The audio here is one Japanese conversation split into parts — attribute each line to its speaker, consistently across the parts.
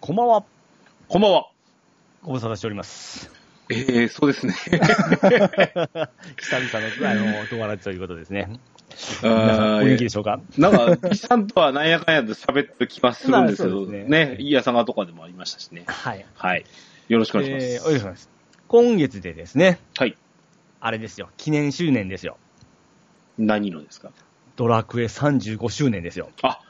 Speaker 1: こんばんは。
Speaker 2: こんばんは。
Speaker 1: ご無沙汰しており ます。
Speaker 2: ええそう ですね。
Speaker 1: 久々の、あの、友達ということですね。皆さん、
Speaker 2: あ
Speaker 1: お
Speaker 2: ー
Speaker 1: 元気でしょうか
Speaker 2: なんか、岸さんとはなんやかんやと喋ってる気はするんです
Speaker 1: ま
Speaker 2: け
Speaker 1: あ
Speaker 2: ど、
Speaker 1: そうですね
Speaker 2: ね、いい朝がとかでもありましたしね。
Speaker 1: はい。
Speaker 2: はい。よろしくお願いします。
Speaker 1: えーお願いします。今月でですね、
Speaker 2: はい。
Speaker 1: あれですよ、記念周年ですよ。
Speaker 2: 何のですか
Speaker 1: ドラクエ35周年ですよ。
Speaker 2: あ、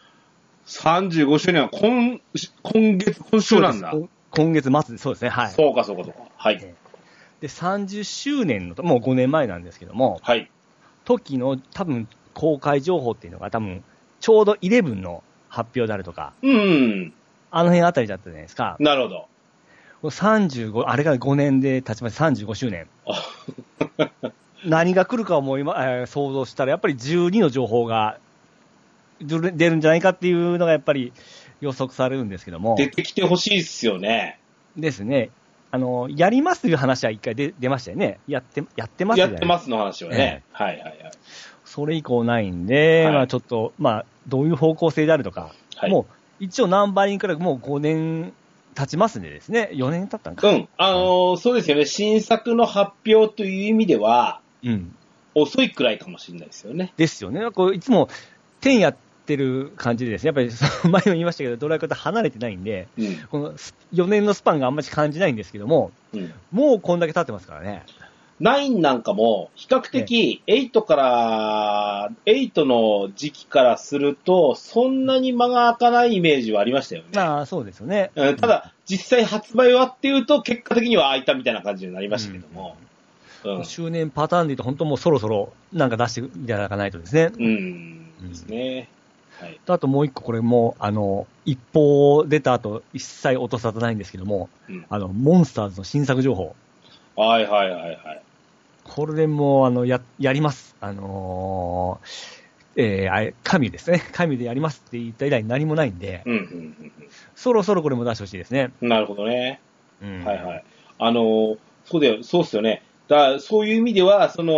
Speaker 2: 35周年は今、今月、今週なんだ。
Speaker 1: そ
Speaker 2: そうう
Speaker 1: です今月末で、そうですね、はい。
Speaker 2: か、そうか、そうか。はい。
Speaker 1: えーで、30周年の、もう5年前なんですけども、
Speaker 2: はい。
Speaker 1: 時の多分公開情報っていうのが多分、ちょうど11の発表であるとか、
Speaker 2: うん。
Speaker 1: あの辺あたりだったじゃないですか。
Speaker 2: なるほど。
Speaker 1: 35、あれから5年で経ちまして35周年。
Speaker 2: あ
Speaker 1: 何が来るかをもう今、えー想像したら、やっぱり12の情報が出る出るんじゃないかっていうのがやっぱり予測されるんですけども、
Speaker 2: 出てきてほしいっすよね。
Speaker 1: ですね、あの、やりますという話は一回出出ましたよね。やって、やってます
Speaker 2: や
Speaker 1: よ
Speaker 2: っ
Speaker 1: ね
Speaker 2: てますの話はね。はいはいはい。
Speaker 1: それ以降ないんで、
Speaker 2: はい
Speaker 1: まあちょっと、まあどういう方向性であるとか、
Speaker 2: はい、
Speaker 1: もう一応ナンバリングからもう5年経ちますんでですね、4年経ったんか。
Speaker 2: うん。あのーそうですよね。新作の発表という意味では、
Speaker 1: うん。
Speaker 2: 遅いくらいかもしれないですよね。
Speaker 1: ですよね。こういつも点やってる感じでですね、やっぱりその前も言いましたけど、ドラクエと離れてないんで、
Speaker 2: うん。
Speaker 1: この4年のスパンがあんまり感じないんですけども、
Speaker 2: うん。
Speaker 1: もうこんだけ経ってますからね。
Speaker 2: 9なんかも、比較的、8から、8の時期からすると、そんなに間が開かないイメージはありましたよね。
Speaker 1: まあそうですよね。
Speaker 2: うんただ、実際発売はっていうと、結果的には開いたみたいな感じになりましたけども。うん。うん。
Speaker 1: 周年パターンで言うと、本当もうそろそろなんか出していただかないとですね。
Speaker 2: ですね。はい。
Speaker 1: あともう一個、これもう、あの、一報出た後、一切落とさないんですけども、
Speaker 2: うん。
Speaker 1: あの、モンスターズの新作情報。
Speaker 2: はいはいはいはい。
Speaker 1: これでもう、あの、や、やります。あのーえーあれ、神ですね。 神でやりますって言った以来何もないんで、
Speaker 2: うんうんうん
Speaker 1: そろそろこれも出してほしいですね。
Speaker 2: うん。なるほどね。
Speaker 1: うん
Speaker 2: はいはい。あのーそうだよ、そうっすよね。だそういう意味では、その、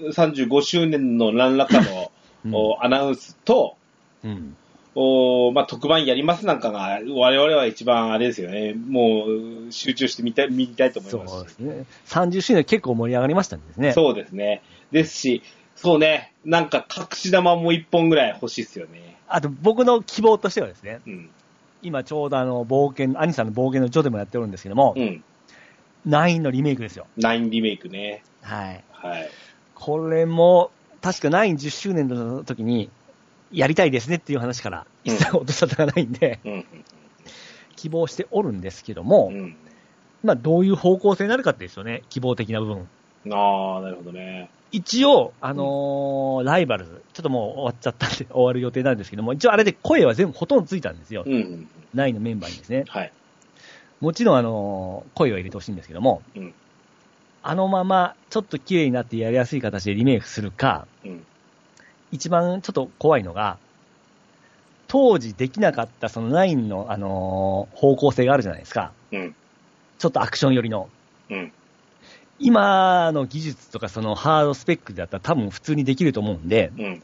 Speaker 2: 35周年の何らかの、
Speaker 1: うん
Speaker 2: おアナウンスと、
Speaker 1: うん
Speaker 2: おまあ、特番やりますなんかが、我々は一番あれですよね、もう集中して見たい見たいと思いますし
Speaker 1: そうですね。30周年結構盛り上がりましたんですね。
Speaker 2: そうですね。ですし、そうね、なんか隠し玉も一本ぐらい欲しいですよね。
Speaker 1: あと僕の希望としてはですね、
Speaker 2: うん。
Speaker 1: 今ちょうどあの、冒険、兄さんの冒険のジョでもやっておるんですけども
Speaker 2: う、ん。
Speaker 1: 9のリメイクですよ。
Speaker 2: ナインリメイクね。
Speaker 1: はい。
Speaker 2: はい。
Speaker 1: これも、確か910周年の時に、やりたいですねっていう話から一切落とさがないんで、
Speaker 2: うん。
Speaker 1: 希望しておるんですけども、
Speaker 2: うん。
Speaker 1: まあ、どういう方向性になるかってですよね、希望的な部分。
Speaker 2: ああ、なるほどね。
Speaker 1: 一応、あのーライバルズ、ちょっともう終わっちゃったんで、終わる予定なんですけども、一応あれで声は全部ほとんどついたんですよ
Speaker 2: う。んうん。
Speaker 1: ナインのメンバーにですね。
Speaker 2: はい。
Speaker 1: もちろん、あのー声は入れてほしいんですけども、
Speaker 2: うん
Speaker 1: あのまま、ちょっと綺麗になってやりやすい形でリメイクするか、
Speaker 2: うん。
Speaker 1: 一番ちょっと怖いのが、当時できなかったそのナインの、あのー方向性があるじゃないですか。
Speaker 2: うん。
Speaker 1: ちょっとアクション寄りの。
Speaker 2: うん。
Speaker 1: 今の技術とかそのハードスペックだったら多分普通にできると思うんで、
Speaker 2: うん。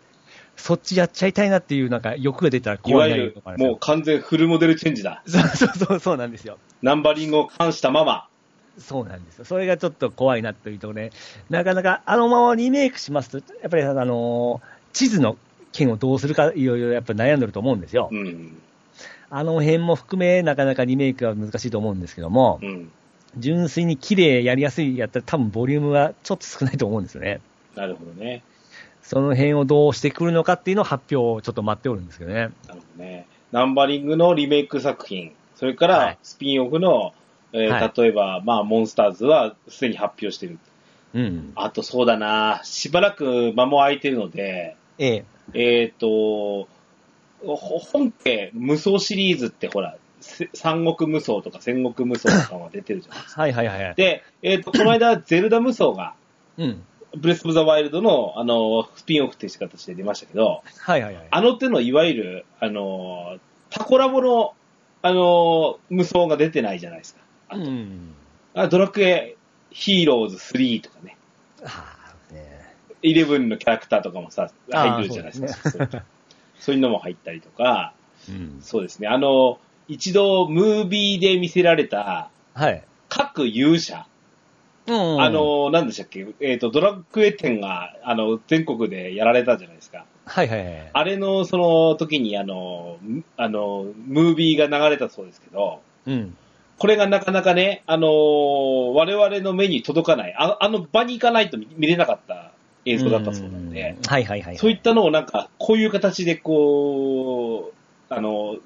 Speaker 1: そっちやっちゃいたいなっていうなんか欲が出たら
Speaker 2: いわ
Speaker 1: 怖い
Speaker 2: ゆ
Speaker 1: な
Speaker 2: る
Speaker 1: とか、
Speaker 2: もう完全フルモデルチェンジだ。
Speaker 1: そうそうそうそうなんですよ。
Speaker 2: ナンバリングを冠したまま。
Speaker 1: そうなんですよ。それがちょっと怖いなというところで、なかなかあのままリメイクしますと、やっぱりあのー地図の件をどうするかいろいろやっぱ悩んでると思うんですよ。
Speaker 2: うん。
Speaker 1: あの辺も含めなかなかリメイクは難しいと思うんですけども、
Speaker 2: うん。
Speaker 1: 純粋に綺麗やりやすいやったら多分ボリュームはちょっと少ないと思うんですよね。
Speaker 2: なるほどね。
Speaker 1: その辺をどうしてくるのかっていうのを発表をちょっと待っておるんですけどね。
Speaker 2: なるほどね。ナンバリングのリメイク作品、それか
Speaker 1: はい
Speaker 2: らスピンオフの、えー
Speaker 1: はい
Speaker 2: 例えば、まあ、モンスターズはすでに発表してる。
Speaker 1: うん。
Speaker 2: あと、そうだな、しばらく間も空いてるので、
Speaker 1: ええ。
Speaker 2: えっ、と、ほ本家無双シリーズってほら、せ三国無双とか戦国無双とかは出てるじゃん。
Speaker 1: はいはいはいはい。
Speaker 2: で、えっ、と、この間、ゼルダ無双が、
Speaker 1: うん。
Speaker 2: ブレス・オブ・ザ・ワイルドの、あの、スピンオフという形で出ましたけど、
Speaker 1: はいはいはい。
Speaker 2: あの手のいわゆる、あのー、タコラボの、あのー、無双が出てないじゃないですか。あと
Speaker 1: うん。
Speaker 2: あドラクエヒーローズ3とかね、
Speaker 1: はあ、ね。
Speaker 2: 11のキャラクターとかもさ、
Speaker 1: あー
Speaker 2: 入るじゃないですか。そうそういうのも入ったりとか、
Speaker 1: うん。
Speaker 2: そうですね、あの、一度ムービーで見せられた
Speaker 1: はい。
Speaker 2: 各勇者、
Speaker 1: うん
Speaker 2: あ、の、何でしたっけ、えっ、と、ドラクエ展が、あの、全国でやられたじゃないですか。
Speaker 1: はいはいはい。
Speaker 2: あれの、その時に、あの、むあの、ムービーが流れたそうですけど、
Speaker 1: うん。
Speaker 2: これがなかなかね、あのー我々の目に届かない、ああの場に行かないと見見れなかった映像だったそうなんで、
Speaker 1: うんはいはいはい。
Speaker 2: そういったのをなんか、こういう形でこう、あの、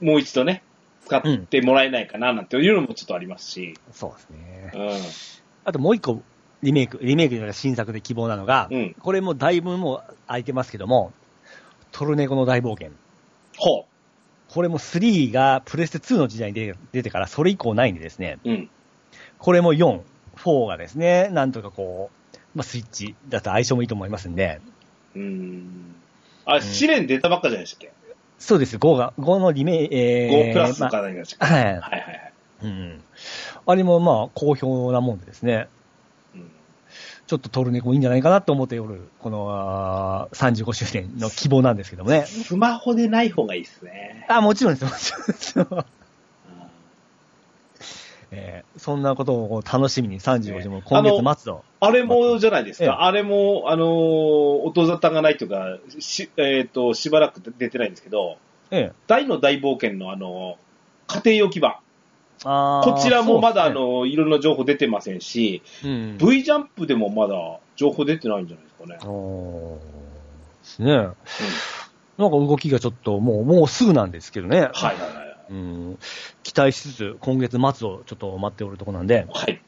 Speaker 2: もう一度ね、使ってもらえないかな、なんていうのもちょっとありますし、
Speaker 1: そうですね
Speaker 2: う。ん。
Speaker 1: あともう一個、リメイク、リメイクというか新作で希望なのが、
Speaker 2: うん
Speaker 1: これもだいぶもう空いてますけども、トルネコの大冒険。
Speaker 2: ほ
Speaker 1: これも3がプレステ2の時代に出て出てからそれ以降ないんでですね、
Speaker 2: う。うん。
Speaker 1: これも4、4がですね、なんとかこう、まあ、スイッチだと相性もいいと思いますんで、
Speaker 2: うん。あ、試練出たばっかじゃないでしたっけ、
Speaker 1: そうです、5が、5のリメイク、えー
Speaker 2: ?5 プラスと
Speaker 1: ま
Speaker 2: か何でしたっ
Speaker 1: あ
Speaker 2: け、
Speaker 1: はい。
Speaker 2: はいはいはい。
Speaker 1: うん。あれもまあ、好評なもんでですね、
Speaker 2: うん
Speaker 1: ちょっとトルネコいいんじゃないかなと思っておる、このあー35周年の希望なんですけどもね。
Speaker 2: スマホでない方がいいですね。
Speaker 1: あ、もちろんです、もちろんです。
Speaker 2: う ん
Speaker 1: えーそんなことを楽しみに35時も
Speaker 2: あ
Speaker 1: 今
Speaker 2: の
Speaker 1: 月末の、
Speaker 2: あれもじゃないですか、
Speaker 1: ええ
Speaker 2: あれも、あのー音沙汰がないというか、し、えっ、と、しばらく出てないんですけど、
Speaker 1: ええ
Speaker 2: 大の大冒険のあのー家庭用基盤。
Speaker 1: あー
Speaker 2: こちらもまだあ
Speaker 1: そうで
Speaker 2: の、いろんな情報出てませんし、
Speaker 1: すねうん、
Speaker 2: V ジャンプでもまだ情報出てないんじゃないですかね。
Speaker 1: おーですね。なんか動きがちょっともう、もうすぐなんですけどね。
Speaker 2: はいはいはいはい。
Speaker 1: うん、期待しつつ、今月末をちょっと待っておるとこなんで、
Speaker 2: はい。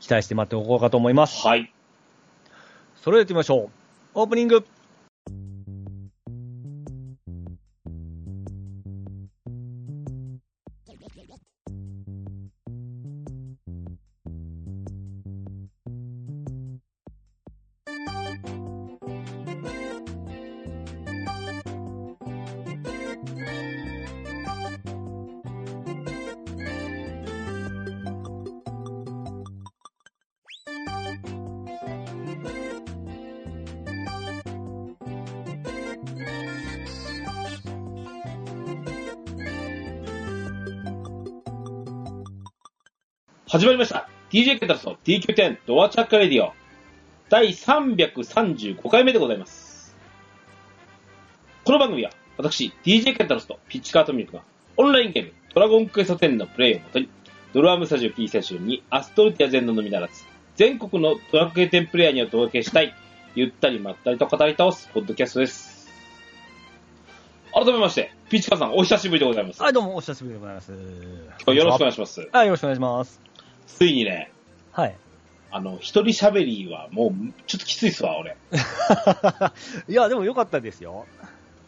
Speaker 1: 期待して待っておこうかと思います。
Speaker 2: はい。
Speaker 1: それでは行ってみましょう。オープニング。
Speaker 2: 始まりました。DJ ケタルソ TQ10 ドアチャックレディオ第335回目でございます。この番組は私、DJ ケタルソとピッチカートミルクがオンラインゲームドラゴンクエスト10のプレイをもとにドラムスタジオキーセッションにアストルティア全土のみならず全国のドラクエ10プレイヤーにお届けしたいゆったりまったりと語り倒すポッドキャストです。改めまして、ピッチカーさんお久しぶりでございます。
Speaker 1: はい、どうも、お久しぶりでございます。
Speaker 2: 今日よろしくお願
Speaker 1: いし
Speaker 2: いします。
Speaker 1: ます。はい、よろしくお願いします。
Speaker 2: ついにね、
Speaker 1: はい。
Speaker 2: あの、一人喋りはもう、ちょっときついっすわ、俺。
Speaker 1: いや、でも良かったですよ。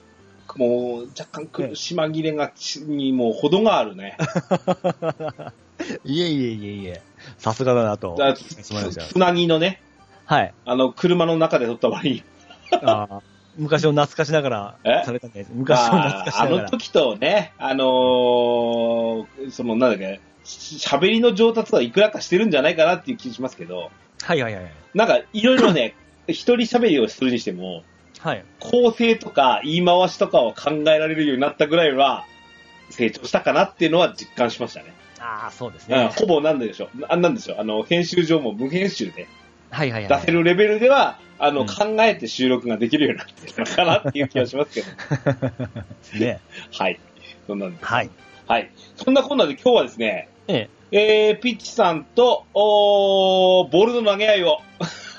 Speaker 2: もう、若干苦しまぎれがちに、もう、ほどがあるね。
Speaker 1: いえいえいえいえ。さすがだなと。
Speaker 2: だつ
Speaker 1: すまない
Speaker 2: つ
Speaker 1: じゃん
Speaker 2: つなぎのね、
Speaker 1: はい。
Speaker 2: あの、車の中で撮った場合に、
Speaker 1: あー昔を懐かしながら
Speaker 2: え
Speaker 1: されたね。昔を懐かし
Speaker 2: あ
Speaker 1: なが
Speaker 2: の
Speaker 1: ら。
Speaker 2: 時とね、あのーその、なんだっけ、し喋りの上達はいくらかしてるんじゃないかなっていう気しますけど、
Speaker 1: はいはいはいはい。
Speaker 2: なんか、いろいろ ね、一人喋りをするにしても、
Speaker 1: はい。
Speaker 2: 構成とか言い回しとかを考えられるようになったぐらいは、成長したかなっていうのは実感しましたね。
Speaker 1: ああ、そうです
Speaker 2: うん
Speaker 1: ね。
Speaker 2: ほぼなんでしょう。あなんでしょう。あの、編集上も無編集で
Speaker 1: はいはいは
Speaker 2: 出せ
Speaker 1: い。
Speaker 2: るレベルでは、あの、
Speaker 1: うん
Speaker 2: 考えて収録ができるようになってきたのかなっていう気がしますけど。
Speaker 1: ね。
Speaker 2: はい。そんなんです。
Speaker 1: はい。
Speaker 2: はい。そんなこんなで今日はですね、
Speaker 1: ええ。
Speaker 2: えー、ピッチさんと、おーボールの投げ合いを、
Speaker 1: は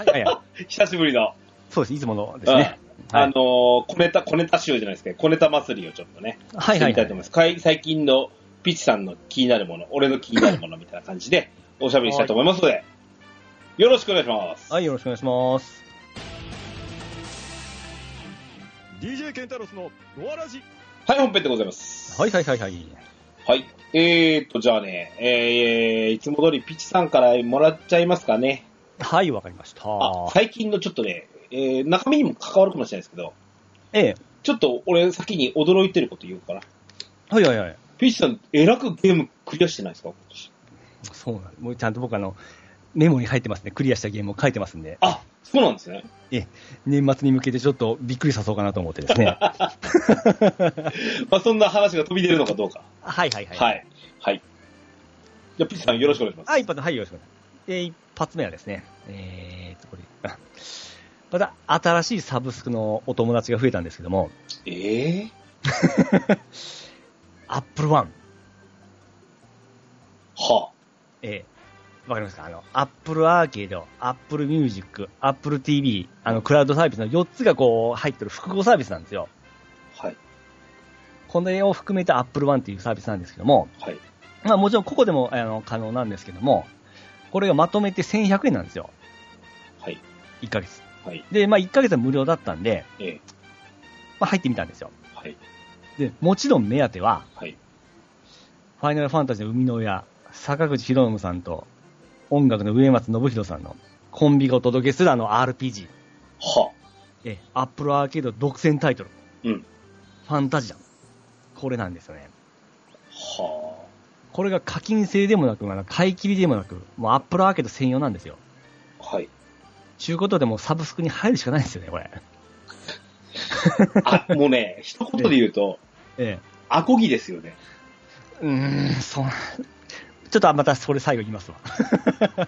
Speaker 1: いはいはい。
Speaker 2: 久しぶりの、
Speaker 1: そうです。いつものですね。
Speaker 2: あ
Speaker 1: は
Speaker 2: のー
Speaker 1: い
Speaker 2: 小ネタ、小ネタ集じゃないですけど、小ネタ祭りをちょっとね、
Speaker 1: は
Speaker 2: し
Speaker 1: い
Speaker 2: て
Speaker 1: は
Speaker 2: み
Speaker 1: い
Speaker 2: た
Speaker 1: はい
Speaker 2: と思います。かい最近のピッチさんの気になるもの、俺の気になるものみたいな感じで、おしゃべりしたいと思いますので、よろしくお願いします。
Speaker 1: い。はい、よろしくお願いします。
Speaker 3: DJ ケンタロスのドアラジ
Speaker 2: はい、本編でございます。
Speaker 1: はいはいはいはい。
Speaker 2: はい。えーと、じゃあね、えー、いつも通りピチさんからもらっちゃいますかね。
Speaker 1: はい、わかりました。
Speaker 2: あ、最近のちょっとね、えー、中身にも関わるかもしれないですけど、
Speaker 1: ええ。
Speaker 2: ちょっと俺先に驚いてること言うから。
Speaker 1: はいはいはい。
Speaker 2: ピチさん、えらくゲームクリアしてないですか今年
Speaker 1: そうなんもうちゃんと僕あの、メモに入ってますね。クリアしたゲームを書いてますんで。
Speaker 2: あ、そうな んですね。
Speaker 1: 年末に向けてちょっとびっくりさそうかなと思って ですね。は
Speaker 2: まあ、そんな話が飛び出るのかどうか。
Speaker 1: いはいはい。
Speaker 2: はい。はい。じゃあ、ピッチさんよろしくお願いします。
Speaker 1: あ、一発、はい、よろしくお願いします。で、一発目はですね、えーと、これ、あまた新しいサブスクのお友達が増えたんですけども、
Speaker 2: ええ
Speaker 1: Apple One。
Speaker 2: は
Speaker 1: えーわかりますかあの、Apple Arcade、Apple Music、Apple TV、あの、クラウドサービスの4つがこう入ってる複合サービスなんですよ。
Speaker 2: あ。はい。
Speaker 1: この絵を含めた Apple One っていうサービスなんですけども、
Speaker 2: はい。
Speaker 1: まあもちろんここでもあの可能なんですけども、これがまとめて1100円なんですよ。
Speaker 2: はい。
Speaker 1: 1ヶ月。
Speaker 2: はい。
Speaker 1: で、まあ1ヶ月は無料だったんで、
Speaker 2: ええ
Speaker 1: まあ入ってみたんですよ。
Speaker 2: はい。
Speaker 1: で、もちろん目当ては、
Speaker 2: はい。
Speaker 1: ファイナルファンタジーの生みの親、坂口博信さんと、音楽の植松信弘さんのコンビがお届けするあの RPG。
Speaker 2: は
Speaker 1: え、アップルアーケード独占タイトル。
Speaker 2: うん
Speaker 1: ファンタジアン。これなんですよね。
Speaker 2: あ。は
Speaker 1: これが課金制でもなく、まあ買い切りでもなく、もうアップルアーケード専用なんですよ。
Speaker 2: あ。はい。
Speaker 1: ちゅうことでもうサブスクに入るしかないですよね、これ。
Speaker 2: あ、もう ね、一言で言うと、
Speaker 1: え
Speaker 2: アコギですよね。
Speaker 1: え。うーん、そう。ちょっとまたそれ最後言いますわ。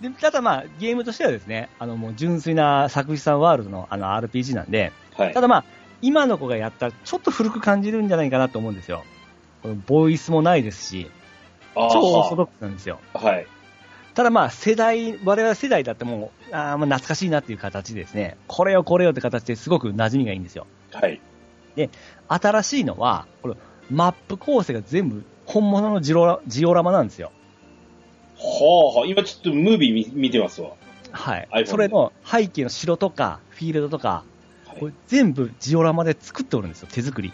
Speaker 1: でただまあ、ゲームとしてはですね、あのもう純粋な作詞さんワールドのあの RPG なんで、
Speaker 2: はい
Speaker 1: た。だまあ、今の子がやったらちょっと古く感じるんじゃないかなと思うんですよ。このボイスもないですし、
Speaker 2: あー
Speaker 1: 超オーソドックスなんですよ。
Speaker 2: はい。
Speaker 1: ただまあ世代、我々世代だってもう、あーまあ懐かしいなっていう形でですね、これよこれよって形ですごく馴染みがいいんですよ。
Speaker 2: はい。
Speaker 1: 新しいのは、これマップ構成が全部本物のジオラジオラマなんですよ。
Speaker 2: はあはあ。今ちょっとムービー見見てますわ。
Speaker 1: はい。
Speaker 2: iPhone
Speaker 1: それの背景の城とかフィールドとか、
Speaker 2: はい
Speaker 1: これ全部ジオラマで作っておるんですよ、手作り。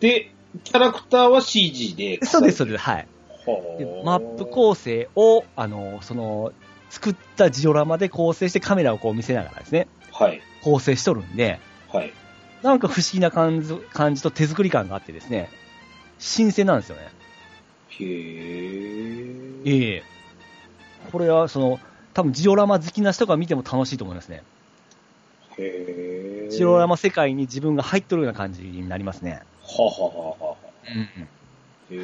Speaker 2: で、キャラクターは CG で。
Speaker 1: そうです、そうです。はい。
Speaker 2: は
Speaker 1: で
Speaker 2: あ。
Speaker 1: マップ構成を、あの、その、作ったジオラマで構成してカメラをこう見せながらですね、
Speaker 2: はい。
Speaker 1: 構成しとるんで、
Speaker 2: はい。
Speaker 1: なんか不思議な感じ感じと手作り感があってですね、新鮮なんですよね。
Speaker 2: へえ。
Speaker 1: ええこれは、その、多分ジオラマ好きな人が見ても楽しいと思いますね。
Speaker 2: へえ。
Speaker 1: ジオラマ世界に自分が入っとるような感じになりますね。
Speaker 2: はあはあはあはあ。へ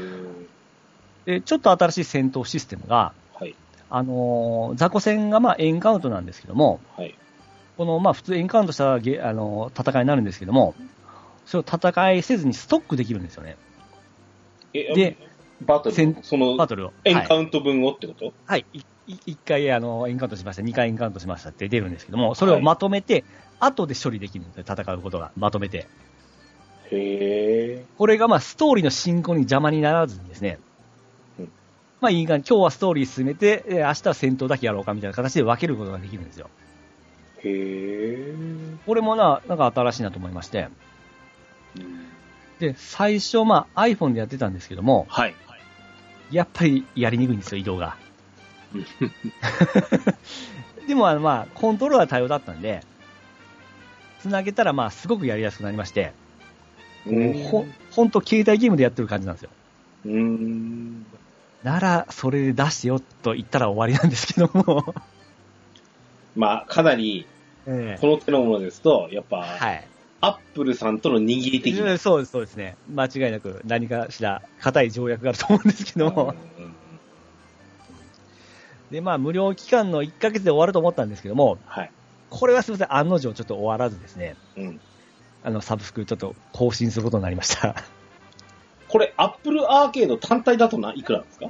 Speaker 2: え。
Speaker 1: で、ちょっと新しい戦闘システムが、
Speaker 2: はい。
Speaker 1: あのー雑魚戦がまあエンカウントなんですけども、
Speaker 2: はい。
Speaker 1: このまあ普通エンカウントしたゲ、あのー戦いになるんですけども、それを戦いせずにストックできるんですよね、
Speaker 2: え
Speaker 1: で、
Speaker 2: バト
Speaker 1: せ
Speaker 2: ル
Speaker 1: ん
Speaker 2: その
Speaker 1: バ、トルを。
Speaker 2: エンカ
Speaker 1: はい
Speaker 2: ウント分をってこと
Speaker 1: はい、いい一回あのエンカウントしました、二回エンカウントしましたって出るんですけども、それをまとめて、後で処理できるんですよ、戦うことが、まとめて。
Speaker 2: へえ。
Speaker 1: これがまあストーリーの進行に邪魔にならずにですね、
Speaker 2: うん
Speaker 1: まあいい感じ、今日はストーリー進めて、えー明日は戦闘だけやろうかみたいな形で分けることができるんですよ。
Speaker 2: へえ。
Speaker 1: これもな、なんか新しいなと思いまして、で、最初、まあ iPhone でやってたんですけども、
Speaker 2: はい。
Speaker 1: やっぱりやりにくいんですよ、移動が。 でも、あのまあ、コントローラー対応だったんで、つなげたら、まあ、すごくやりやすくなりまして、
Speaker 2: うん
Speaker 1: ほん、ほんと携帯ゲームでやってる感じなんですよ。
Speaker 2: うん。
Speaker 1: なら、それで出してよと言ったら終わりなんですけども。
Speaker 2: まあ、かなり、
Speaker 1: え
Speaker 2: この手のものですと、やっぱ、
Speaker 1: はい。
Speaker 2: アップルさんとの握り的な。
Speaker 1: そうです、そうですね。間違いなく何かしら固い条約があると思うんですけども。
Speaker 2: うんうん
Speaker 1: で、まあ、無料期間の1ヶ月で終わると思ったんですけども、
Speaker 2: はい。
Speaker 1: これはすみません、案の定ちょっと終わらずですね、
Speaker 2: うん。
Speaker 1: あの、サブスクちょっと更新することになりました。
Speaker 2: これ、アップルアーケード単体だとないくらなんですか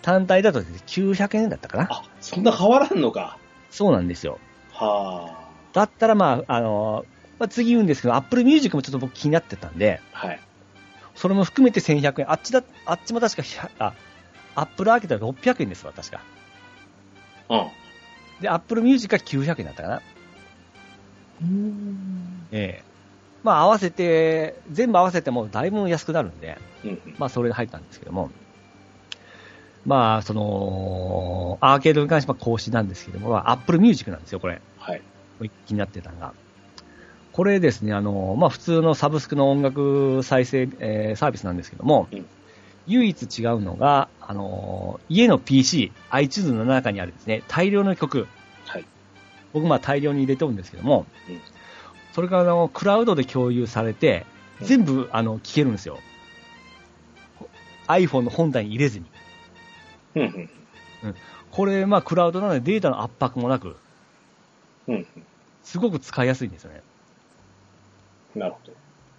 Speaker 1: 単体だとですね900円だったかな。
Speaker 2: あ、そんな変わらんのか。
Speaker 1: そうなんですよ。
Speaker 2: は
Speaker 1: だったら、まあ、あの、まあ、次言うんですけど、Apple Music もちょっと僕気になってたんで、
Speaker 2: あ。はい。
Speaker 1: それも含めて1100円。あっちだ、あっちも確か100、あ、Apple 開けたら600円ですわ、確か。
Speaker 2: う
Speaker 1: で、Apple Music が900円だったかな。
Speaker 2: ん。
Speaker 1: ええまあ、合わせて、全部合わせてもだいぶ安くなるんで、
Speaker 2: うん。
Speaker 1: まあ、それで入ったんですけども。まあ、その、アーケードに関しては更新なんですけども、まあ Apple Music なんですよ、これ。
Speaker 2: はい。
Speaker 1: 気になってたのが、これですね、あのまあ、普通のサブスクの音楽再生、えーサービスなんですけども、
Speaker 2: うん
Speaker 1: 唯一違うのが、あの家の PC、iTunes の中にあるですね、大量の曲、
Speaker 2: はい
Speaker 1: 僕まあ大量に入れてるんですけども
Speaker 2: うん、
Speaker 1: それからあのクラウドで共有されて、
Speaker 2: うん
Speaker 1: 全部あの聞けるんですよ。iPhone の本体に入れずに。
Speaker 2: うんうん
Speaker 1: これ、まあクラウドなのでデータの圧迫もなく、
Speaker 2: うん
Speaker 1: すごく使いやすいんですよね。
Speaker 2: うん。なるほど。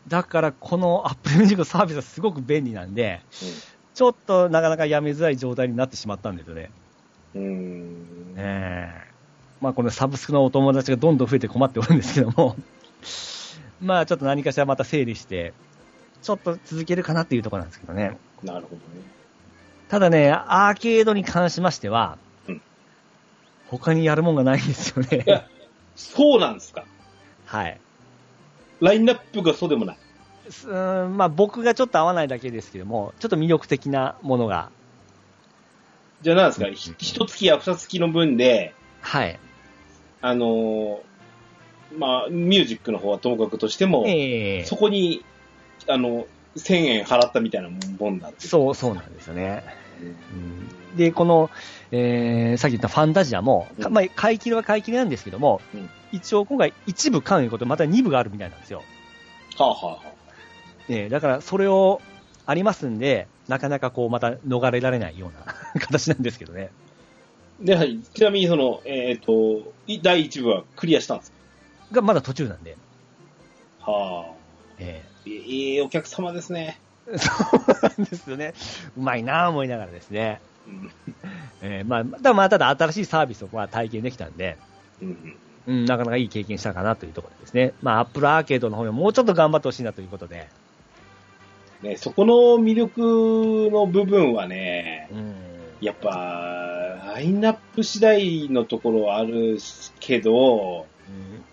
Speaker 1: だからこの Apple Music のサービスはすごく便利なんで、ちょっとなかなかやめづらい状態になってしまったんですよね。
Speaker 2: うん。うん。
Speaker 1: ねえまあ、このサブスクのお友達がどんどん増えて困っておるんですけども、 まあちょっと何かしらまた整理して、ちょっと続けるかなっていうところなんですけどね。
Speaker 2: なるほどね。
Speaker 1: ただね、アーケードに関しましては
Speaker 2: うん、
Speaker 1: 他にやるもんがないんですよ
Speaker 2: いや
Speaker 1: ね。
Speaker 2: そうなんですか。
Speaker 1: はい。
Speaker 2: ラインナップがそうでもない。
Speaker 1: すうーんまあ僕がちょっと合わないだけですけども、ちょっと魅力的なものが、
Speaker 2: じゃあ何ですか、ひ一月や二月の分で、
Speaker 1: はい。
Speaker 2: あのーまあ、ミュージックの方はともかくとしても、
Speaker 1: ええ
Speaker 2: そこに、あの、1000円払ったみたいなもんだって。
Speaker 1: そう、そうなんですよね。
Speaker 2: うん。
Speaker 1: うんで、この、えーさっき言ったファンタジアも、か
Speaker 2: うん
Speaker 1: まあ、買い切りは買い切りなんですけども、
Speaker 2: うん
Speaker 1: 一応今回一部買うということでまた二部があるみたいなんですよ。
Speaker 2: はあ、はあはあ、
Speaker 1: えーだからそれをありますんで、なかなかこうまた逃れられないような 形なんですけどね。
Speaker 2: で、はいちなみにその、えっ、と、い第1部はクリアしたんです
Speaker 1: がまだ途中なんで。
Speaker 2: かはあ。
Speaker 1: え
Speaker 2: ええお客様ですね。
Speaker 1: ーそう なんですよね。うまいなぁ思いながらですね。
Speaker 2: うん。
Speaker 1: えーまあ、ただまあ、ただ新しいサービスをまあ体験できたんで、
Speaker 2: うん。
Speaker 1: うん、なかなかいい経験したかなというところですね。まあ、アップルアーケードの方にももうちょっと頑張ってほしいなということで。
Speaker 2: ね、そこの魅力の部分はね、
Speaker 1: うん。
Speaker 2: やっぱ、ラインナップ次第のところはあるけ
Speaker 1: う
Speaker 2: ど、
Speaker 1: ん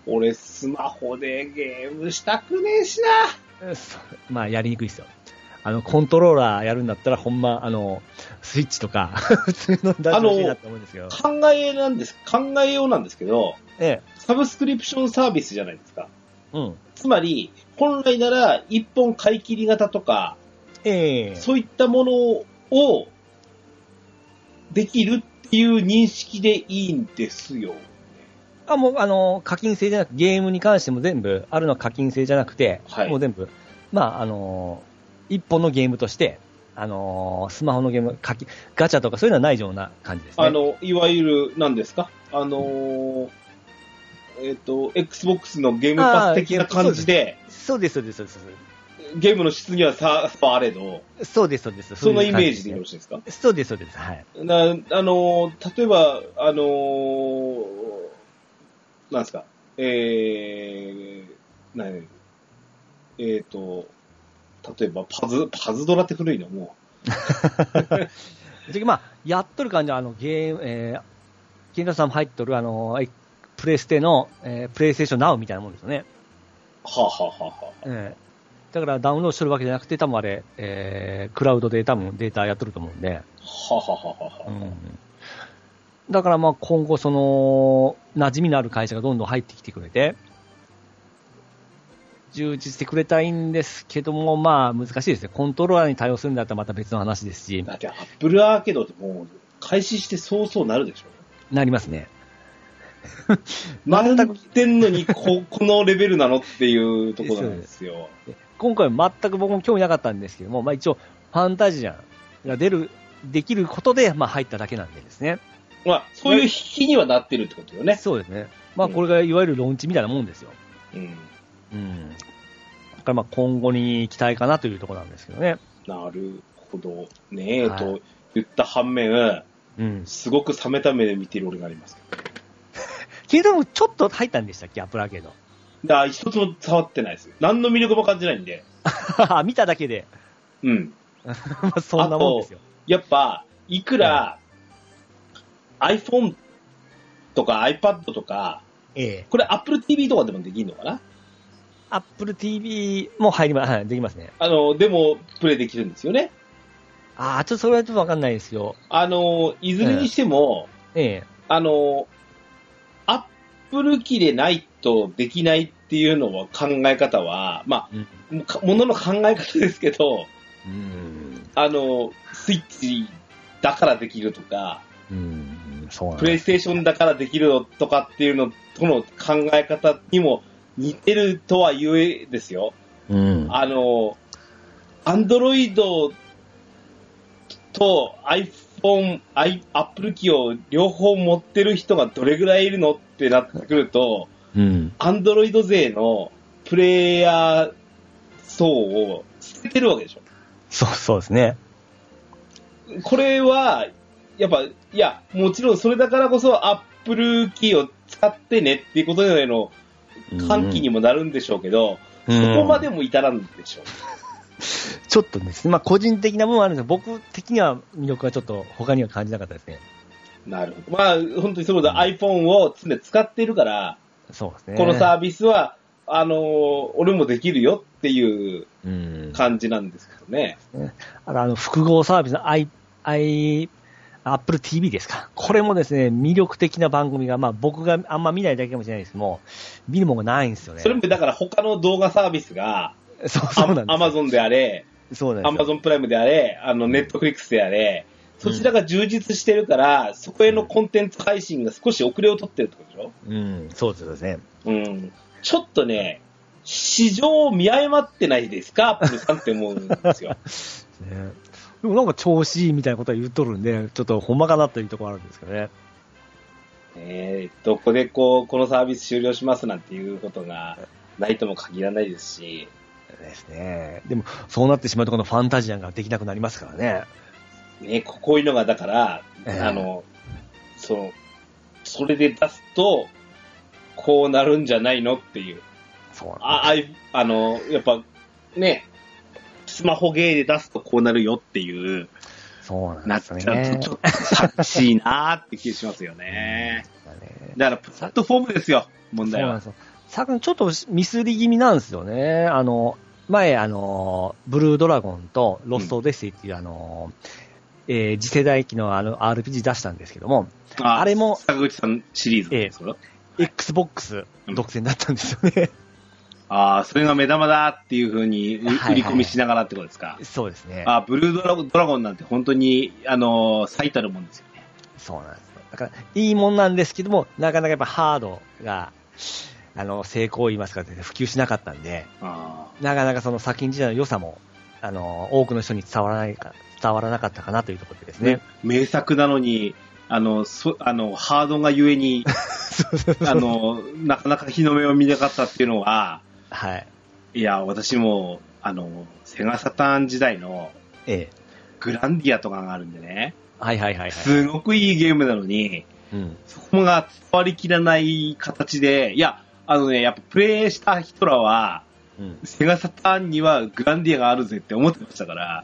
Speaker 2: 俺スマホでゲームしたくねえしな。
Speaker 1: そうまあ、やりにくいですよ。あの、コントローラーやるんだったら、ほんま、あの、スイッチとか、 普通の出してほしいなと思うんですけど。
Speaker 2: 考えなんです、考えようなんですけど、
Speaker 1: ええ。
Speaker 2: サブスクリプションサービスじゃないですか。
Speaker 1: うん。
Speaker 2: つまり、本来なら一本買い切り型とか、
Speaker 1: ええ。
Speaker 2: そういったものをできるっていう認識でいいんですよ。
Speaker 1: あ、もう、あの、課金制じゃなく、ゲームに関しても全部、あるのは課金制じゃなくて、
Speaker 2: はい
Speaker 1: もう全部、まあ、あの、一本のゲームとして、あの、スマホのゲーム、課金、ガチャとかそういうのはないような感じですね。
Speaker 2: あの、いわゆる、何ですかあのーえっ、と、Xbox のゲームパス的な感じで、
Speaker 1: そうです、そうです、そうです。そうです
Speaker 2: ゲームの質にはさ差はあれど、
Speaker 1: そうです、そうです。
Speaker 2: その
Speaker 1: うい
Speaker 2: イ
Speaker 1: う感
Speaker 2: メ
Speaker 1: じ
Speaker 2: ージでよろしいですか
Speaker 1: そうです、そうです。はい。
Speaker 2: な、あのー、例えば、あのー、なんですか、えー、なにえーと、例えば、パズ、パズドラって古いのも
Speaker 1: でまあ、やっとる感じは、あの、ゲーム、えー、金田さんも入っとる、あの、えプレイステの、えープレイステーションナウみたいなもんですよね。
Speaker 2: う、はあ、はあはあはあ、
Speaker 1: えーだからダウンロードしてるわけじゃなくて、多分あれ、えークラウドで多分データやっとると思うんで。
Speaker 2: はあはあはあ
Speaker 1: う
Speaker 2: はあ、
Speaker 1: ん。だからまあ今後、その、馴染みのある会社がどんどん入ってきてくれて、充実してくれたいんですけども、まあ難しいですね。コントローラーに対応するんだったらまた別の話ですし、
Speaker 2: だって、アップルアーケードってもう、開始してそうそうなるでしょ。
Speaker 1: なりますね。
Speaker 2: なってんのに、 こ、このレベルなのっていうところなんですよ。
Speaker 1: 今回全く僕も興味なかったんですけども、まあ、一応、ファンタジアンが出る、できることで、まあ、入っただけなんでですね。
Speaker 2: まあ、そういう引きにはなってるってことよね。
Speaker 1: そうですね。まあ、
Speaker 2: うん
Speaker 1: これがいわゆるローンチみたいなもんですよ。
Speaker 2: うん。
Speaker 1: うん。だから、まあ、今後に期待かなというところなんですけどね。
Speaker 2: なるほどねえ、
Speaker 1: はい
Speaker 2: と言った反面、
Speaker 1: うん。
Speaker 2: すごく冷めた目で見ている俺があります。
Speaker 1: けども、ちょっと入ったんでしたっけ、アップルアーケード。
Speaker 2: だから一つも触ってないです。何の魅力も感じないんで。
Speaker 1: 見ただけで、
Speaker 2: うん。
Speaker 1: まあ、そんなもんですよ。
Speaker 2: やっぱ、いくら、iPhone とか iPad とか、
Speaker 1: ええ。
Speaker 2: これ Apple TV とかでもできるのかな
Speaker 1: アップル TV も入りま、はい、できますね。
Speaker 2: あの、でも、プレイできるんですよね。
Speaker 1: ああ、ちょっとそれはちょっとわかんないですよ。
Speaker 2: あの、いずれにしても、
Speaker 1: ええ。
Speaker 2: あの、Apple 機でないとできないっていうのは考え方は、まあ、
Speaker 1: うん。
Speaker 2: もかものの考え方ですけど、
Speaker 1: うん。
Speaker 2: あの、スイッチだからできるとか、
Speaker 1: うん。ん、そうなん
Speaker 2: プレイ
Speaker 1: で
Speaker 2: ステーションだからできるのとかっていうのとの考え方にも似てるとはゆえですよ。
Speaker 1: す。うん。
Speaker 2: あの、アンドロイドと iPhone、i- Apple 機を両方持ってる人がどれぐらいいるのってなってくると、
Speaker 1: うん。
Speaker 2: アンドロイド勢のプレイヤー層を捨ててるわけでしょ。
Speaker 1: そう、そうですね。
Speaker 2: これは、やっぱ、いや、もちろんそれだからこそ Apple キーを使ってねっていうことへの歓喜に
Speaker 1: も、
Speaker 2: もなるんでしょうけど、
Speaker 1: うん
Speaker 2: そこまでも至らんでしょう。
Speaker 1: ちょっとですね、まあ個人的な部分はあるんですけど、僕的には魅力はちょっと他には感じなかったですね。
Speaker 2: なるほど。まあ、本当にそれこそ iPhone を常に使ってるから、
Speaker 1: そうですね。
Speaker 2: このサービスは、あのー俺もできるよっていう
Speaker 1: うん。
Speaker 2: 感じなんですけどね。
Speaker 1: あの、あの複合サービスの i、i、Apple TV ですか。これもですね、魅力的な番組が、まあ僕があんま見ないだけかもしれないですけども、見るものがないんですよね。
Speaker 2: それもだから他の動画サービスが、
Speaker 1: そうそうなんです。
Speaker 2: アマゾンであれ、
Speaker 1: ン。そうなんです
Speaker 2: ア
Speaker 1: よ。
Speaker 2: マゾンプライムであれ、あの、ネットフリックスであれ、そちらが充実してるから、そこへのコンテンツ配信が少し遅れを取ってるってことでしょ
Speaker 1: うん、そうですね。
Speaker 2: うん。ちょっとね、市場を見誤ってないですかアップルさんって思うんです よ。
Speaker 1: ねでもなんか調子いいみたいなことは言っとるんで、ちょっとほんまかなというところあるんですけどね。
Speaker 2: えー、どこでこう、このサービス終了しますなんていうことがないとも限らないですし、
Speaker 1: ですね。でも、そうなってしまうとこのファンタジアンができなくなりますからね。
Speaker 2: ね、ここういうのがだから、
Speaker 1: ええ
Speaker 2: あの、その、それで出すと、こうなるんじゃないのっていう。
Speaker 1: そうなん
Speaker 2: あ、あい、あの、やっぱ、ね、スマホゲーで出すとこうなるよっていう、
Speaker 1: です。そうなん
Speaker 2: な
Speaker 1: で
Speaker 2: っち
Speaker 1: す
Speaker 2: ゃ
Speaker 1: よ
Speaker 2: う
Speaker 1: ね
Speaker 2: と、。ちょっと寂しいなーって気がしますよね。だから、プラットフォームですよ、問
Speaker 1: そう
Speaker 2: 題
Speaker 1: なんで
Speaker 2: は。
Speaker 1: すよ。さっきちょっとミスり気味なんですよね。あの、前、あの、ブルードラゴンとロストオデッセイっていう、あの、えー次世代機のあの RPG 出したんですけども、
Speaker 2: あ
Speaker 1: あれも
Speaker 2: 坂口さんシリーズですか
Speaker 1: XBOX 独占だったんですよ ね。
Speaker 2: ああ、それが目玉だっていうふうに
Speaker 1: はいはい
Speaker 2: 売り込みしながらってことですか。
Speaker 1: そうですね。
Speaker 2: あーブルードラゴンドラゴンなんて本当に、あのー最たるもんですよね。
Speaker 1: そうなんですよ。だから、いいもんなんですけども、なかなかやっぱハードが、あの、成功を言いますか、ね、普及しなかったんで、
Speaker 2: あ
Speaker 1: なかなかその先んじたの良さも、あの、多くの人に伝わらないか、伝わらなかったかなというところでです
Speaker 2: ー
Speaker 1: ね。
Speaker 2: 名作なのに、あの、そあの、ハードがゆえに、あの、なかなか日の目を見なかったっていうのは、
Speaker 1: はい。
Speaker 2: いや、私も、あの、セガサターン時代の
Speaker 1: ええ。
Speaker 2: グランディアとかがあるんでね、
Speaker 1: はいはいはいはい。
Speaker 2: すごくいいゲームなのに、
Speaker 1: うん。
Speaker 2: そこが伝わりきらない形で、いや、あのね、やっぱプレイした人らは、
Speaker 1: うん。
Speaker 2: セガサターンにはグランディアがあるぜって思ってましたから、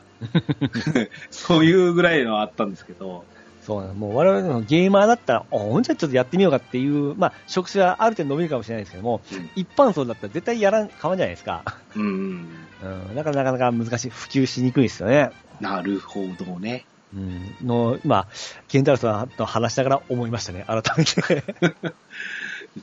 Speaker 2: そういうぐらいのはあったんですけど、
Speaker 1: そうなの。もう我々のゲーマーだったら、おほんじゃちょっとやってみようかっていう、まあ、職種はある程度伸びるかもしれないですけども、
Speaker 2: うん
Speaker 1: 一般層だったら絶対やらん、かわんじゃないですか。
Speaker 2: うん、
Speaker 1: うん。だからなかなか難しい、普及しにくいですよね。
Speaker 2: なるほどね。
Speaker 1: うんの、今、ケンタロウさんと話しながら思いましたね、改めて。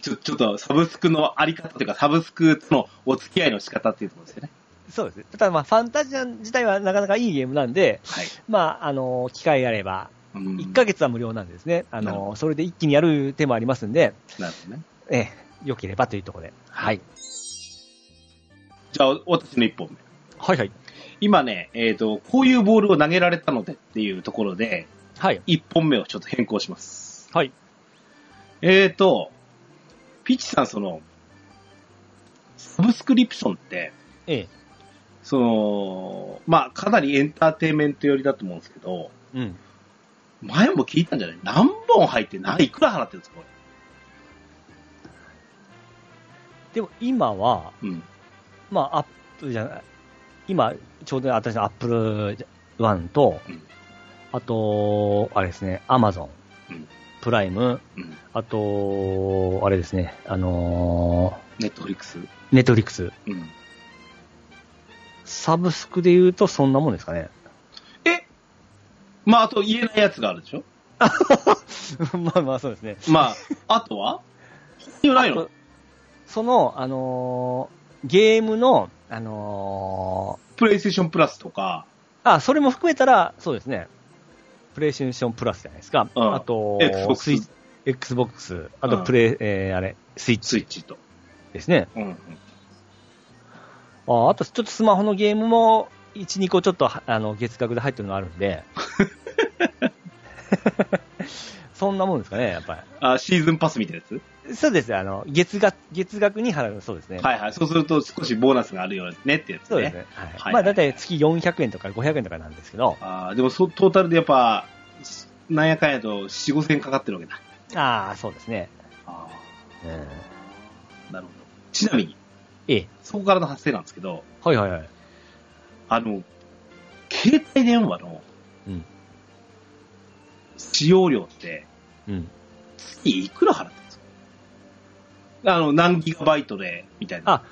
Speaker 2: ちょ、ちょっとサブスクのあり方というか、サブスクとのお付き合いの仕方っていうところですよね。
Speaker 1: そうですね。ただまあ、ファンタジアン自体はなかなかいいゲームなんで、
Speaker 2: はい。
Speaker 1: まあ、あの、機会があれば、
Speaker 2: うん
Speaker 1: 1ヶ月は無料なんですね。あ
Speaker 2: なるほ
Speaker 1: の、それで一気にやる手もありますんで、
Speaker 2: なるほどね。
Speaker 1: ええ、良ければというところで。はい。
Speaker 2: じゃあ、私の一本目。
Speaker 1: はいはい。
Speaker 2: 今ね、えっ、と、こういうボールを投げられたのでっていうところで、
Speaker 1: はい。
Speaker 2: 一本目をちょっと変更します。
Speaker 1: はい。
Speaker 2: えーと、ピッチさん、その、サブスクリプションって、
Speaker 1: ええ。
Speaker 2: その、まあ、かなりエンターテインメント寄りだと思うんですけど、
Speaker 1: うん。
Speaker 2: 前も聞いたんじゃない何本入ってないいくら払ってるんですかこ
Speaker 1: でも今は、
Speaker 2: れ。うん。
Speaker 1: まあ、アップルじゃない、今、ちょうど私のアップルワンと、
Speaker 2: うん
Speaker 1: あと、あれですね、アマゾ
Speaker 2: う
Speaker 1: ン
Speaker 2: ん、
Speaker 1: プライム、
Speaker 2: うん。
Speaker 1: あと、あれですね、あの
Speaker 2: ネットフリックス。
Speaker 1: ー、ネットフリックス。
Speaker 2: うん。
Speaker 1: サブスクで言うとそんなもんですかね。
Speaker 2: えまあ、あと言えないやつがあるでしょ
Speaker 1: まあまあそうですね。
Speaker 2: ま あ、あとは他にない
Speaker 1: あ
Speaker 2: の
Speaker 1: とその、あのーゲームの、あの
Speaker 2: プレイステーションプラスとか、
Speaker 1: ーあ、それも含めたら、そうですね。プレイステーションプラスじゃないですか。
Speaker 2: うん
Speaker 1: あと、
Speaker 2: Xbox
Speaker 1: スイッチ Xbox、あと
Speaker 2: うん
Speaker 1: プレイ、えーあれ、スイッ
Speaker 2: スイ
Speaker 1: チ
Speaker 2: ッチと。
Speaker 1: ですね。
Speaker 2: うんうん。
Speaker 1: ああと、ちょっとスマホのゲームも、1、2個ちょっとはあの月額で入ってるのがあるんで。そんなもんですかね、やっぱ
Speaker 2: あ、シーズンパスみたいなやつ
Speaker 1: り。そうですあの月額、月額に払う、そうですね。
Speaker 2: はいはい。そうすると少しボーナスがあるよねってやつね。
Speaker 1: そうですね。はい
Speaker 2: はい
Speaker 1: まあ、だいたい月400円とか500円とかなんですけど、
Speaker 2: ああ、でもそトータルでやっぱ、なんやかんやと4、5千かかってるわけだ。
Speaker 1: ああ、そうですね。
Speaker 2: あ
Speaker 1: うん、
Speaker 2: あ、なるほど。ちなみに、
Speaker 1: ええ。
Speaker 2: そこからの発生なんですけど、
Speaker 1: はいはいはい。
Speaker 2: あの、携帯電話の
Speaker 1: うん、
Speaker 2: 使用料って、
Speaker 1: うん。
Speaker 2: 月いくら払ったんですかあの、何ギガバイトで、みたいな。
Speaker 1: あ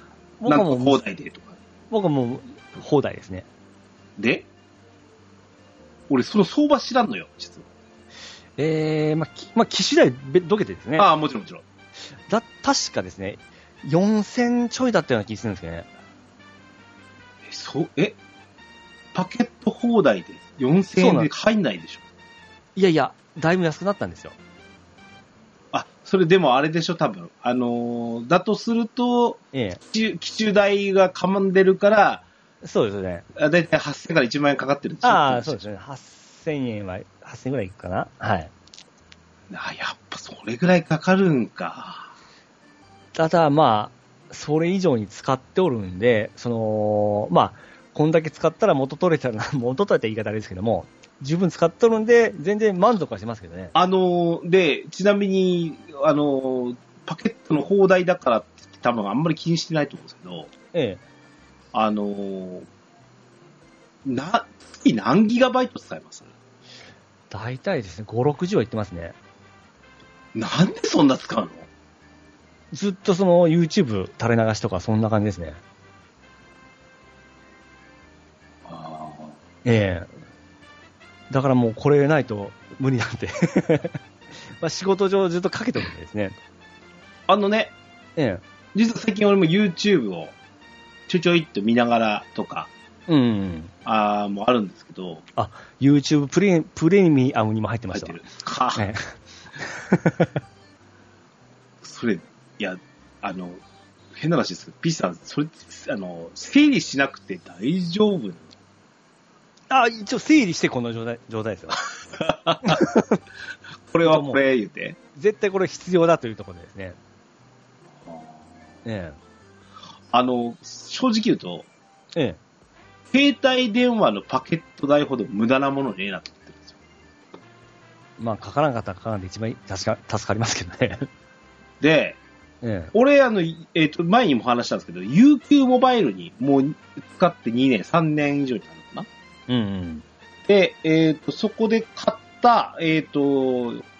Speaker 1: 僕は
Speaker 2: 何
Speaker 1: も
Speaker 2: 個
Speaker 1: う、
Speaker 2: 放題でとか。
Speaker 1: 僕はもう、放題ですね。
Speaker 2: で、俺、その相場知らんのよ、実は。
Speaker 1: ええまあ、きまあ、機種代べ、どけてですね。
Speaker 2: ああ、もちろんもちろん。
Speaker 1: だ、確かですね、4000ちょいだったような気がするんですけどね。
Speaker 2: え、そう、えパケット放題で4000
Speaker 1: そう
Speaker 2: 円
Speaker 1: なん
Speaker 2: で
Speaker 1: で
Speaker 2: 入んないでしょ
Speaker 1: いやいや、だいぶ安くなったんですよ。
Speaker 2: あ、それでもあれでしょ、多分。あのーだとすると、
Speaker 1: え
Speaker 2: 機中機中代がかまんでるから、
Speaker 1: えそうですね。
Speaker 2: あだいたい8000から1万円かかってるでしょ。
Speaker 1: ああ、そうですすね。8000円は、8000円ぐらいいくかな。はい。
Speaker 2: あ、やっぱそれぐらいかかるんか。
Speaker 1: ただ、まあ、それ以上に使っておるんで、その、まあ、こんだけ使ったら元取れたら、 元取れた言い方あれですけども、十分使っとるんで、全然満足はしますけどね。
Speaker 2: あのーで、ちなみに、あのーパケットの放題だからって多分あんまり気にしてないと思うんですけど、
Speaker 1: ええ。
Speaker 2: あのーな、月何ギガバイト使えます
Speaker 1: 大体ですね、5、60は言ってますね。
Speaker 2: なんでそんな使うの
Speaker 1: ずっとその YouTube 垂れ流しとかそんな感じですね。
Speaker 2: あー
Speaker 1: ええだからもうこれないと無理なん で。まあ仕事上ずっとかけてるんですね。
Speaker 2: あのね、
Speaker 1: え
Speaker 2: 実は最近俺も YouTube をちょいちょいっと見ながらとか、
Speaker 1: えうん。
Speaker 2: あーもあるんですけど、
Speaker 1: YouTube プレプレミアムにも入ってま
Speaker 2: 入
Speaker 1: し
Speaker 2: っ
Speaker 1: た
Speaker 2: て
Speaker 1: わ。
Speaker 2: る。は
Speaker 1: ええ
Speaker 2: それ、いや、あの、変な話ですけど、ピーさん、それ、あの、整理しなくて大丈夫
Speaker 1: あ、一応整理してこの状態状態 ですよ。
Speaker 2: これはこれ言うて。
Speaker 1: 絶対これ必要だというところでですね。え
Speaker 2: あの、正直言うと、
Speaker 1: えええ
Speaker 2: 携帯電話のパケット代ほど無駄なものねえなと思ってるんですよ。
Speaker 1: まあかからなかったらかからんで一番助か助かりますけどね。
Speaker 2: で、
Speaker 1: え
Speaker 2: 俺、あの、いえっ、と、前にも話したんですけど、UQ モバイルにもう使って2年、3年以上になるのかな
Speaker 1: えうんうん。
Speaker 2: で、えっ、と、そこで買った、えっ、と、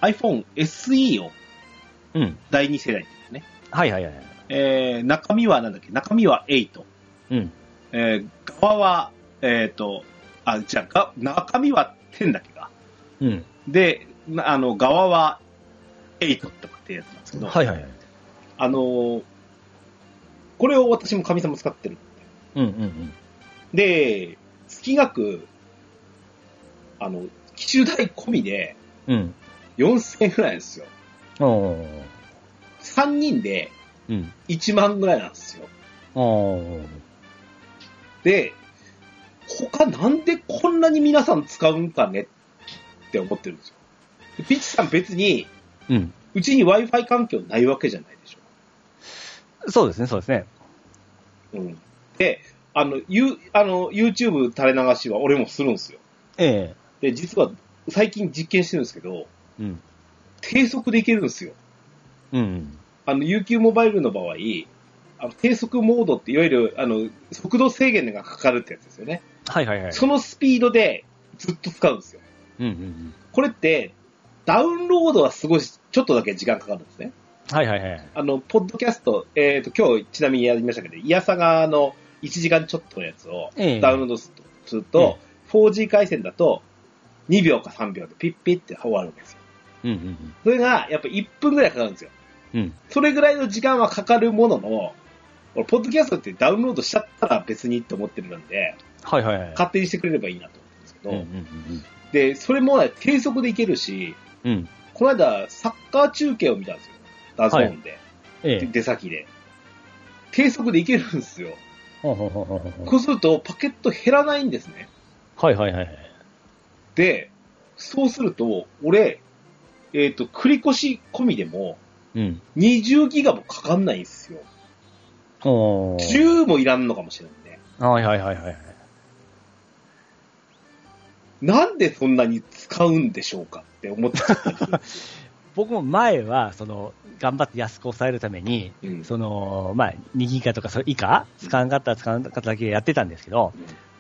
Speaker 2: iPhone SE を
Speaker 1: うん。
Speaker 2: 第2世代ですね。
Speaker 1: はいはいはいはい。
Speaker 2: えー、中身はなんだっけ中身は8。
Speaker 1: うん。
Speaker 2: えー、側は、えっ、と、あ、じゃあ、が中身は10だっけか。
Speaker 1: うん。
Speaker 2: で、なあの、側は8とかってやつなんですけど、
Speaker 1: はいはいはい。
Speaker 2: あのーこれを私も神様使ってる。
Speaker 1: うんうんうん。
Speaker 2: で、月額、あの、機種代込みで
Speaker 1: うん。
Speaker 2: 4000円ぐらいなんですよ。
Speaker 1: おー
Speaker 2: 3人で
Speaker 1: うん。
Speaker 2: 1万ぐらいなんですよ。
Speaker 1: おー
Speaker 2: で、他なんでこんなに皆さん使うんかねって思ってるんですよ。でピッチさん別に、
Speaker 1: うん。
Speaker 2: うちに Wi-Fi 環境ないわけじゃないでし
Speaker 1: そうですね、そうですね。
Speaker 2: ょ。うん。で、あの、ゆあの YouTube 垂れ流しは俺もするんですよ。
Speaker 1: え
Speaker 2: で、実は最近実験してるんですけど、
Speaker 1: えうん。
Speaker 2: 低速でいけるんですよ。
Speaker 1: うん。
Speaker 2: あの、UQ モバイルの場合、あの低速モードっていわゆる、あの、速度制限がかかるってやつですよね。
Speaker 1: はいはいはい。
Speaker 2: そのスピードでずっと使うんですよ。
Speaker 1: うんうんうん。
Speaker 2: これって、ダウンロードはすごい、ちょっとだけ時間かかるんですね。
Speaker 1: はいはいはい。
Speaker 2: あの、ポッドキャスト、えっ、と、今日ちなみにやりましたけど、イヤサガの1時間ちょっとのやつを
Speaker 1: ええ
Speaker 2: ダウンロードすると、すると 4G 回線だと2秒か3秒でピッピッって終わるんですよ。
Speaker 1: うんうん
Speaker 2: それが、やっぱ1分ぐらいかかるんですよ。
Speaker 1: うん。うん。
Speaker 2: それぐらいの時間はかかるものの、俺、ポッドキャストってダウンロードしちゃったら別にって思ってるんで、
Speaker 1: はいはいはい。
Speaker 2: 勝手にしてくれればいいなと思うんですけど、
Speaker 1: うんうん
Speaker 2: で、それもね低速でいけるし、
Speaker 1: うん。うん。
Speaker 2: この間、サッカー中継を見たんですよ。ダゾーンで。
Speaker 1: え
Speaker 2: で
Speaker 1: え。
Speaker 2: 出先で。低速でいけるんですよ。
Speaker 1: ほうほうほうほうほう
Speaker 2: こうすると、パケット減らないんですね。
Speaker 1: はいはいはいはい。
Speaker 2: で、そうすると、俺、えっ、と、繰り越し込みでも、
Speaker 1: うん。
Speaker 2: 20ギガもかかんないんですよ。
Speaker 1: おー
Speaker 2: 10もいらんのかもしれないね。
Speaker 1: はいはいはいはい。
Speaker 2: なんでそんなに使うんでしょうかって思っちゃったりするんです
Speaker 1: 僕も前は、その、頑張って安く抑えるために、
Speaker 2: よ うん
Speaker 1: その、まあ、2ギガとかそれ以下、使わんかったら使わんかっただけやってたんですけど、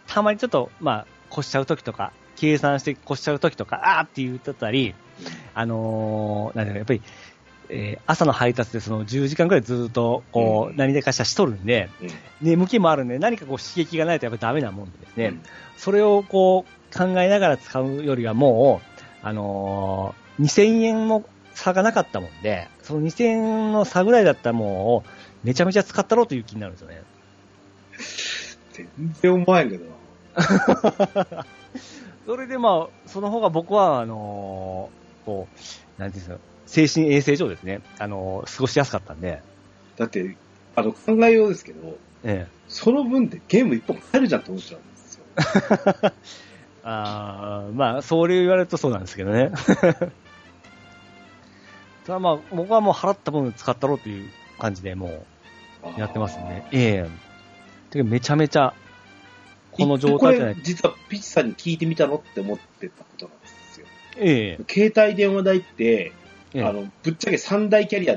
Speaker 1: たまにちょっと、まあ、越しちゃうときとか、計算して越しちゃうときとか、あーって言ってたり、あのーなんだろう、やっぱり、えー朝の配達でその10時間ぐらいずっと、こ
Speaker 2: うん
Speaker 1: う、何でかしらしとるんで、
Speaker 2: うん
Speaker 1: 眠気もあるんで、何かこう刺激がないとやっぱりダメなもんでですね、
Speaker 2: うん
Speaker 1: それをこう考えながら使うよりはもう、あのー2000円の差がなかったもんで、その2000円の差ぐらいだったらもう、めちゃめちゃ使ったろうという気になるんですよね。
Speaker 2: 全然思わんけどな。
Speaker 1: それでまあ、その方が僕は、あのーこう、なんていうんですか、精神衛生上ですね、あのー過ごしやすかったんで、
Speaker 2: だって、あの、考えようですけど、
Speaker 1: ええ。
Speaker 2: その分でゲーム一本入るじゃんって思っちゃうんですよ。
Speaker 1: あーまあ、それを言われるとそうなんですけどね。 ただまあ、僕はもう払った分使ったろうという感じでもう、やってますね。ええてかめちゃめちゃ、この状態じゃない
Speaker 2: これ。実はピッチさんに聞いてみたのって思ってたことなんですよ。
Speaker 1: ええ
Speaker 2: 携帯電話代って、
Speaker 1: ええ
Speaker 2: あの、ぶっちゃけ三大キャリア、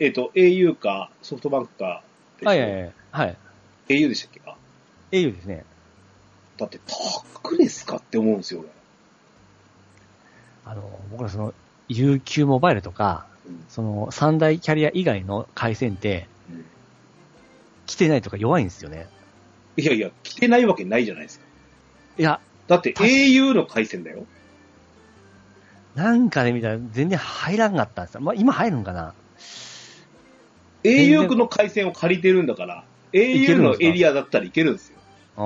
Speaker 2: えっ、と、au かソフトバンクかでしょ、
Speaker 1: はいはいはい。はい。
Speaker 2: au でしたっけあ
Speaker 1: 英雄ですね。
Speaker 2: だって高くですかって思うんですよ、俺。
Speaker 1: あの、僕らその、UQ モバイルとか、
Speaker 2: うん
Speaker 1: その、三大キャリア以外の回線って、
Speaker 2: うん
Speaker 1: 来てないとか弱いんですよね。
Speaker 2: いやいや、来てないわけないじゃないですか。
Speaker 1: いや、
Speaker 2: だって
Speaker 1: 確か
Speaker 2: au の回線だよ。
Speaker 1: なんかで見たら全然入らんかったんですよ。まあ、今入るんかな
Speaker 2: au の回線を借りてるんだから、
Speaker 1: け
Speaker 2: au
Speaker 1: るん
Speaker 2: の
Speaker 1: ですか
Speaker 2: エリアだったらいけるんですよ。
Speaker 1: あ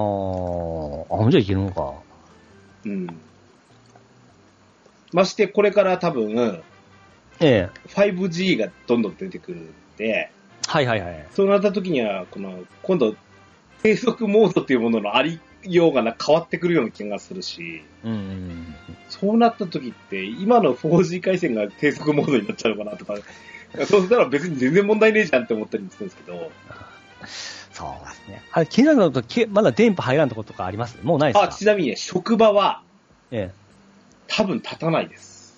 Speaker 1: ー、あ、じゃあいけるのか。
Speaker 2: うん。まして、これから多分、
Speaker 1: ええ
Speaker 2: 5G がどんどん出てくるんで、
Speaker 1: はいはいはい。
Speaker 2: そうなった時には、この、今度、低速モードっていうもののありようがな変わってくるような気がするし、
Speaker 1: うんうん。
Speaker 2: そうなった時って、今の 4G 回線が低速モードになっちゃうのかなとか、そうしたら別に全然問題ねえじゃんって思ったりもするんですけど、
Speaker 1: そうですね。あれ、気になるのと、けまだ電波入らんとことかありますもうないですか
Speaker 2: あ、ちなみにね、職場は
Speaker 1: え
Speaker 2: 多分立たないです。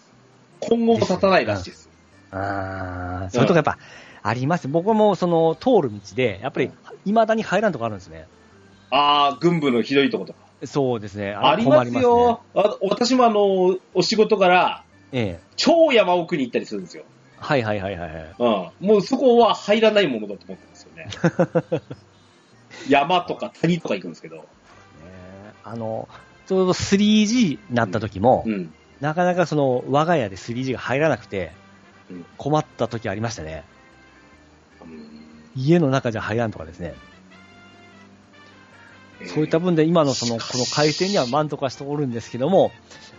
Speaker 2: 今後も立たないらしいです。
Speaker 1: え。ああ、そういうとこやっぱ、あります。僕も、その、通る道で、やっぱり、未だに入らんとこあるんですね。
Speaker 2: ああ、軍部のひどいとことか。
Speaker 1: そうですね。
Speaker 2: ありますよ。あ私もあの、お仕事から、
Speaker 1: ええ。
Speaker 2: 超山奥に行ったりするんですよ。
Speaker 1: はいはいはいはいはい。
Speaker 2: うん。もうそこは入らないものだと思ってますよね。 山とか谷とか行くんですけど。
Speaker 1: あの、ちょうど 3G になった時も、
Speaker 2: うん。
Speaker 1: なかなかその、我が家で 3G が入らなくて
Speaker 2: うん、
Speaker 1: 困った時ありましたね。家の中じゃ入らんとかですね。そういった
Speaker 2: も
Speaker 1: 分で今のその、
Speaker 2: し
Speaker 1: こ
Speaker 2: かし
Speaker 1: の回線には満足はしておるんですけども、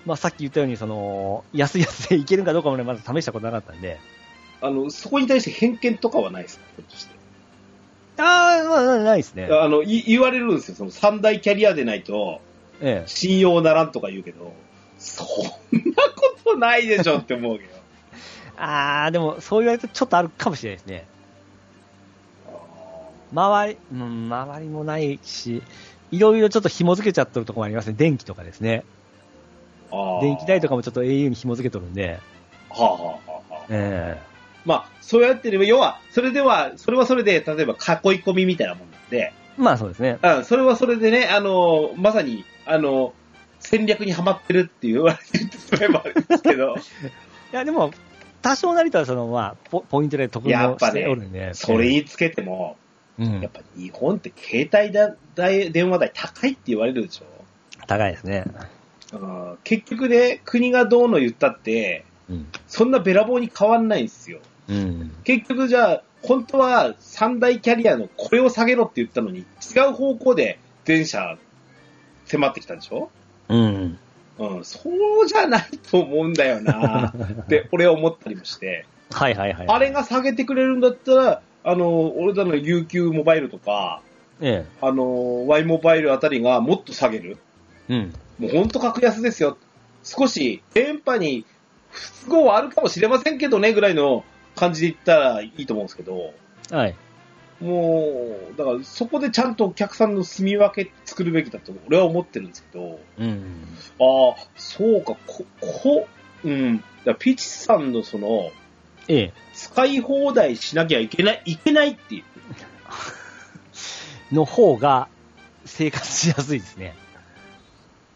Speaker 1: まあさっき言ったように、その、安い安でいけるかどうかもね、まだ試したことなかったんで。
Speaker 2: あの、そこに対して偏見とかはないですかひょっとして
Speaker 1: ああ、まあ、ないですね。
Speaker 2: あの、い言われるんですよ。その三大キャリアでないと、
Speaker 1: ええ。
Speaker 2: 信用ならんとか言うけど、そんなことないでしょって思うけど。
Speaker 1: ああ、でも、そう言われるとちょっとあるかもしれないですね。周り、うん、周りもないし、いろいろちょっと紐付けちゃってるところもありますね。電気とかですね。
Speaker 2: あー
Speaker 1: 電気代とかもちょっと au に紐付けとるんで。
Speaker 2: はあはあはあはあ。
Speaker 1: え
Speaker 2: まあ、そうやってれば、要は、それでは、それはそれで、例えば囲い込みみたいなもんなんで、
Speaker 1: えまあそうですね。
Speaker 2: うん、それはそれでね、あのーまさに、あのー戦略にはまってるって言われてるとすればあれです けど、
Speaker 1: いや、でも、多少なりとはその、まあ、ポポイントで得意
Speaker 2: やっ
Speaker 1: も
Speaker 2: ぱね
Speaker 1: しておるんで。
Speaker 2: それにつけても、
Speaker 1: うん
Speaker 2: やっ。ぱ日本って携帯だ代電話代高いって言われるでしょ。
Speaker 1: 高いですね。
Speaker 2: うん結局ね、国がどうの言ったって、
Speaker 1: うん。
Speaker 2: そんなべらぼうに変わんないんですよ。
Speaker 1: うん。
Speaker 2: 結局じゃあ、本当は三大キャリアのこれを下げろって言ったのに、違う方向で全社迫ってきたでしょ
Speaker 1: うん。
Speaker 2: うん、そうじゃないと思うんだよなって、俺は思ったりもして、
Speaker 1: はいはいはい。
Speaker 2: あれが下げてくれるんだったら、あの、俺らの UQ モバイルとか、
Speaker 1: え
Speaker 2: あの、Y モバイルあたりがもっと下げる。
Speaker 1: え。うん。
Speaker 2: もうほんと格安ですよ。少し、電波に不都合はあるかもしれませんけどね、ぐらいの感じで言ったらいいと思うんですけど、
Speaker 1: はい。
Speaker 2: もう、だからそこでちゃんとお客さんの住み分け作るべきだと俺は思ってるんですけど、
Speaker 1: うん。
Speaker 2: ああ、そうか、こ、こ、うん。だからピチさんのその、
Speaker 1: ええ。
Speaker 2: 使い放題しなきゃいけない、いけないっていう。
Speaker 1: の方が生活しやすいですね。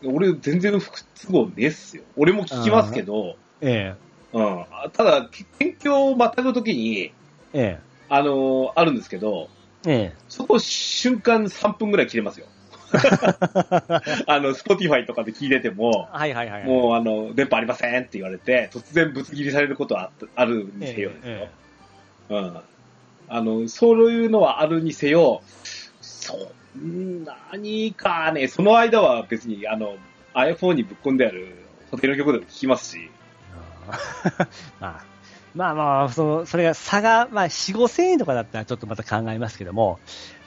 Speaker 2: 俺全然不都合ねえっすよ。俺も聞きますけど、
Speaker 1: え
Speaker 2: うん。ただ、勉強をまたぐときに、
Speaker 1: え。え
Speaker 2: あのーあるんですけど、
Speaker 1: え。ええ。
Speaker 2: そこ瞬間3分ぐらい切 れますよ。あの、Spotify とかで聞いてても、
Speaker 1: はいはいはい。
Speaker 2: もうあの、電波ありませんって言われて、突然ぶつ切りされることはああるに
Speaker 1: え
Speaker 2: せよ、
Speaker 1: ええ
Speaker 2: うん。あの、そういうのはあるにせよ、そう、ん何かね、その間は別に、あの、iPhone にぶっ込んであるホテルの曲でも聴きますし、
Speaker 1: え まあ、まあまあ、その、それが差が、まあ、4、5千円とかだったらちょっとまた考えますけども、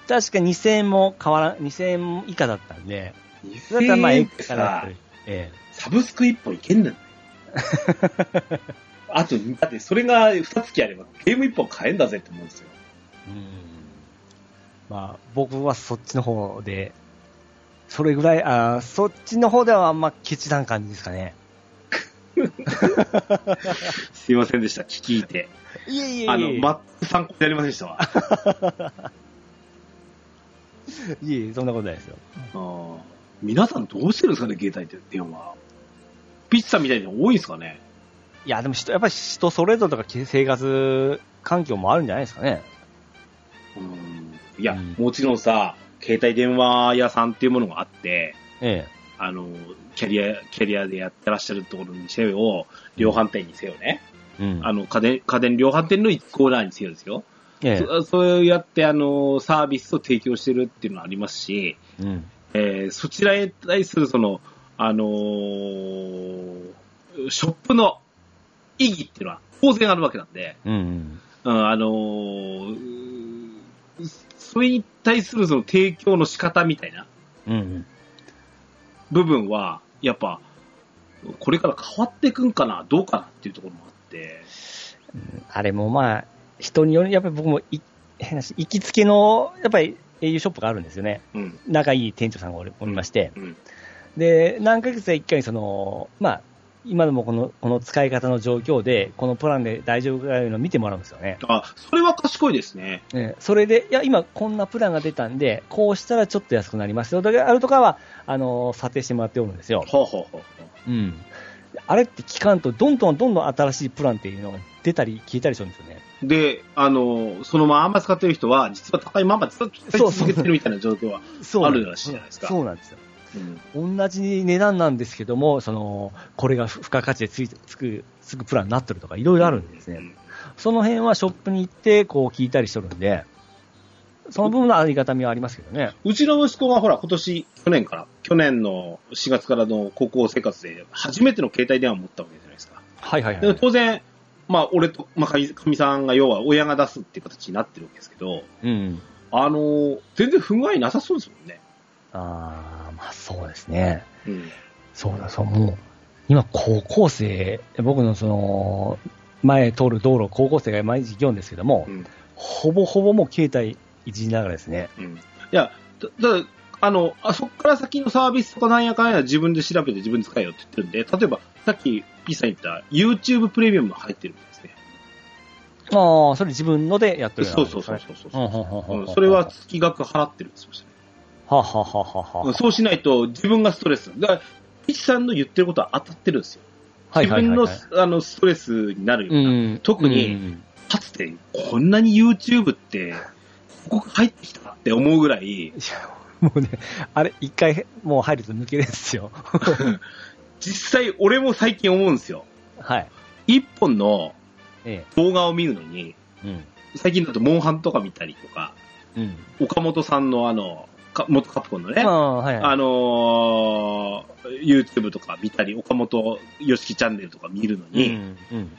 Speaker 1: 確か2千円も変わら、2千円以下だったんで、だったらまあ、X
Speaker 2: 2000円って
Speaker 1: かなっ
Speaker 2: さ
Speaker 1: て、。え
Speaker 2: サブスク1本い けんのよ。あと、だってそれが2月あればゲーム1本買えんだぜって思うんですよ。
Speaker 1: え。うん。まあ、僕はそっちの方で、それぐらい、あーそっちの方ではあんまケチな感じですかね。
Speaker 2: すいませんでした、聞き入って。
Speaker 1: いえいえいえ。
Speaker 2: あの、全く参考になりませんでしたわ。
Speaker 1: いえいえ、そんなことないですよ。
Speaker 2: ああ皆さんどうしてるんですかね、携帯って電話。ピッツさんみたいに多いんですかね。
Speaker 1: いや、でも人、やっぱり人それぞれとか生活環境もあるんじゃないですかね。
Speaker 2: うんいや、
Speaker 1: うん
Speaker 2: もちろんさ、携帯電話屋さんっていうものがあって、
Speaker 1: え
Speaker 2: あの、キャリア、キャリアでやってらっしゃるところにせよ、量販店にせよね。
Speaker 1: え。うん
Speaker 2: あの、家電、家電量販店の一コーナーにせよですよ。
Speaker 1: ええ。
Speaker 2: そそうやって、あの、サービスを提供してるっていうのはありますし、
Speaker 1: うん。
Speaker 2: えーそちらへ対するその、あのーショップの意義っていうのは当然あるわけなんで、
Speaker 1: うん。
Speaker 2: うん、あのーうそれに対するその提供の仕方みたいな
Speaker 1: うん。
Speaker 2: 部分は、やっぱ、これから変わっていくんかな、どうかなっていうところもあって、
Speaker 1: あれもまあ、人により、やっぱり僕もい、変なし、行きつけの、やっぱり、au ショップがあるんですよね。
Speaker 2: うん、
Speaker 1: 仲いい店長さんがおりおりまして。
Speaker 2: うん、
Speaker 1: で、何ヶ月か一回、その、まあ、今でもこの、この使い方の状況で、このプランで大丈夫かいうのを見てもらうんですよね。
Speaker 2: あ、それは賢いですね。
Speaker 1: ええそれで、いや、今、こんなプランが出たんで、こうしたらちょっと安くなりますよ。だから、あるとかは、あの、査定してもらっておるんですよ。
Speaker 2: ほうほうほうほう。
Speaker 1: うん。あれって期間と、どんどんどんどん新しいプランっていうのが出たり消えたりするんですよね。
Speaker 2: で、あの、そのまんま使ってる人は、実は高いまんまずっと使い続けてるみたいな状況は。
Speaker 1: そう
Speaker 2: あるらしいじゃないですか
Speaker 1: そうなんですよ。
Speaker 2: うん
Speaker 1: 同じ値段なんですけども、その、これが付加価値でついつく、つくプランになってるとか、いろいろあるんです
Speaker 2: う
Speaker 1: ね。その辺はショップに行って、こう聞いたりしてるんで、その分のありがたみはありますけどね。
Speaker 2: うちの息子がほら、今年、去年から、去年の4月からの高校生活で、初めての携帯電話を持ったわけじゃないですか。
Speaker 1: はいはいは
Speaker 2: で
Speaker 1: い。
Speaker 2: 当然、まあ、俺と、まあ、かみかみさんが、要は親が出すっていう形になってるわけですけど、
Speaker 1: うん。
Speaker 2: あのー全然不具合なさそうですもんね。
Speaker 1: ああ、まあそうですね。
Speaker 2: うん。
Speaker 1: そうだ、そう、もう、今、高校生、僕のその、前通る道路、高校生が毎日行くんですけども、
Speaker 2: うん
Speaker 1: ほぼほぼもう携帯いじりながらですね。
Speaker 2: うん。いや、だ、だあの、あそこから先のサービスとかなんやかんや自分で調べて自分で使えよって言ってるんで、例えば、さっき P さん言った YouTube プレミアムが入ってるみたいですね。
Speaker 1: ああ、それ自分のでやってる
Speaker 2: そうそうそうそうそう
Speaker 1: うんうんうんうん
Speaker 2: うんそれは月額払ってるんですよ。
Speaker 1: はあはあはあはあはあ。
Speaker 2: そうしないと自分がストレス。だから、ピチさんの言ってることは当たってるんですよ。
Speaker 1: はいはいはいはい
Speaker 2: 自分のあのストレスになるような。
Speaker 1: うん
Speaker 2: 特に
Speaker 1: うん
Speaker 2: かつて、こんなに YouTube って、広告入ってきたって思うぐらい、
Speaker 1: いやもうね、あれ、一回もう入ると抜けるんですよ。
Speaker 2: 実際俺も最近思うんですよ。
Speaker 1: はい。
Speaker 2: 一本の
Speaker 1: え
Speaker 2: 動画を見るのに、
Speaker 1: え。うん。
Speaker 2: 最近だとモンハンとか見たりとか、
Speaker 1: うん。
Speaker 2: 岡本さんのあの、か元カプコンのね、
Speaker 1: ああ、はいはい。
Speaker 2: あのー、YouTube とか見たり、岡本よしきチャンネルとか見るの
Speaker 1: う
Speaker 2: に、
Speaker 1: ん、うん。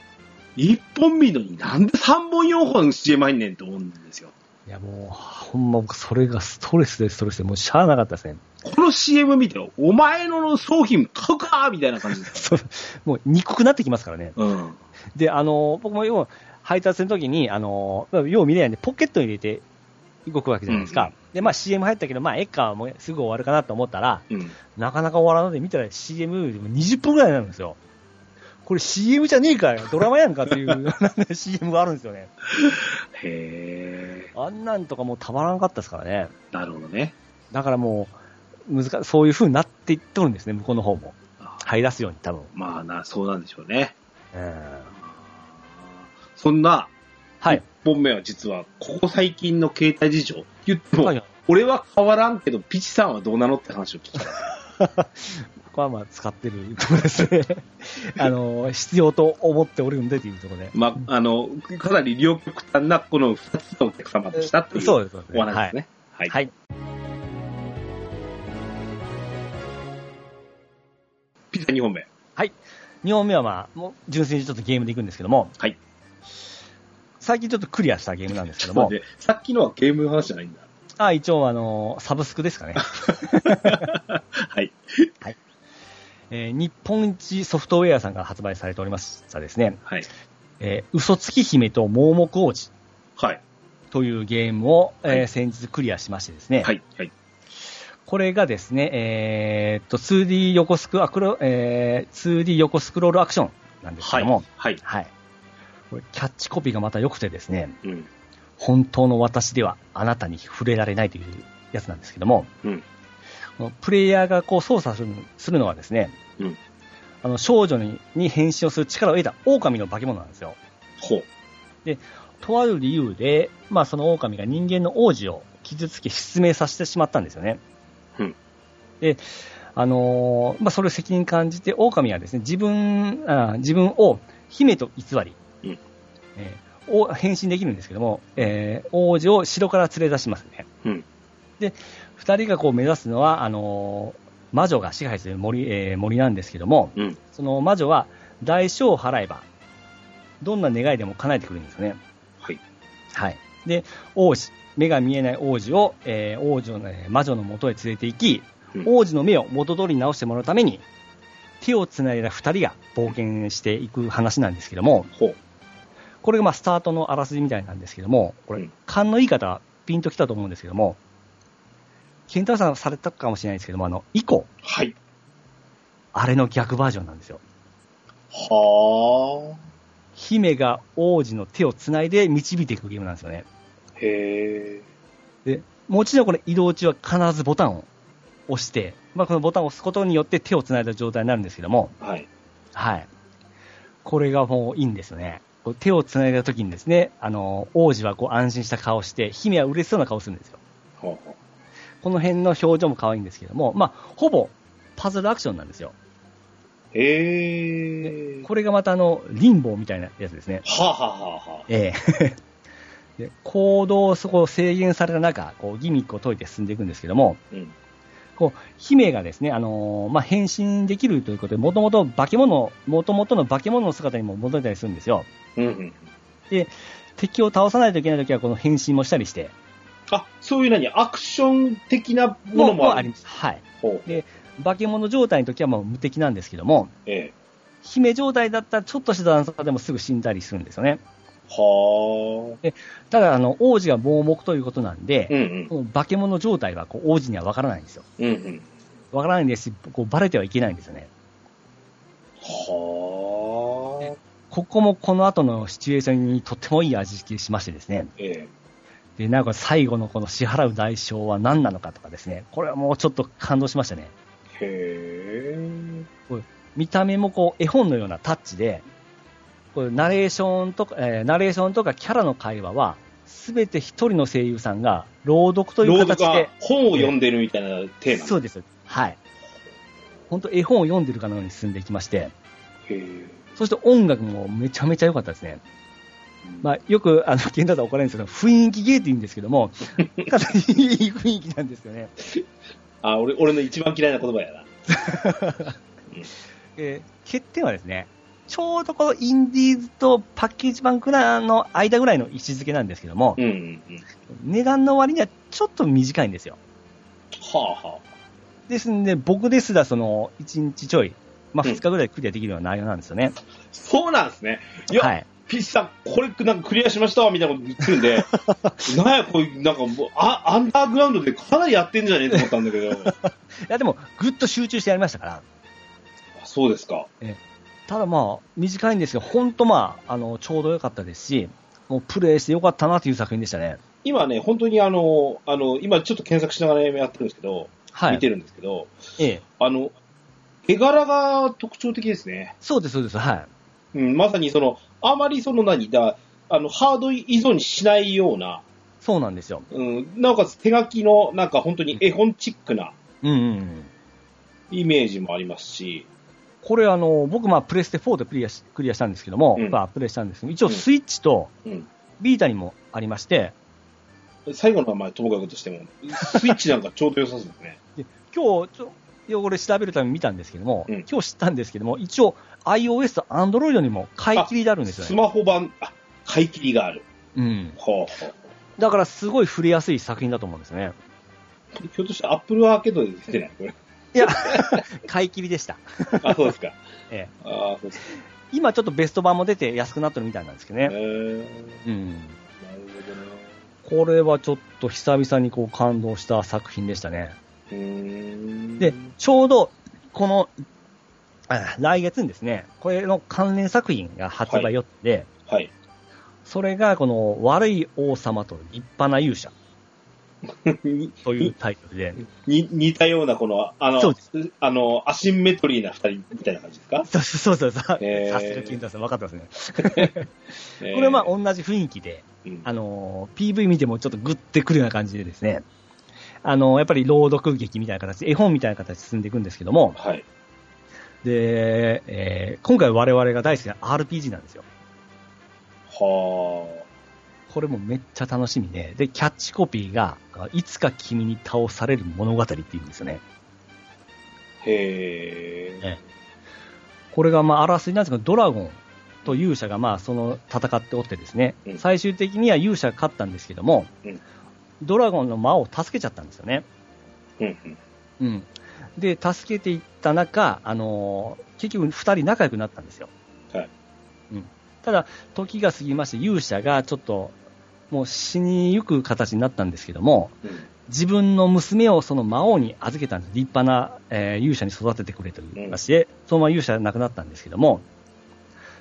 Speaker 2: 一1本見るのになんで3本4本 CM 入んねんと思うんですよ。
Speaker 1: いや、もう、ほんま僕、それがストレスでストレスで、もうしゃあなかったですね。
Speaker 2: この CM 見て、お前の商品買うかみたいな感じです
Speaker 1: そうもう、憎くなってきますからね。
Speaker 2: から。うん。
Speaker 1: で、あの、僕も要は、配達の時に、あの、まあよう見れないんで、ポケットに入れて動くわけじゃないですか。
Speaker 2: うん
Speaker 1: で、まあ CM 入ったけど、まあ、エッカーはもうすぐ終わるかなと思ったら、
Speaker 2: うん。
Speaker 1: なかなか終わらないで見たら CM よりも20分ぐらいになるんですよ。これ CM じゃねえかよ、ドラマやんか っていうなんか CM があるんですよね。
Speaker 2: へ
Speaker 1: あんなんとかもうたまらなかったですからね。
Speaker 2: ー。なるほどね。
Speaker 1: だからもう、難しそういう風になっていっとるんですね、向こうの方も。
Speaker 2: あ
Speaker 1: 入らすように、多分。
Speaker 2: まあな、そうなんでしょうね。
Speaker 1: うん
Speaker 2: そんな、
Speaker 1: はい。
Speaker 2: 1本目は実は、ここ最近の携帯事情、言っ ても、
Speaker 1: はい
Speaker 2: 俺は変わらんけど、ピチさんはどうなのって話を聞きたい。
Speaker 1: 僕はまあ使ってるところです ね。あの、必要と思っておるんでというところで。
Speaker 2: まあ、あの、かなり両極端な、この2つのお客様でしたという
Speaker 1: そうです。そうです
Speaker 2: お話ですね。はい。
Speaker 1: はい。
Speaker 2: ピザ2本目。
Speaker 1: 2本目はまあ、もう純粋にちょっとゲームでいくんですけども、
Speaker 2: はい。
Speaker 1: 最近ちょっとクリアしたゲームなんですけ
Speaker 2: ちょ
Speaker 1: ど
Speaker 2: っと
Speaker 1: も
Speaker 2: 待っ、てさっきのはゲームの話じゃないんだ。
Speaker 1: あ一応、あの、サブスクですかね。
Speaker 2: はい。
Speaker 1: えー日本一ソフトウェアさんから発売されておりましたですね、
Speaker 2: はい。
Speaker 1: えー嘘つき姫と盲目王子
Speaker 2: はい。
Speaker 1: というゲームを、えー
Speaker 2: はい
Speaker 1: 先日クリアしましてですね、
Speaker 2: はい。はい。
Speaker 1: これがですね、えーっと、2D 横スクアクロ、えー 2D 横スクロールアクションなんですけ
Speaker 2: はい
Speaker 1: ども、はい。
Speaker 2: はい。
Speaker 1: これキャッチコピーがまた良くてですね、
Speaker 2: うん。
Speaker 1: 本当の私ではあなたに触れられないというやつなんですけども、
Speaker 2: うん
Speaker 1: このプレイヤーがこう操作するするのはですね、
Speaker 2: うん
Speaker 1: あの少女にに変身をする力を得た狼の化け物なんですよ。
Speaker 2: ほう。
Speaker 1: とある理由で、まあ、その狼が人間の王子を傷つけ失明させてしまったんですよね。
Speaker 2: うん
Speaker 1: で、あのーまあ、それを責任感じて狼はですね、自分、あ自分を姫と偽り、
Speaker 2: うん
Speaker 1: えーお変身できるんですけども、えー王子を城から連れ出しますね。
Speaker 2: うん
Speaker 1: で、二人がこう目指すのは、あのー魔女が支配する森,、えー森なんですけども、
Speaker 2: うん。
Speaker 1: その魔女は代償を払えば、どんな願いでも叶えてくれるんですよね。
Speaker 2: はい。
Speaker 1: はい。で、王子、目が見えない王子を、えー王女の、えー魔女の元へ連れて行き、
Speaker 2: うん
Speaker 1: 王子の目を元通りに直してもらうために、手をつないだ二人が冒険していく話なんですけども、
Speaker 2: ほう。
Speaker 1: これがまあスタートのあらすじみたいなんですけども、こ
Speaker 2: う
Speaker 1: れ
Speaker 2: ん、
Speaker 1: 勘のいい方はピンときたと思うんですけども、健太郎さんされたかもしれないですけども、あの、以降、
Speaker 2: はい。
Speaker 1: あれの逆バージョンなんですよ。
Speaker 2: は
Speaker 1: 姫が王子の手をつないで導いていくゲームなんですよね。
Speaker 2: あ。へえ。
Speaker 1: で、もちろんこれ移動中は必ずボタンを押して、まあ、このボタンを押すことによって手を繋いだ状態になるんですけども、
Speaker 2: はい。
Speaker 1: はい。これがもういいんですよね。こう手を繋いだ時にですね、あの、王子はこう安心した顔をして、姫は嬉しそうな顔をするんですよ。
Speaker 2: ほうほ
Speaker 1: この辺の表情も可愛いんですけども、まあ、ほぼパズルアクションなんですよ。
Speaker 2: う。へえ。
Speaker 1: これがまたあの、リンボーみたいなやつですね。
Speaker 2: はあ、はあはあはあ、
Speaker 1: ええ で行動をそこを制限された中、こうギミックを解いて進んでいくんですけども、
Speaker 2: うん。
Speaker 1: こう、姫がですね、あのーまあ、変身できるということで、もともと化け物、もともとの化け物の姿にも戻れたりするんですよ。
Speaker 2: うんうん。
Speaker 1: 敵を倒さないといけないときは、この変身もしたりして。
Speaker 2: あ、そういう何アクション的なものもある。
Speaker 1: ます。はい。
Speaker 2: ほう。
Speaker 1: 化け物状態のときはもう無敵なんですけども、
Speaker 2: ええ。
Speaker 1: 姫状態だったらちょっとした段差でもすぐ死んだりするんですよね。
Speaker 2: は
Speaker 1: ただ、あの、王子が盲目ということなん
Speaker 2: あ。う
Speaker 1: で、
Speaker 2: んうん。
Speaker 1: この化け物状態はこう王子にはわからないんですよ。
Speaker 2: うんうん。
Speaker 1: わからないですし、こうバレてはいけないんですよね。
Speaker 2: はあ。
Speaker 1: ここもこの後のシチュエーションにとってもいい味付けしましてですね。
Speaker 2: ええ。
Speaker 1: で、なんか最後のこの支払う代償は何なのかとかですね、これはもうちょっと感動しましたね。
Speaker 2: へえ。
Speaker 1: 見た目もこう絵本のようなタッチで、これナレーションとか、えーナレーションとかキャラの会話は、すべて一人の声優さんが朗読とい
Speaker 2: 朗
Speaker 1: う
Speaker 2: 読
Speaker 1: 形で
Speaker 2: が、本を読んでるみたいなテーマ。
Speaker 1: そうです。はい。本当絵本を読んでるかのように進んでいきまして、
Speaker 2: へえ。
Speaker 1: そして音楽もめちゃめちゃ良かったですね。まあ、よく、あの、現代では怒られるんですけど、雰囲気ゲーって言うんですけど も、かなりいい雰囲気なんですよね。
Speaker 2: あ、俺、俺の一番嫌いな言葉やな。
Speaker 1: えー欠点はですね、ちょうどこのインディーズとパッケージ版くらいの間ぐらいの位置づけなんですけども、
Speaker 2: うんうんうん。
Speaker 1: 値段の割にはちょっと短いんですよ。
Speaker 2: はあは
Speaker 1: ですんで、僕ですらその1日ちょい、まあ
Speaker 2: うん
Speaker 1: 2日ぐらいクリアできるような内容なんですよね。
Speaker 2: あ。そうなんですね。いや、
Speaker 1: はい。
Speaker 2: ピッチさん、これなんかクリアしましたみたいなこと言ってる んで、なんや、こういう、なんかもうあ、アンダーグラウンドでかなりやってんじゃねえと思ったんだけど、
Speaker 1: いやでも、ぐっと集中してやりましたから、
Speaker 2: あそうですか。
Speaker 1: ただまあ、短いんですけど、本当まあ、あの、ちょうど良かったですし、もうプレイして良かったなという作品でしたね。
Speaker 2: 今ね、本当にあの、あの、今ちょっと検索しながらやってるんですけど、
Speaker 1: はい。
Speaker 2: 見てるんですけど、
Speaker 1: ええ。
Speaker 2: あの、絵柄が特徴的ですね。
Speaker 1: そうです、そうです、はい。
Speaker 2: うん、まさにその、あまりその何だ、あの、ハード依存しないような、
Speaker 1: そうなんですよ。
Speaker 2: うん、なおかつ手書きの、なんか本当に絵本チックな
Speaker 1: うんうんうん。
Speaker 2: イメージもありますし、
Speaker 1: これあの、僕まあ、プレステ4でクリアしクリアしたんですけども、
Speaker 2: うん
Speaker 1: まあ、プレイしたんですけど、一応
Speaker 2: うん
Speaker 1: スイッチと
Speaker 2: うん
Speaker 1: ビータにもありまして、
Speaker 2: 最後の名前ともかくとしても、スイッチなんかちょうど良さそうですね。
Speaker 1: 今日ちょ、いや俺調べるために見たんですけども、
Speaker 2: うん
Speaker 1: 今日知ったんですけども、一応 iOS と Android にも買い切りであるんですよ
Speaker 2: ス
Speaker 1: ね。
Speaker 2: マホ版、あ、買い切りがある。
Speaker 1: うん。
Speaker 2: ほうほう
Speaker 1: だからすごい触れやすい作品だと思うんですよね。
Speaker 2: ひょっとしてアップルアーケードで出てない これ。
Speaker 1: いや、買い切りでした。
Speaker 2: あ、そうですか。
Speaker 1: ええ
Speaker 2: あそうです
Speaker 1: 今ちょっとベスト版も出て安くなってるみたいなんですけど
Speaker 2: ね。へ
Speaker 1: ね。
Speaker 2: ー
Speaker 1: うん。
Speaker 2: なるほどね。
Speaker 1: これはちょっと久々にこう感動した作品でしたね。
Speaker 2: うーん
Speaker 1: で、ちょうど、この、あ来月にですね、これの関連作品が発売予定で、
Speaker 2: はい。
Speaker 1: それがこの、悪い王様と立派な勇者
Speaker 2: に
Speaker 1: というタイトルで、
Speaker 2: に似たような、この、あ
Speaker 1: そう
Speaker 2: の
Speaker 1: で、
Speaker 2: あの、アシンメトリーな二人みたいな感じですか
Speaker 1: そうそうそうそう、
Speaker 2: へー
Speaker 1: さすが金太さん、分かってますね。
Speaker 2: こ
Speaker 1: これはまあ同じ雰囲気で、
Speaker 2: うん
Speaker 1: あのー、PV 見てもちょっとグッてくるような感じでですね、あのー、やっぱり朗読劇みたいな形、絵本みたいな形で進んでいくんですけども、
Speaker 2: はい。
Speaker 1: で、えー今回我々が大好きな RPG なんですよ。
Speaker 2: は
Speaker 1: これもめっちゃ楽しみで、で、キャッチコピーが、いつか君に倒される物語っていうんですよね。
Speaker 2: あ。へえ。
Speaker 1: これが、まあ、あらすじなんですけど、ドラゴンと勇者が、まあ、その、戦っておってですね、
Speaker 2: うん
Speaker 1: 最終的には勇者が勝ったんですけども、
Speaker 2: うん
Speaker 1: ドラゴンの魔を助けちゃったんですよね。
Speaker 2: うんうん。
Speaker 1: うん。で、助けていった中、あのー結局二人仲良くなったんですよ。
Speaker 2: はい。
Speaker 1: うん。ただ、時が過ぎまして、勇者がちょっと、もう死にゆく形になったんですけども、自分の娘をその魔王に預けたんです。立派な、えー勇者に育ててくれという話で、そのまま勇者は亡くなったんですけども、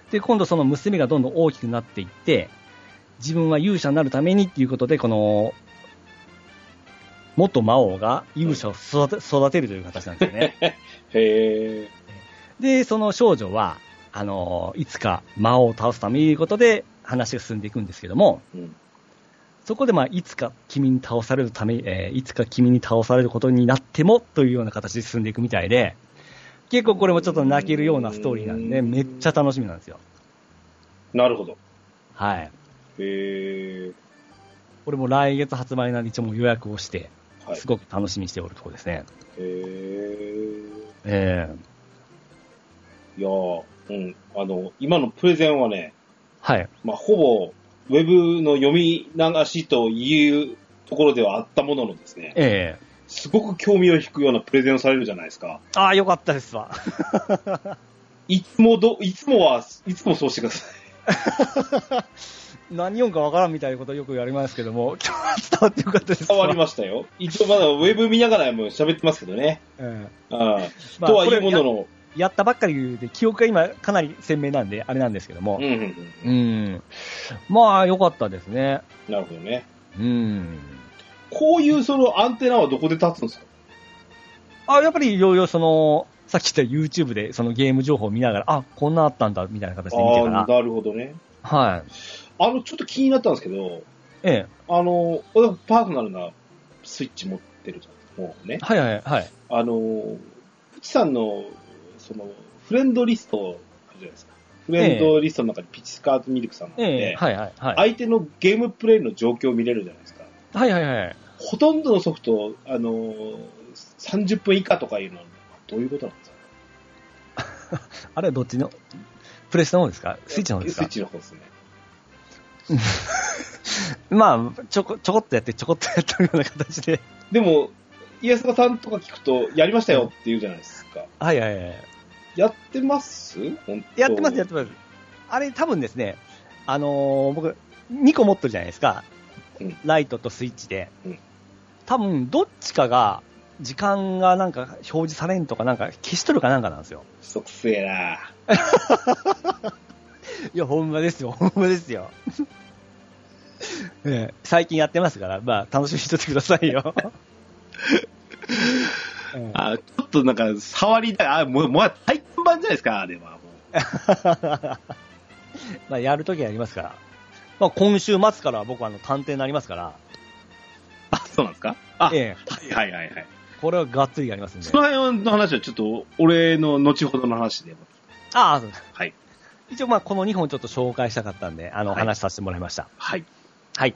Speaker 1: で、今度その娘がどんどん大きくなっていって、自分は勇者になるためにっていうことで、この、元魔王が勇者を育て育てるという形なんですよね。
Speaker 2: へえ。
Speaker 1: で、その少女は、あの、いつか魔王を倒すためということで話が進んでいくんですけども、
Speaker 2: うん
Speaker 1: そこで、まあ、いつか君に倒されるため、えーいつか君に倒されることになってもというような形で進んでいくみたいで、結構これもちょっと泣けるようなストーリーなんで、
Speaker 2: うん
Speaker 1: めっちゃ楽しみなんですよ。
Speaker 2: なるほど。
Speaker 1: はい。
Speaker 2: へえ。
Speaker 1: これも来月発売なんで一応もう予約をして、
Speaker 2: はい
Speaker 1: す。ごく楽しみにしておるところですね。
Speaker 2: へえ。
Speaker 1: ええ
Speaker 2: いやーうん。あの、今のプレゼンはね、
Speaker 1: はい。
Speaker 2: まあ、ほぼ、ウェブの読み流しというところではあったもののですね、
Speaker 1: ええ
Speaker 2: すごく興味を引くようなプレゼンをされるじゃないですか。
Speaker 1: ああ、よかったですわ。
Speaker 2: いつもど、いつもは、いつもそうしてください。
Speaker 1: 何言うんかわからんみたいなことよくやりますけども、今日は伝わってよかったです
Speaker 2: 変わりましたよ。一応まだウェブ見ながらも喋ってますけどね。
Speaker 1: す。ええ
Speaker 2: うん。
Speaker 1: まあ
Speaker 2: とはいうもの
Speaker 1: こ
Speaker 2: の、
Speaker 1: れややったばっかりで、記憶が今かなり鮮明なんで、あれなんですけども
Speaker 2: うん、。うんうん。
Speaker 1: うん。まあ、良かったですね。
Speaker 2: なるほどね。
Speaker 1: うん。
Speaker 2: こういうそのアンテナはどこで立つんですか
Speaker 1: あ、やっぱりいろいろその、さっき言った YouTube でそのゲーム情報を見ながら、あ、こんなあったんだ、みたいな形で見てか
Speaker 2: ああ
Speaker 1: ら
Speaker 2: ー、。なるほどね。
Speaker 1: はい。
Speaker 2: あの、ちょっと気になったんですけど、
Speaker 1: ええ。
Speaker 2: あの、俺パーソナルなスイッチ持ってるじゃん。もうね。
Speaker 1: はいはいはい。
Speaker 2: あの、プチさんの、その、フレンドリストあるじゃないですか。フレンドリストの中にピチスカーズミルクさんがあって、
Speaker 1: ええはいはいはい。
Speaker 2: 相手のゲームプレイの状況を見れるじゃないですか。
Speaker 1: はいはいはい。
Speaker 2: ほとんどのソフト、あのー、30分以下とかいうのはどういうことなんですか
Speaker 1: あれはどっちのプレスの方ですかスイッチの方です
Speaker 2: スイ
Speaker 1: か
Speaker 2: ッチの方ですね。
Speaker 1: まあ、ちょこ、ちょこっとやって、ちょこっとやったような形で。
Speaker 2: でも、イエスカさんとか聞くと、やりましたよって言うじゃないですか。
Speaker 1: はいはいはい。
Speaker 2: やってます本当
Speaker 1: やってます、やってます。あれ、多分ですね、あのー僕、2個持ってるじゃないですか。
Speaker 2: うん
Speaker 1: ライトとスイッチで。
Speaker 2: うん
Speaker 1: 多分、どっちかが、時間がなんか表示されんとか、なんか消しとるかなんかなんですよ。
Speaker 2: 不足せえな。
Speaker 1: いや、ほんまですよ、ほ んまですよ。ええ最近やってますから、まあ、楽しみにしとってください よ。うん
Speaker 2: あちょっとなんか、触りだ、あ、もう、もう、体験版じゃないですか、あれは。もう
Speaker 1: まあ、やるときはやりますから。まあ、今週末から僕はあの探偵になりますから、
Speaker 2: あ、そうなんですかあ、
Speaker 1: ええ、
Speaker 2: はいはいはい。
Speaker 1: これはがっつりやりますんで
Speaker 2: そ。の辺の話はちょっと、俺の後ほどの話で。
Speaker 1: ああ、そうです
Speaker 2: はい。
Speaker 1: 一応まあ、この2本ちょっと紹介したかったんで、あの、
Speaker 2: はい
Speaker 1: 話させてもらいました。
Speaker 2: はい。
Speaker 1: はい。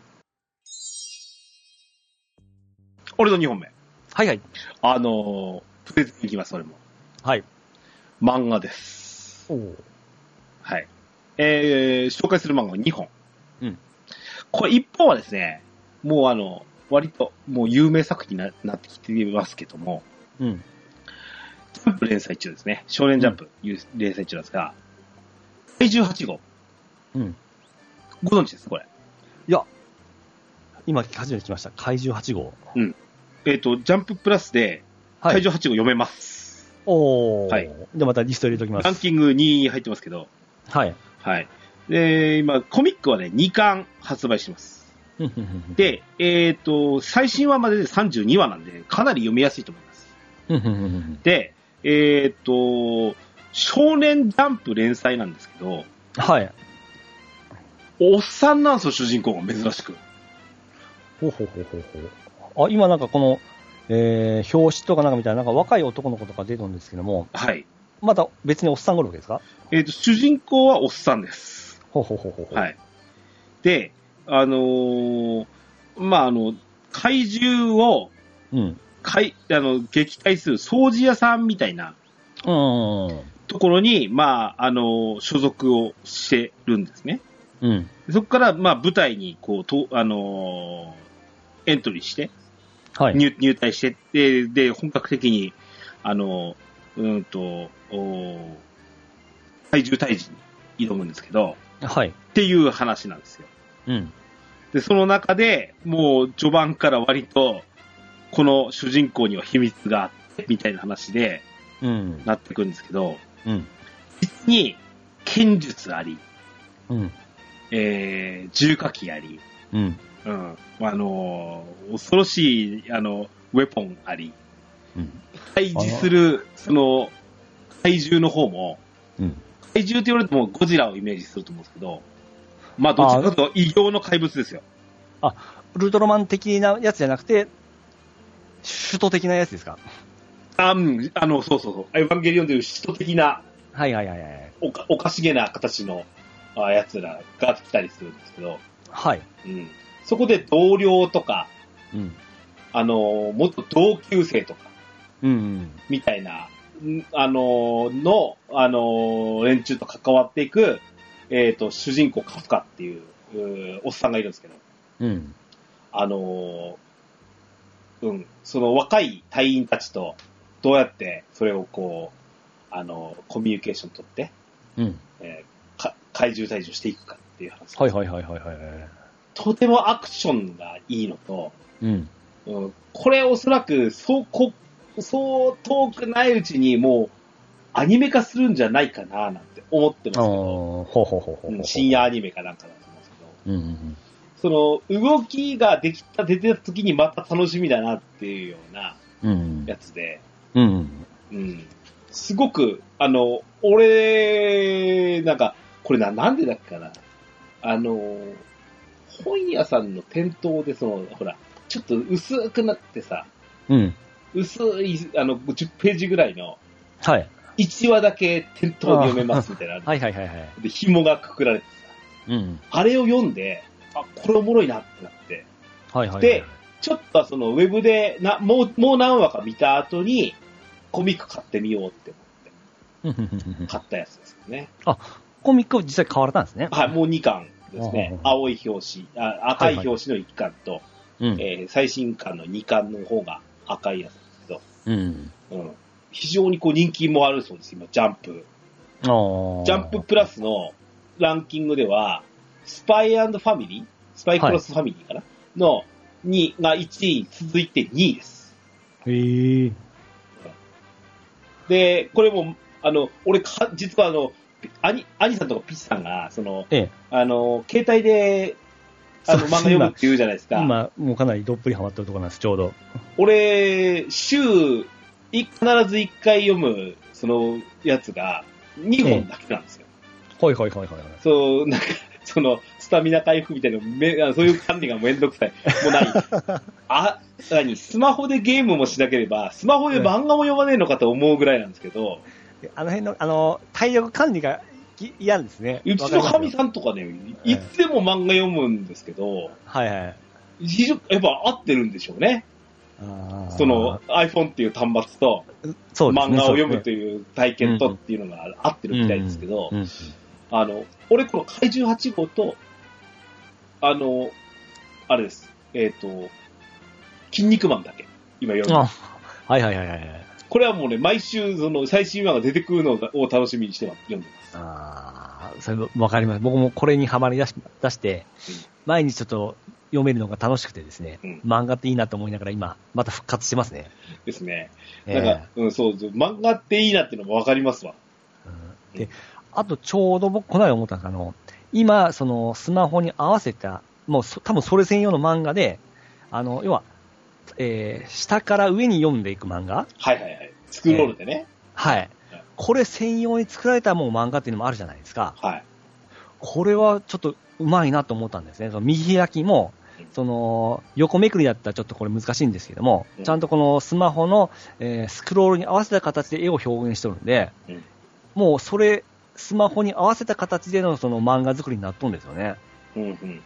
Speaker 2: 俺の2本目。
Speaker 1: はいはい。
Speaker 2: あのー、プレゼンいきます、俺も。
Speaker 1: はい。
Speaker 2: 漫画です。
Speaker 1: おお。
Speaker 2: はい。えー、紹介する漫画は2本。
Speaker 1: うん。
Speaker 2: これ1本はですね、もうあの、割と、もう有名作品にななってきていますけども、
Speaker 1: うん。
Speaker 2: ジャンプ連載中ですね。少年ジャンプ、連載中なんですが、第18号。
Speaker 1: うん。
Speaker 2: ご存知です、これ。
Speaker 1: 今、初めて来ました。怪獣8号。
Speaker 2: えっ、と、ジャンププラスで、
Speaker 1: は
Speaker 2: 怪
Speaker 1: い。
Speaker 2: 獣8号読めます。
Speaker 1: おお。
Speaker 2: はい
Speaker 1: じゃあまたリスト入れときま
Speaker 2: ラン
Speaker 1: す。
Speaker 2: キング2位入ってますけど、
Speaker 1: はい。
Speaker 2: はい。で、今、コミックはね、2巻発売してます。
Speaker 1: ふんふんふんふん、
Speaker 2: で、えっ、と、最新話までで32話なんで、かなり読みやすいと思います。
Speaker 1: ふんふんふんふん
Speaker 2: で、えっ、と、少年ジャンプ連載なんですけど、
Speaker 1: はい。
Speaker 2: おっさんなんですよ、主人公が珍しく。
Speaker 1: ほうほうほうほうほう。あ、今なんかこの、えー、表紙とかなんかみたいな、なんか若い男の子とか出てるんですけども、
Speaker 2: はい。
Speaker 1: また別におっさんがおるわけですか
Speaker 2: えっ、と、主人公はおっさんです。
Speaker 1: ほうほうほうほうほう。
Speaker 2: はい。で、あのーまあ、あの、怪獣を、
Speaker 1: うん。
Speaker 2: 怪、あの、撃退する掃除屋さんみたいな
Speaker 1: うんうんうん
Speaker 2: ところに、まあ、あの、所属をしてるんですね。
Speaker 1: うん。うん。
Speaker 2: そこから、まあ、舞台に、こう、と、あのーエントリーして、
Speaker 1: はい。
Speaker 2: 入入隊してって、で、本格的に、あのーうーんと、おー怪獣退治に挑むんですけど、
Speaker 1: はい。
Speaker 2: っていう話なんですよ。
Speaker 1: うん。
Speaker 2: で、その中で、もう、序盤から割と、この主人公には秘密があって、みたいな話で、
Speaker 1: うん。
Speaker 2: なってくるんですけど、
Speaker 1: うん。
Speaker 2: 実に、剣術あり、
Speaker 1: うん。
Speaker 2: えー、重火器あり、
Speaker 1: うん。
Speaker 2: うん、あのー恐ろしい、あの、ウェポンあり、
Speaker 1: うん。
Speaker 2: 対峙する、その、怪獣の方も、
Speaker 1: うん。
Speaker 2: 怪獣って言われるともうゴジラをイメージすると思うんですけど、まあ、どっちかというと異形の怪物ですよ。
Speaker 1: ウルトラマン的なやつじゃなくて、首都的なやつですか
Speaker 2: あ、うん、あの、そうそうそう。エヴァンゲリオンという使徒的な、
Speaker 1: はいはいはいはい。
Speaker 2: おか、おかしげな形の、あやつらが来たりするんですけど、
Speaker 1: はい。
Speaker 2: うん。そこで同僚とか、
Speaker 1: うん。
Speaker 2: あのー、もっと同級生とか、
Speaker 1: うん。
Speaker 2: みたいな、んあのーの、あのー連中と関わっていく、えっ、と、主人公カフカっていう、うーおっさんがいるんですけど、
Speaker 1: うん。
Speaker 2: あのーうん、その若い隊員たちと、どうやってそれをこう、あのーコミュニケーション取って、
Speaker 1: うん。
Speaker 2: えーか怪獣退場していくかっていう話。
Speaker 1: はいはいはいはいはい。
Speaker 2: とてもアクションがいいのと、
Speaker 1: うん。
Speaker 2: うん、これおそらく、そう、こ、そう遠くないうちにもう、アニメ化するんじゃないかな、なんて思ってます
Speaker 1: ああ、
Speaker 2: けど、
Speaker 1: ほうほうほうほうほ
Speaker 2: うん
Speaker 1: う。
Speaker 2: 深夜アニメかなんかだと思うんですけど、
Speaker 1: うん。うん。
Speaker 2: その、動きができた、出てた時にまた楽しみだなっていうような
Speaker 1: うん。
Speaker 2: やつで、
Speaker 1: うん。
Speaker 2: うん。すごく、あの、俺、なんか、これな、なんでだっけかな。あの、本屋さんの店頭で、その、ほら、ちょっと薄くなってさ、
Speaker 1: うん。
Speaker 2: 薄い、あの、10ページぐらいの、
Speaker 1: はい。
Speaker 2: 1話だけ店頭に読めますみたいなのある。
Speaker 1: はいはいはいはい。
Speaker 2: で、紐がくくられてさ、
Speaker 1: うん。
Speaker 2: あれを読んで、あ、これおもろいなってなって、
Speaker 1: はいはいはい。
Speaker 2: で、ちょっとはそのウェブでな、もう、もう何話か見た後に、コミック買ってみようって
Speaker 1: うんうんうんうん
Speaker 2: 買ったやつですよね。
Speaker 1: コミックを実際買われたんですね。
Speaker 2: はい、もう2巻です
Speaker 1: うん
Speaker 2: ね
Speaker 1: う。ん
Speaker 2: 青い表紙、あ赤い表紙の1巻と、
Speaker 1: うん。
Speaker 2: えー最新巻の2巻の方が赤いやつですけど、
Speaker 1: うん。
Speaker 2: うん。非常にこう人気もあるそうです、今、ジャンプ。
Speaker 1: あー
Speaker 2: ジャンププラスのランキングでは、スパイファミリースパイクロスファミリーかな、の、に、が1位続いて2位です。
Speaker 1: へえ。
Speaker 2: で、これも、あの、俺か、実はあの、アニ、アニさんとかピッチさんが、その、
Speaker 1: ええ
Speaker 2: あの、携帯で、あの、
Speaker 1: そう
Speaker 2: 漫画読むって言うじゃないですか。
Speaker 1: 今、もうかなりどっぷりハマってるところなんです、ちょうど。
Speaker 2: 俺、週、い必ず1回読む、その、やつが、2本だけなんですよ。
Speaker 1: ほいほいほいほいほい。
Speaker 2: そう、なんか、その、スタミナ回復みたいな、めあそういう管理がめんどくさい。もうない。 あ、何スマホでゲームもしなければ、スマホで漫画も読まねえのかと思うぐらいなんですけど、
Speaker 1: であの辺の、あの、体力管理がい嫌ですね。
Speaker 2: うちの
Speaker 1: わかり
Speaker 2: 神
Speaker 1: ますよ
Speaker 2: さんとかね、
Speaker 1: ええ
Speaker 2: いつでも漫画読むんですけど、
Speaker 1: はいはい。
Speaker 2: 非常やっぱ合ってるんでしょうね。
Speaker 1: あー
Speaker 2: その、iPhone っていう端末と、
Speaker 1: そうです
Speaker 2: 漫
Speaker 1: ね
Speaker 2: 画を読
Speaker 1: そう
Speaker 2: む
Speaker 1: です
Speaker 2: と
Speaker 1: ね
Speaker 2: いう体験とっていうのが合ってるみたいですけど、
Speaker 1: うん
Speaker 2: あの、俺この怪獣8号と、あの、あれです、えっ、と、筋肉マンだけ、今読んでます
Speaker 1: あはいはいはいはい。
Speaker 2: これはもうね、毎週その最新話が出てくるのを楽しみにしてます読んでます。
Speaker 1: ああ、それわかります。僕もこれにハマり出し出して
Speaker 2: うん、
Speaker 1: 毎日ちょっと読めるのが楽しくてですね、
Speaker 2: うん
Speaker 1: 漫画っていいなと思いながら今、また復活してますね。
Speaker 2: ですね。
Speaker 1: え
Speaker 2: なん
Speaker 1: え
Speaker 2: か、うん、そうそう、漫画っていいなっていうのもわかりますわ。
Speaker 1: うんで、あとちょうど僕、この間思ったんですけどあの、今、そのスマホに合わせた、もうそ多分それ専用の漫画で、あの、要は、えー下から上に読んでいく漫画
Speaker 2: はいはいはい。スクロールでね。
Speaker 1: はい
Speaker 2: はい。
Speaker 1: これ専用に作られたもう漫画っていうのもあるじゃないですか。
Speaker 2: はい。
Speaker 1: これはちょっとうまいなと思ったんですね。その右開きも、その横めくりだったらちょっとこれ難しいんですけども
Speaker 2: う、ん
Speaker 1: ちゃんとこのスマホの、えースクロールに合わせた形で絵を表現しとるんで
Speaker 2: うん、
Speaker 1: もうそれ、スマホに合わせた形でのその漫画作りになっとんですよね。
Speaker 2: うんうん。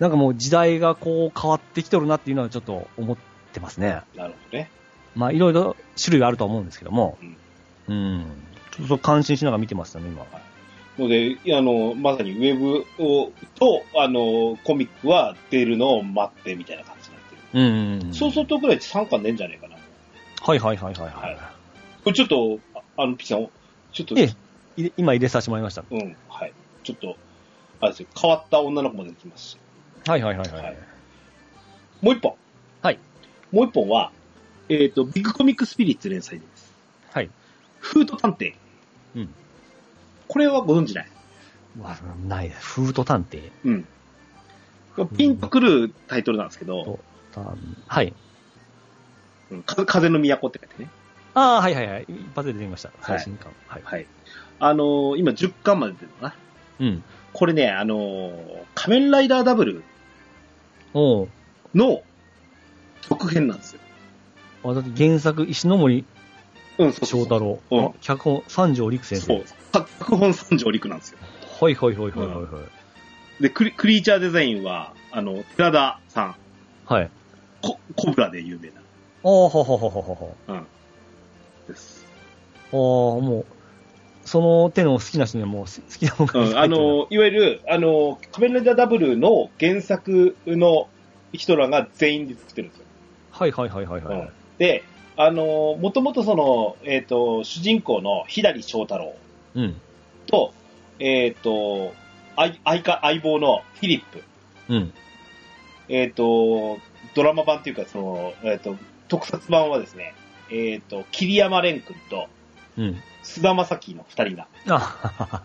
Speaker 1: なんかもう時代がこう変わってきとるなっていうのはちょっと思ってますね。
Speaker 2: なるほどね。
Speaker 1: まあいろいろ種類があるとは思うんですけども、うん。ちょっと感心しながら見てましたね、今。
Speaker 2: ので、あの、まさにウェブを、と、あの、コミックは出るのを待ってみたいな感じになってる。
Speaker 1: うん。
Speaker 2: そうするとぐらい3巻出んじゃねえかな。
Speaker 1: はいはいはいはいは
Speaker 2: はいい。これちょっと、ああの、ピッチさん、ちょっと、
Speaker 1: ええ入れ今入れさせてもらいました。
Speaker 2: うん、はい。ちょっと、あれですよ、変わった女の子も出てきますし。
Speaker 1: はいはいはいは
Speaker 2: はいい。もう一本。
Speaker 1: はい。
Speaker 2: もう一本は、えっ、と、ビッグコミックスピリッツ連載です。
Speaker 1: はい。
Speaker 2: フード探偵。
Speaker 1: うん。
Speaker 2: これはご存知ない
Speaker 1: わないです。フード探偵。
Speaker 2: うん。ピンとくるタイトルなんですけど、
Speaker 1: はい。
Speaker 2: うん、か風の都って書いてね。
Speaker 1: ああ、はいはいはい。一発で出てきました。
Speaker 2: はい
Speaker 1: 最新刊。はい。
Speaker 2: はい。あのー今10巻まで出てるのかな。
Speaker 1: うん。
Speaker 2: これね、あのー仮面ライダーダブル
Speaker 1: おう
Speaker 2: の続編なんですよ。
Speaker 1: あ、だって原作、石ノ森
Speaker 2: うん、そう
Speaker 1: 章太郎。
Speaker 2: うん
Speaker 1: あ脚本、三条陸先
Speaker 2: そう
Speaker 1: 生。。
Speaker 2: 脚本三条陸なんですよ。
Speaker 1: はいはいはいはいはいはい。
Speaker 2: で、クリクリーチャーデザインは、あの、寺田さん、
Speaker 1: はい。
Speaker 2: ココブラで有名な、
Speaker 1: ああ、ははははは
Speaker 2: うん、です。
Speaker 1: は。ああ、もう、その手の好きな人にはもうす好きなもの
Speaker 2: う
Speaker 1: が
Speaker 2: ん、あの、いわゆる、あの、仮面ライダーダブルの原作の人らが全員で作ってるんですよ。
Speaker 1: はいはいはいはいはい。
Speaker 2: で、あの、もともとその、えっ、と、主人公の左翔太郎
Speaker 1: うん。
Speaker 2: と、えっ、と、相相か相棒のフィリップ、
Speaker 1: うん。
Speaker 2: えっ、と、ドラマ版というか、その、えっ、と、特撮版はですね、えっ、と、桐山蓮君と、
Speaker 1: うん。
Speaker 2: 菅田将暉の二 人が、
Speaker 1: あははは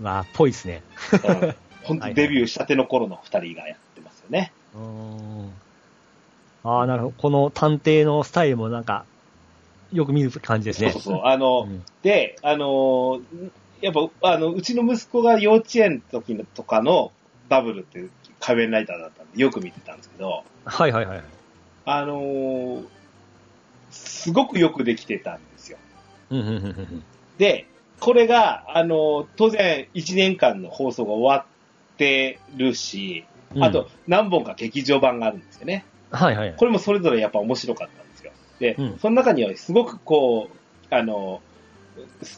Speaker 1: まあ、ぽいですね。
Speaker 2: うん本当デビューしたての頃の二人がやってますよね。
Speaker 1: うーんああ、なるほど。この探偵のスタイルもなんか、よく見る感じです
Speaker 2: そう
Speaker 1: ね。
Speaker 2: そうそう。あの、
Speaker 1: うん
Speaker 2: で、あのー、やっぱ、あの、うちの息子が幼稚園の時のとかのダブルっていう仮面ライダーだったんで、よく見てたんですけど、
Speaker 1: はいはいはい。
Speaker 2: あのー、すごくよくできてたんですよ。
Speaker 1: うんうんうんうん
Speaker 2: で、これが、あの、当然1年間の放送が終わってるし、あと何本か劇場版があるんですよね。
Speaker 1: うん、はいはい。
Speaker 2: これもそれぞれやっぱ面白かったんですよ。で、
Speaker 1: うん
Speaker 2: その中にはすごくこう、あの、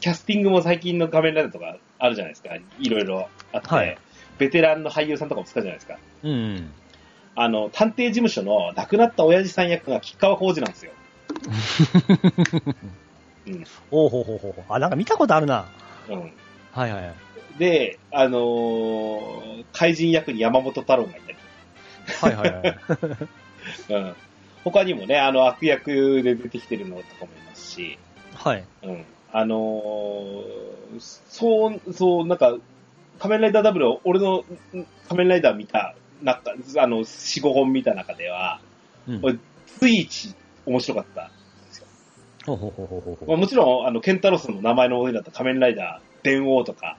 Speaker 2: キャスティングも最近の仮面ライダーとかあるじゃないですか。いろいろあって、
Speaker 1: はい
Speaker 2: ベテランの俳優さんとかも使うじゃないですか。
Speaker 1: うん。
Speaker 2: あの、探偵事務所の亡くなった親父さん役が吉川浩司なんですよ。うん
Speaker 1: おうほうほうほうほう。あ、なんか見たことあるな。
Speaker 2: うん。
Speaker 1: はいはいはい。
Speaker 2: で、あのー怪人役に山本太郎がいたり、
Speaker 1: はいはいはい。
Speaker 2: うん。他にもね、あの、悪役で出てきてるのとかもいますし、
Speaker 1: はい。
Speaker 2: うん。あのーそう、そう、なんか、仮面ライダーダブルを、俺のん仮面ライダー見た、なんか、あの、4、5本見た中では、
Speaker 1: うん
Speaker 2: これつい一面白かった。
Speaker 1: ほうほうほうほうほう
Speaker 2: ま
Speaker 1: ほ
Speaker 2: あ、もちろん、あの、ケンタロスの名前の上になった仮面ライダー、電王とか、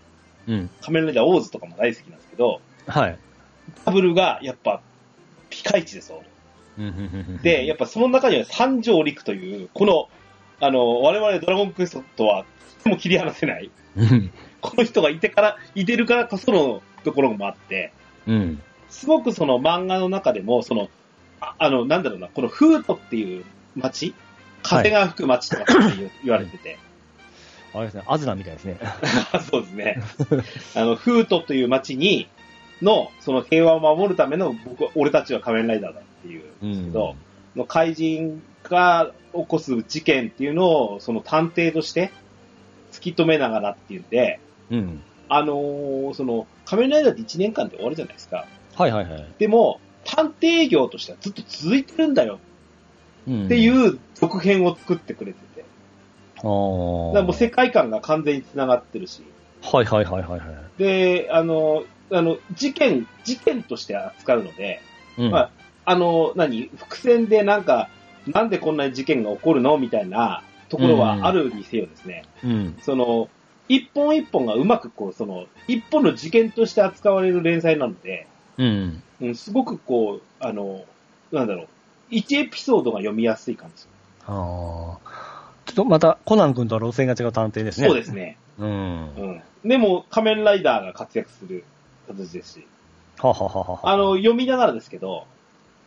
Speaker 1: う。うん。
Speaker 2: 仮面ライダーオーズとかも大好きなんですけど、
Speaker 1: はい。
Speaker 2: ダブルがやっぱ、ピカイチです、俺
Speaker 1: うんうんうんうん
Speaker 2: で、やっぱその中には三条陸という、この、あの、我々ドラゴンクエストとは、とても切り離せない、
Speaker 1: うん。
Speaker 2: この人がいてから、いてるからこそのところもあって、
Speaker 1: うん。
Speaker 2: すごくその漫画の中でも、その、ああの、なんだろうな、このフートっていう町風が吹く町とかって言う言われてて、
Speaker 1: あれですね、アズナみたいですね。
Speaker 2: そうですね。あの、フートという町に、の、その平和を守るための、僕は、俺たちは仮面ライダーだっていう、
Speaker 1: うん
Speaker 2: どの怪人が起こす事件っていうのを、その探偵として突き止めながらっていうんで、
Speaker 1: うん。
Speaker 2: あのーその、仮面ライダーって1年間で終わるじゃないですか。
Speaker 1: はいはいはい。
Speaker 2: でも、探偵業としてはずっと続いてるんだよ
Speaker 1: っ
Speaker 2: って
Speaker 1: う
Speaker 2: いう続編を作ってくれてて。
Speaker 1: ん。おー
Speaker 2: だからもう世界観が完全に繋がってるし。
Speaker 1: はいはいはいはいはい。
Speaker 2: で、あの、あの、事件、事件として扱うので、
Speaker 1: うん
Speaker 2: まああの、何、伏線でなんか、なんでこんな事件が起こるのみたいなところはあるにせよですね、
Speaker 1: うん。
Speaker 2: その、一本一本がうまくこう、その、一本の事件として扱われる連載なので、
Speaker 1: うん。
Speaker 2: うん、すごくこう、あの、なんだろう、一エピソードが読みやすい感じ。
Speaker 1: ああ。ちょっとまた、コナン君とは路線が違う探偵ですね。。
Speaker 2: そうですすね。
Speaker 1: うん。は
Speaker 2: うん。でも、仮面ライダーが活躍する形ですし、
Speaker 1: はははは。
Speaker 2: あの、読みながらですけど、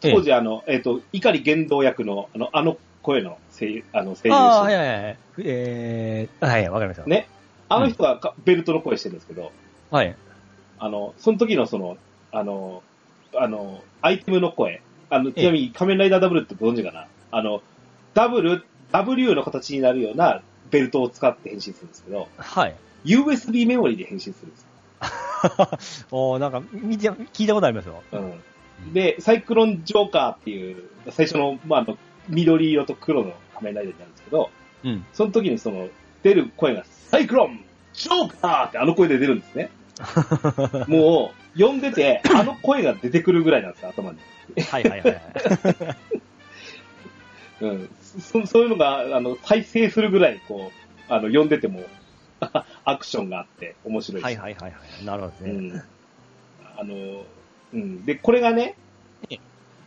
Speaker 1: ええ
Speaker 2: 当時、あの、えっ、と、碇玄道役の、あの、あの声の声優、あの、声優
Speaker 1: ああ、は
Speaker 2: さ
Speaker 1: い
Speaker 2: ん
Speaker 1: はいはい。えー、はい、わかりました。
Speaker 2: ね。あの人がかベルトの声してるんですけど、
Speaker 1: はい。
Speaker 2: あの、その時のその、あの、あの、アイテムの声。あの、
Speaker 1: ええ
Speaker 2: ちなみに仮面ライダーダブルってご存知かなあの、ダブル、W の形になるようなベルトを使って変身するんですけど、
Speaker 1: はい。
Speaker 2: USB メモリーで変身するんですよ。
Speaker 1: おーなんか、見て、聞いたことありますよ。
Speaker 2: うん。で、サイクロンジョーカーっていう、最初の、まあ、あの、緑色と黒の仮面ライダーになるんですけど、
Speaker 1: うん。
Speaker 2: その時にその、出る声が、サイクロンジョーカーってあの声で出るんですね。もう、呼んでて、あの声が出てくるぐらいなんですよ、頭に。
Speaker 1: はいはいはい。
Speaker 2: うん。そそういうのが、あの、再生するぐらい、こう、あの、呼んでても、 アクションがあって、面白いし。
Speaker 1: はいはいはいはい。なるほど
Speaker 2: う
Speaker 1: ね。
Speaker 2: ん。あの、うん。で、これがね、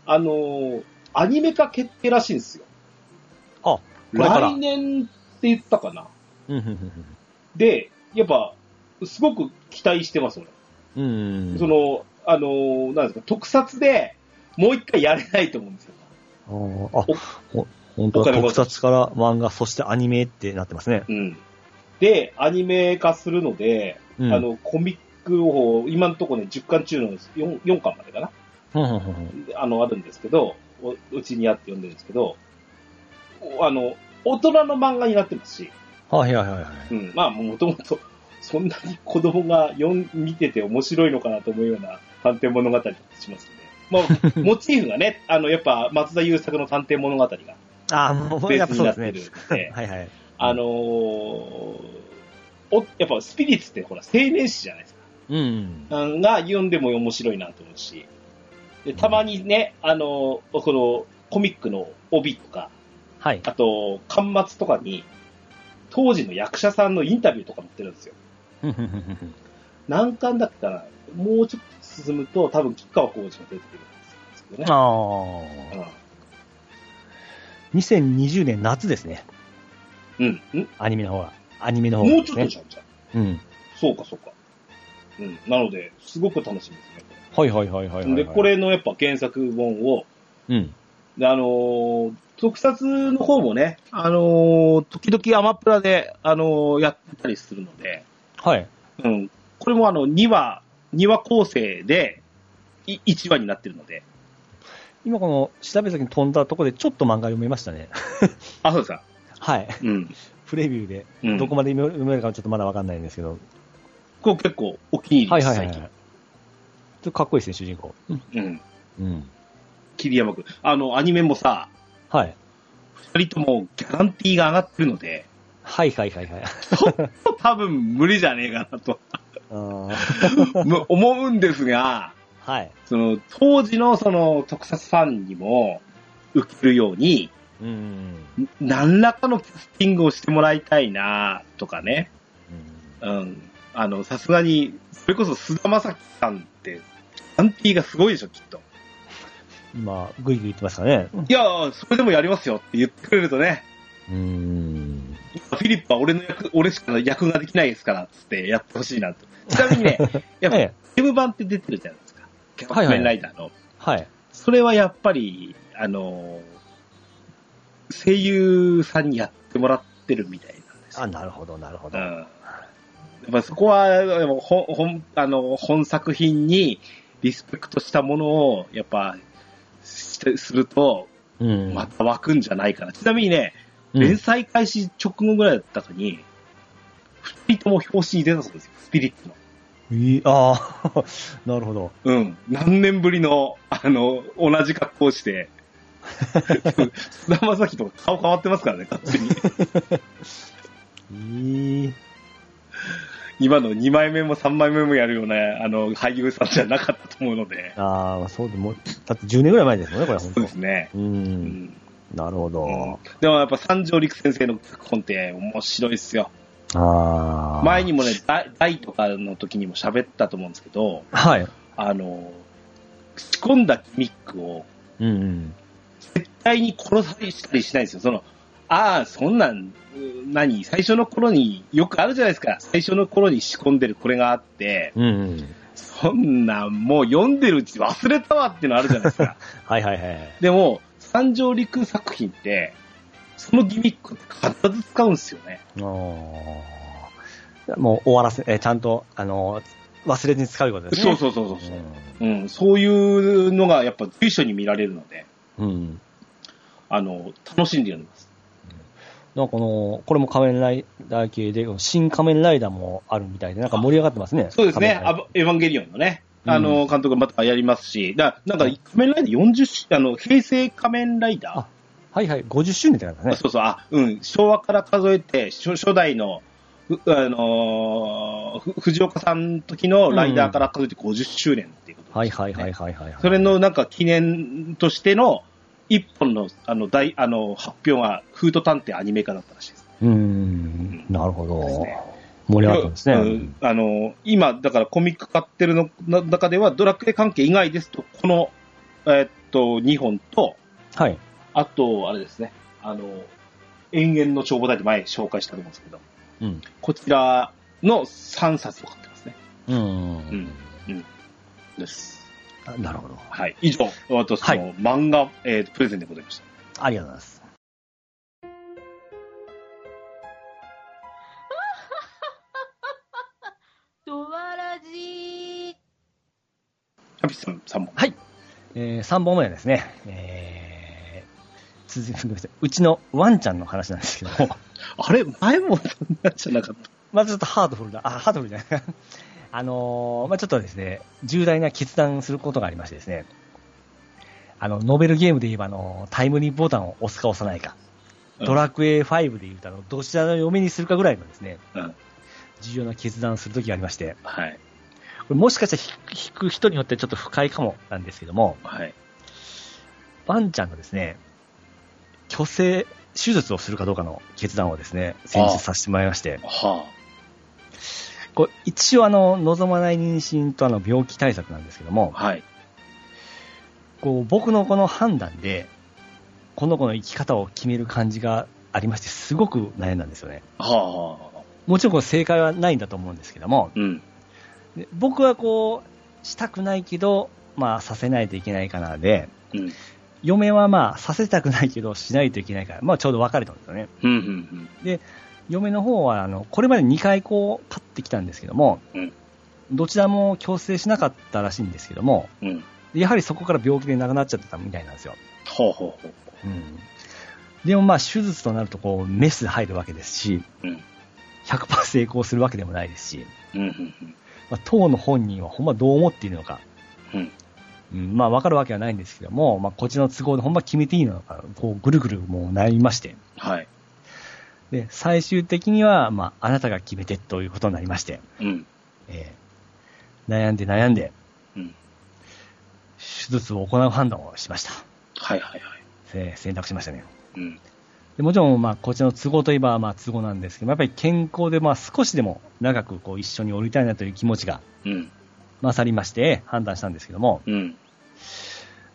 Speaker 2: あの、アニメ化決定らしいんですよ。
Speaker 1: あ、これから。
Speaker 2: 来年って言ったかな。
Speaker 1: うんうん
Speaker 2: で、やっぱ、すごく期待してます、俺。
Speaker 1: うんうん。うん。
Speaker 2: その、あの、なんですか、特撮でもう一回やれないと思うんですよ。
Speaker 1: の、あ、ほ、本当
Speaker 2: 他
Speaker 1: だ。
Speaker 2: の
Speaker 1: 特撮から漫画、そしてアニメってなってますね。
Speaker 2: うん。で、アニメ化するので、
Speaker 1: うん
Speaker 2: あ、の、コミックの方、今のところね、10巻中の 4, 4巻までかな
Speaker 1: うんうんうん
Speaker 2: あの、あるんですけど、おうちにあって読んでるんですけど、おあの、大人の漫画になってますし、
Speaker 1: うん。はいはいはいはい。
Speaker 2: うん、まあ、もともと、そんなに子供が読ん見てて面白いのかなと思うような探偵物語だとしますね。ま あ、モチーフがね、あの、やっぱ、松田優作の探偵物語がベ
Speaker 1: ああ、もう、や
Speaker 2: ー
Speaker 1: っ
Speaker 2: ス
Speaker 1: ぱ
Speaker 2: に
Speaker 1: そう
Speaker 2: な
Speaker 1: で
Speaker 2: っ
Speaker 1: す
Speaker 2: てる
Speaker 1: ね
Speaker 2: んで。、
Speaker 1: はいはい。
Speaker 2: あのーお、やっぱスピリッツってほら、青年誌じゃないですか。
Speaker 1: うん。
Speaker 2: うんが読んでも面白いなと思うし、でたまにね、あの、このコミックの帯とか、
Speaker 1: はい。
Speaker 2: あと、巻末とかに、当時の役者さんのインタビューとか載ってるんですよ。
Speaker 1: うんうんうん
Speaker 2: 何巻だったら、もうちょっと進むと、多分、吉川浩司が出てくるんですけど
Speaker 1: うん
Speaker 2: ね。
Speaker 1: ああ。2020年夏ですね。
Speaker 2: うん。うん。
Speaker 1: アニメの方が。アニメの方が
Speaker 2: もう
Speaker 1: で
Speaker 2: ち
Speaker 1: す
Speaker 2: ょっ
Speaker 1: ね
Speaker 2: とじゃん、じゃあ
Speaker 1: うん。
Speaker 2: そうか、そうか。うん。なので、すごく楽しみですね。
Speaker 1: はいはいはいはいはい、はい。
Speaker 2: で、こ。れのやっぱ原作本を、
Speaker 1: うん。
Speaker 2: であのー特撮の方もね、あのー時々アマプラで、あのーやったりするので、
Speaker 1: はい。
Speaker 2: うん。これもあの、2話、2話構成で、い1話になってるので。
Speaker 1: 今この、調べ先に飛んだところでちょっと漫画読みましたね。
Speaker 2: あ、そうですか。
Speaker 1: はい。
Speaker 2: うん。
Speaker 1: プレビューで、
Speaker 2: うん
Speaker 1: どこまで読め読めるかはちょっとまだわかんないんですけど。
Speaker 2: これ結構お気に入り
Speaker 1: はい
Speaker 2: です、
Speaker 1: はいはい。
Speaker 2: 最
Speaker 1: ちょっとかっこいいですね、主人公。うん。
Speaker 2: 近。うん。
Speaker 1: うん。
Speaker 2: 桐山くん。あの、アニメもさ、
Speaker 1: はい。
Speaker 2: 二人ともギャランティーが上がってるので、
Speaker 1: はいはいはい はい。
Speaker 2: 多分無理じゃねえかな と
Speaker 1: あー
Speaker 2: む思うんですが、
Speaker 1: はい。
Speaker 2: その、当時のその特撮ファンにも受けるように、
Speaker 1: うんうんうん。
Speaker 2: 何らかのキャスティングをしてもらいたいなとかね。うん。あの、さすがに、それこそ菅田将暉さんって、ギャランティーがすごいでしょ、きっと。
Speaker 1: 今、グイグイ言ってますかね。
Speaker 2: いや、それでもやりますよって言ってくれるとね、
Speaker 1: うん。
Speaker 2: フィリップは俺の役、俺しか役ができないですから、つってやってほしいなと。ちな みにね、やっぱ
Speaker 1: ええ。
Speaker 2: ゲーム版って出てるじゃないですか。キ
Speaker 1: はい
Speaker 2: ャ
Speaker 1: は
Speaker 2: メ
Speaker 1: い
Speaker 2: ンライダーの。
Speaker 1: はい。
Speaker 2: それはやっぱり、あのー、声優さんにやってもらってるみたいなんですよ
Speaker 1: あ、なるほど、なるほ
Speaker 2: う
Speaker 1: ど。
Speaker 2: ん。やっぱそこは、でもほんほんあの本作品にリスペクトしたものを、やっぱ、してすると、
Speaker 1: うん。
Speaker 2: また湧くんじゃないかな。ちなみにね、
Speaker 1: うん
Speaker 2: 連載開始直後ぐらいだったかに、二人とも表紙に出たそうですよ、スピリッツの。
Speaker 1: えーああ、 なるほど。
Speaker 2: うん。何年ぶりの、あの、同じ格好をして、菅田将暉と顔変わってますからね、勝手に。
Speaker 1: えー
Speaker 2: 今の2枚目も3枚目もやるような、あの、俳優さんじゃなかったと思うので。
Speaker 1: ああ、そうでもう、だって10年ぐらい前ですもんね、これ、
Speaker 2: そ
Speaker 1: 本
Speaker 2: う
Speaker 1: 当
Speaker 2: ですね。
Speaker 1: う。
Speaker 2: うんん。
Speaker 1: なるほ
Speaker 2: うん
Speaker 1: ど。
Speaker 2: でもやっぱ三条陸先生の脚本って面白いですよ。
Speaker 1: ああ。
Speaker 2: 前にもね、大大とかの時にも喋ったと思うんですけど、
Speaker 1: はい。
Speaker 2: あの、仕込んだギミックを
Speaker 1: うんうん。
Speaker 2: 絶対に殺されたりしないんですよ。その、ああ、そんなん、うー何最初の頃に、よくあるじゃないですか。最初の頃に仕込んでるこれがあって、
Speaker 1: うんうん。
Speaker 2: そんなんもう読んでるうち忘れたわってのあるじゃないです か。
Speaker 1: はいはいはい。
Speaker 2: でも、三条陸作品って、そのギミックって必ず使うんですよね。
Speaker 1: あーもう終わらせ、えーちゃんと、あのー忘れずに使うことです
Speaker 2: そ
Speaker 1: ね。
Speaker 2: うそうそうそうそう。
Speaker 1: う
Speaker 2: うん、そういうのがやっぱ随所に見られるので、
Speaker 1: ん。うん。
Speaker 2: あの、楽しんで読んでます。
Speaker 1: なんかこの、これも仮面ライダー系で、新仮面ライダーもあるみたいで、なんか盛り上がってますね。
Speaker 2: そうです
Speaker 1: 仮
Speaker 2: ね。
Speaker 1: 面ライ
Speaker 2: あエヴァンゲリオンのね、あ
Speaker 1: う
Speaker 2: の、
Speaker 1: ん
Speaker 2: 監督またやりますし、だなんか仮面ライダー40し、あの、平成仮面ライダー
Speaker 1: あダーはいはい、50周年ってなんだね。
Speaker 2: そうそう、あ、うん、昭和から数えて、初初代の、ふあのーふ藤岡さんの時のライダーから数えて50周年っていうことですね
Speaker 1: はいはいはいはいはい。
Speaker 2: それ、のなんか記念としての、一本の、あの、大、あの、発表が、フード探偵アニメ化だったらしいです。
Speaker 1: うーん、なるほど
Speaker 2: ですね。
Speaker 1: 盛り上がったんですね。
Speaker 2: うんあの、今、だからコミック買ってるのの中では、ドラクエ関係以外ですと、この、えっと、2本と、
Speaker 1: はい。
Speaker 2: あと、あれですね、あの、延々の帳簿だって前紹介したと思うんですけど、
Speaker 1: うん。
Speaker 2: こちらの3冊を買ってますね。
Speaker 1: う
Speaker 2: うんん。です。
Speaker 1: あなるほど。
Speaker 2: はい。以上、私
Speaker 1: はい
Speaker 2: の漫画、えープレゼンでございました。
Speaker 1: ありがとうございます。
Speaker 4: ドワラジー。
Speaker 2: キャピさん3本。
Speaker 1: えー、3本目はですね、えー、続きまして、うちのワンちゃんの話なんですけど も、
Speaker 2: あれ前もそんなじゃなかった。
Speaker 1: まずちょっとハードフルな、あ、ハードフルじゃない あのーまあちょっとですね、重大な決断することがありましてですね、あの、ノベルゲームで言えば、あの、タイムリーボタンを押すか押さないか、
Speaker 2: うん
Speaker 1: ドラクエ5で言うと、あの、どちらの嫁にするかぐらいのですね、
Speaker 2: うん
Speaker 1: 重要な決断をするときがありまして、
Speaker 2: はい。
Speaker 1: これもしかしたらひ引く人によってちょっと不快かもなんですけども、
Speaker 2: はい。
Speaker 1: ワンちゃんがですね、虚勢手術をするかどうかの決断をですね、先日させてもらいまして、
Speaker 2: は
Speaker 1: こう一応あの、望まない妊娠とあの病気対策なんですけど
Speaker 2: あ。
Speaker 1: も、
Speaker 2: はい。
Speaker 1: こう僕のこの判断で、この子の生き方を決める感じがありまして、すごく悩んだんですよね。
Speaker 2: はあ。はあはあ。
Speaker 1: もちろんこの正解はないんだと思うんですけども、
Speaker 2: うん。
Speaker 1: で僕はこう、したくないけど、まあ、させないといけないかなで、
Speaker 2: うん。
Speaker 1: 嫁はまあ、させたくないけど、しないといけないから、まあ、ちょうど別れたんですよね。
Speaker 2: うん。うん。
Speaker 1: 嫁の方は、あの、これまで2回こう、買ってきたんですけども、
Speaker 2: うん
Speaker 1: どちらも強制しなかったらしいんですけども、
Speaker 2: うん。うん。
Speaker 1: やはりそこから病気で亡くなっちゃってたみたいなんですよ。
Speaker 2: ほうほうほう。
Speaker 1: うんでもまあ手術となるとこうメス入るわけですし、
Speaker 2: うん
Speaker 1: 100%成功するわけでもないですし、
Speaker 2: うん。うん。
Speaker 1: まあ、当の本人はほんまどう思っているのか、
Speaker 2: うん。
Speaker 1: うんまあ分かるわけはないんですけども、まあ、こっちの都合でほんま決めていいのか、こうぐるぐるもう悩みまして、
Speaker 2: はい。
Speaker 1: で最終的にはまああなたが決めてということになりまして、
Speaker 2: うん。
Speaker 1: えー悩んで悩んで
Speaker 2: うん。
Speaker 1: 手術を行う判断をしました。
Speaker 2: はいはいはい。
Speaker 1: えー選択しましたね。
Speaker 2: うん。
Speaker 1: でもちろん、まあ、こっちの都合といえば、まあ、都合なんですけど、やっぱり健康で、まあ、少しでも長く、こう、一緒におりたいなという気持ちが
Speaker 2: うん。
Speaker 1: 勝りまして、判断したんですけども、
Speaker 2: うん。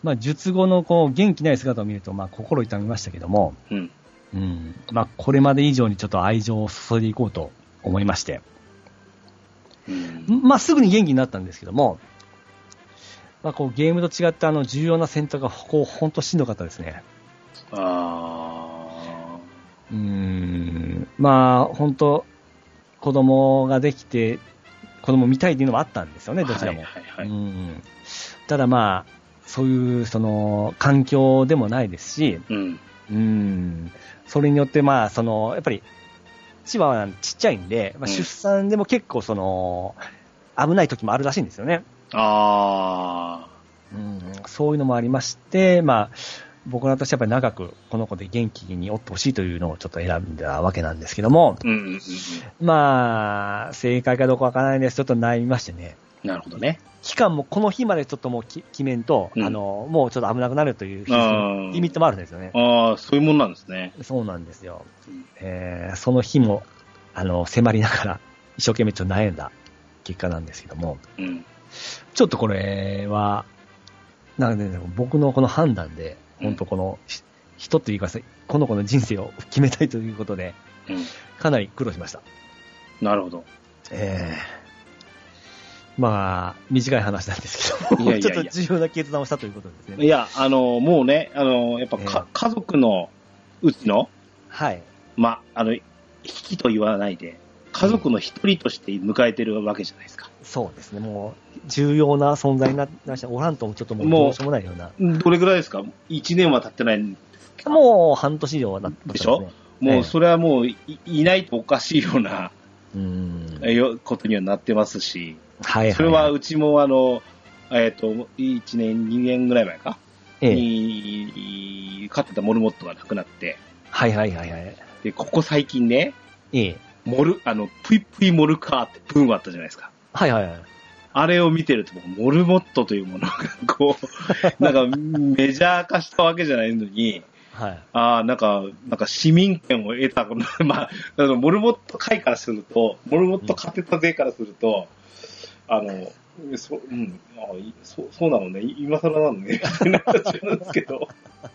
Speaker 1: まあ、術後の、こう、元気ない姿を見ると、まあ、心痛みましたけども、
Speaker 2: うん。
Speaker 1: うん、まあ、これまで以上にちょっと愛情を注いでいこうと思いまして、
Speaker 2: うん。
Speaker 1: まあ、すぐに元気になったんですけども、まあ、こう、ゲームと違って、あの、重要な選択が、こう、ほんとしんどかったですね。
Speaker 2: あ
Speaker 1: うーんまあ、本当、子供ができて、子供見たいっていうのもあったんですよ
Speaker 2: ー。
Speaker 1: ね、どちらも。
Speaker 2: はいはいうはい。
Speaker 1: んただまあ、そういう、その、環境でもないですし、
Speaker 2: うん。
Speaker 1: うんそれによってまあ、その、やっぱり、千葉はちっちゃいんで、まあ
Speaker 2: うん
Speaker 1: 出産でも結構その、危ない時もあるらしいんですよね。
Speaker 2: あ
Speaker 1: うんそういうのもありまして、まあ、僕らとしてはやっぱり長くこの子で元気におってほしいというのをちょっと選んだわけなんですけども、
Speaker 2: ー。うんうんうんうん。
Speaker 1: まあ、正解かどうかわからないです。ちょっと悩みましてね。
Speaker 2: なるほどね。
Speaker 1: 期間もこの日までちょっともうき決めんと、
Speaker 2: うん
Speaker 1: あの、もうちょっと危なくなるという日
Speaker 2: うん
Speaker 1: リミットもあるんですよね。
Speaker 2: ああ、そういうもんなんですね。
Speaker 1: そうなんですよ
Speaker 2: うん。
Speaker 1: えーその日も、あの、迫りながら、一生懸命ちょっと悩んだ結果なんですけども、
Speaker 2: うん。
Speaker 1: ちょっとこれは、なんで、ね、僕のこの判断で、本当この、ひ人というか、この子の人生を決めたいということで、
Speaker 2: うん。
Speaker 1: かなり苦労しました。
Speaker 2: なるほど。
Speaker 1: ええまあ、短い話なんですけども、
Speaker 2: いやいやいや
Speaker 1: ちょっと重要な決断をしたということですね。
Speaker 2: いや、あの、もうね、あの、やっぱか、
Speaker 1: え
Speaker 2: 家族のうちの、
Speaker 1: はい。
Speaker 2: ま、あの、引きと言わないで、家族の一人として迎えてるわけじゃないですか。
Speaker 1: そうですね。もう、重要な存在になってました。おらんともちょっともう
Speaker 2: もう
Speaker 1: どうしようもないような。
Speaker 2: どれぐらいですか ?1 年は経ってないんですけど
Speaker 1: もう半年以上はなってますね。
Speaker 2: でしょ
Speaker 1: え
Speaker 2: も
Speaker 1: え
Speaker 2: うそれはもういいないとおかしいような
Speaker 1: うーん。
Speaker 2: えよことにはなってますし、
Speaker 1: はいいい
Speaker 2: それは、うちもあの、えっ、と、1年、2年ぐらい前か、
Speaker 1: ええ
Speaker 2: に、飼ってたモルモットが亡くなって、
Speaker 1: はいはいはいはい。
Speaker 2: で、ここ最近ね、
Speaker 1: ええ
Speaker 2: モル、あの、ぷいぷいモルカーってブームあったじゃないですか。
Speaker 1: はいはいはい。
Speaker 2: あれを見てると、モルモットというものが、こう、なんかメジャー化したわけじゃないのに、
Speaker 1: はい。
Speaker 2: ああ、なんか、なんか市民権を得た、 まあ、あの、モルモット会からすると、モルモット買ってた税からすると、あの、そうん、あいそうそうなのね、今更なのね、って なっちゃうんですけど、
Speaker 1: あ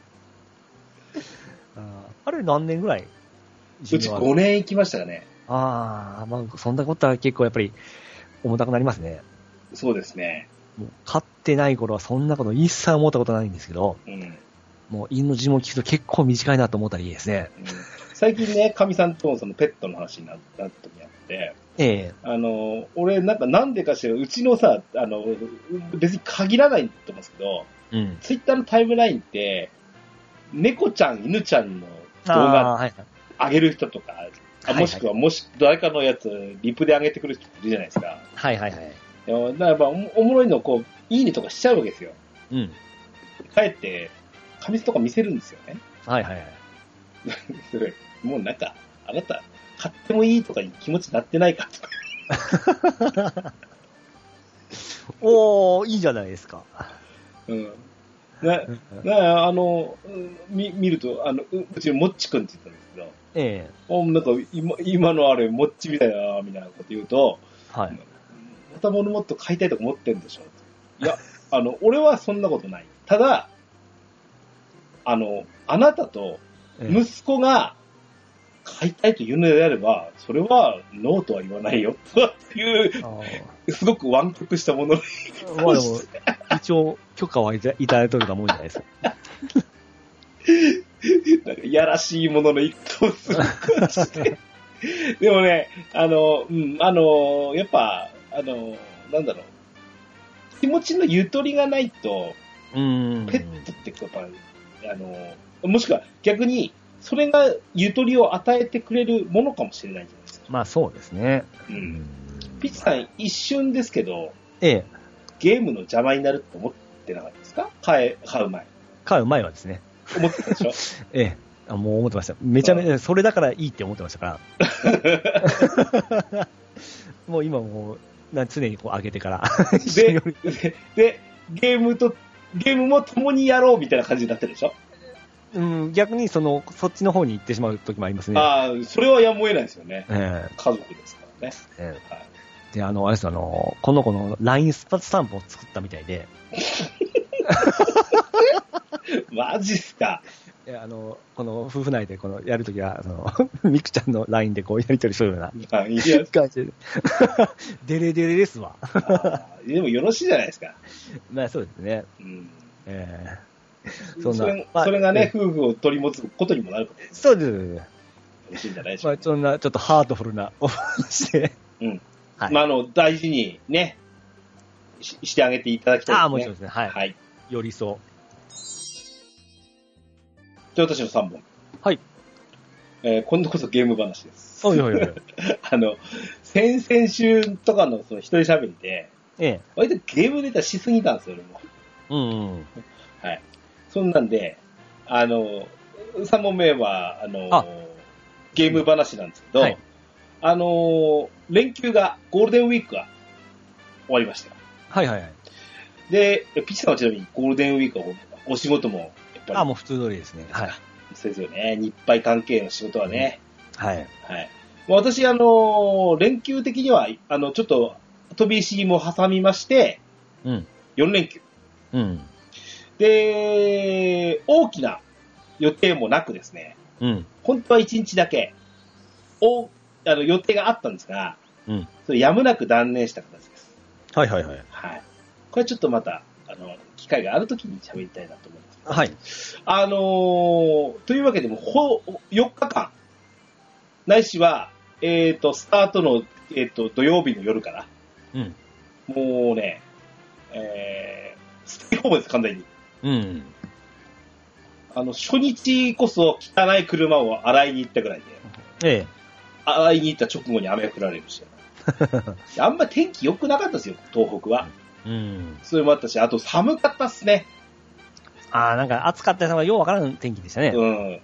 Speaker 1: ーあれ何年ぐらいう
Speaker 2: ち5年行きましたかね。
Speaker 1: ああ、まあ、そんなことは結構やっぱり重たくなりますね。
Speaker 2: そうですね。
Speaker 1: もう飼ってない頃はそんなこと一切思ったことないんですけど、
Speaker 2: うん。うん
Speaker 1: もう犬の呪文聞くと結構短いなと思ったりですね。
Speaker 2: 最近ね、かみさんともそのペットの話になった時あって、
Speaker 1: ええ
Speaker 2: あの、俺なんかなんでかしら、うちのさ、あの、別に限らないと思うんですけど、
Speaker 1: うん。
Speaker 2: ツイッターのタイムラインって、猫ちゃん、犬ちゃんの動
Speaker 1: あ
Speaker 2: 画
Speaker 1: あー、はいはい。
Speaker 2: 上げる人とか、あ
Speaker 1: はい
Speaker 2: もしくは、もし、誰かのやつ、リプで上げてくる人いるじゃないですか。
Speaker 1: はいはいはい。
Speaker 2: でもだからやっぱおも、おもろいのをこう、いいねとかしちゃうわけですよ。
Speaker 1: うん。
Speaker 2: 帰って、紙とか見せるんですよね。
Speaker 1: はい はいはい。
Speaker 2: それもうなんか、あなた、買ってもいいとかに気持ちなってないかとか。
Speaker 1: おおいいじゃないですか。
Speaker 2: うん。な、なあの、うんみ見ると、あの、ううちのもっちくんって言ったんですけど、
Speaker 1: ええ
Speaker 2: おなんか今、今のあれ、もっちみたいだな、みたいなこと言うと、
Speaker 1: はい。
Speaker 2: またモルモット買いたいとか持ってるんでしょいや、 あの、俺はそんなことない。ただ、あの、あなたと
Speaker 1: ええ
Speaker 2: 息子が買いたいというのであれば、それはノーとは言わないよ。という、
Speaker 1: あ
Speaker 2: すごく湾曲したものに
Speaker 1: ーまあでも、一応許可はいたいただいとると思うんじゃないですか。
Speaker 2: なんかいやらしいものの一個 をする感じ で。でもね、あの、うん、あの、やっぱ、あの、なんだろう。気持ちのゆとりがないと、
Speaker 1: うん
Speaker 2: ペットってやっぱ、あの、もしくは逆に、それがゆとりを与えてくれるものかもしれないじゃないですか。
Speaker 1: まあそうですね。
Speaker 2: うん。ピッチさん、一瞬ですけど、
Speaker 1: ええ、
Speaker 2: ゲームの邪魔になると思ってなかったですか買え、買う前。
Speaker 1: 買う前はですね。
Speaker 2: 思ってたでし ょ
Speaker 1: ええ、あもう思ってました。めちゃめちゃ、それだからいいって思ってました から。もう今もう、な常にこう上げてから。
Speaker 2: ででで、ゲームと、ゲームも共にやろうみたいな感じになってるでしょ
Speaker 1: うん、逆にその、そっちの方に行ってしまう時もありますね。
Speaker 2: ああ、それはやむを得ないですよね。
Speaker 1: ええ
Speaker 2: 家族ですからね。
Speaker 1: ええ
Speaker 2: はい
Speaker 1: で、あの、あれですあの、この子の LINE スタンプを作ったみたいで、
Speaker 2: マジっすか。
Speaker 1: いやあの、この夫婦内でこのやるときは、その、 ミクちゃんの LINE でこうやりとりするような
Speaker 2: あいや
Speaker 1: 感じで。 デレデレですわ。
Speaker 2: あーでもよろしいじゃないですか。
Speaker 1: まあそうですね。
Speaker 2: うん、
Speaker 1: ええ
Speaker 2: そ
Speaker 1: そんな
Speaker 2: れ
Speaker 1: まあ
Speaker 2: それがね
Speaker 1: え、
Speaker 2: 夫婦を取り持つことにもなるからよ
Speaker 1: そうですそうです。
Speaker 2: ろしいんじゃないでし
Speaker 1: ま
Speaker 2: ょ
Speaker 1: あ
Speaker 2: う、か。
Speaker 1: そんな、ちょっとハートフルなお話で。
Speaker 2: ま
Speaker 1: ま
Speaker 2: あ
Speaker 1: あ
Speaker 2: あの大事にねし、してあげていただきたいですね。
Speaker 1: ああ、もちろんですね。はい。
Speaker 2: はい。
Speaker 1: 寄り添
Speaker 2: じゃあ私の3本。
Speaker 1: はい。
Speaker 2: えー今度こそゲーム話です。
Speaker 1: う。おいおいお い。
Speaker 2: あの、先々週とかのその一人喋りで、
Speaker 1: ええ。
Speaker 2: 割とゲームネタしすぎたんですよ、俺も。
Speaker 1: うんうん。
Speaker 2: はい。そんなんで、あの、3問目は、あの、
Speaker 1: あ
Speaker 2: ゲーム話なんですけど、
Speaker 1: はい
Speaker 2: あの、連休が、ゴールデンウィークが終わりましたよ。
Speaker 1: はいはいはい。
Speaker 2: で、ピッチさんはちなみにゴールデンウィークはお仕事も、やっ
Speaker 1: ああ、
Speaker 2: ぱ
Speaker 1: もう普通通りですね。はい。
Speaker 2: り、そうですよね。日配関係の仕事はね。
Speaker 1: はい。
Speaker 2: はい。まあ私、あの、連休的には、あの、ちょっと、飛び石も挟みまして、
Speaker 1: うん。
Speaker 2: 4連休。
Speaker 1: うん。
Speaker 2: で、大きな予定もなくですね、
Speaker 1: うん。
Speaker 2: 本当は1日だけ、おあの予定があったんですが、
Speaker 1: うん
Speaker 2: それやむなく断念した形です。
Speaker 1: はいはいはい。
Speaker 2: はい。これちょっとまた、あの、機会があるときに喋りたいなと思います。
Speaker 1: はい。
Speaker 2: あのーというわけでもう、ほ、4日間、ないしは、えっ、と、スタートの、えっ、と、土曜日の夜から、
Speaker 1: うん。
Speaker 2: もうね、えー、ステイホームです、完全に。
Speaker 1: うん。
Speaker 2: あの、初日こそ汚い車を洗いに行ったぐらいで、
Speaker 1: え
Speaker 2: 洗いに行った直後に雨が降られるし。あんま天気良くなかったですよ、東北は。
Speaker 1: え。うん。
Speaker 2: それもあったし、あと寒かったっすね。
Speaker 1: ああ、なんか暑かったのがようわからん天気でしたね。
Speaker 2: うん。
Speaker 1: うん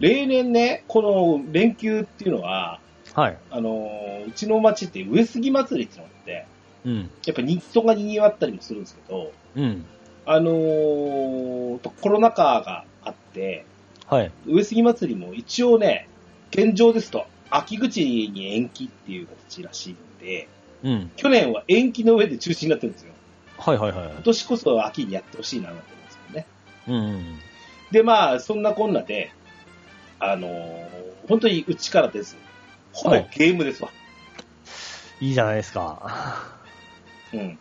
Speaker 2: 例年ね、この連休っていうのは、
Speaker 1: はい。
Speaker 2: あのーうちの町って上杉祭りってのがあって、
Speaker 1: うん。
Speaker 2: やっぱ日人が賑わったりもするんですけど、
Speaker 1: うん。
Speaker 2: あのーコロナ禍があって、
Speaker 1: はい。
Speaker 2: 上杉祭りも一応ね、現状ですと、秋口に延期っていう形らしいので、
Speaker 1: うん。
Speaker 2: 去年は延期の上で中止になってるんですよ。
Speaker 1: はいはいはい
Speaker 2: 今。年こそ秋にやってほしいななんて思うんですけどね。
Speaker 1: うん。
Speaker 2: で、まあ、そんなこんなで、あのー本当にうちからです。ほぼ
Speaker 1: はい
Speaker 2: ゲームですわ。
Speaker 1: いいじゃないですか。
Speaker 2: うん。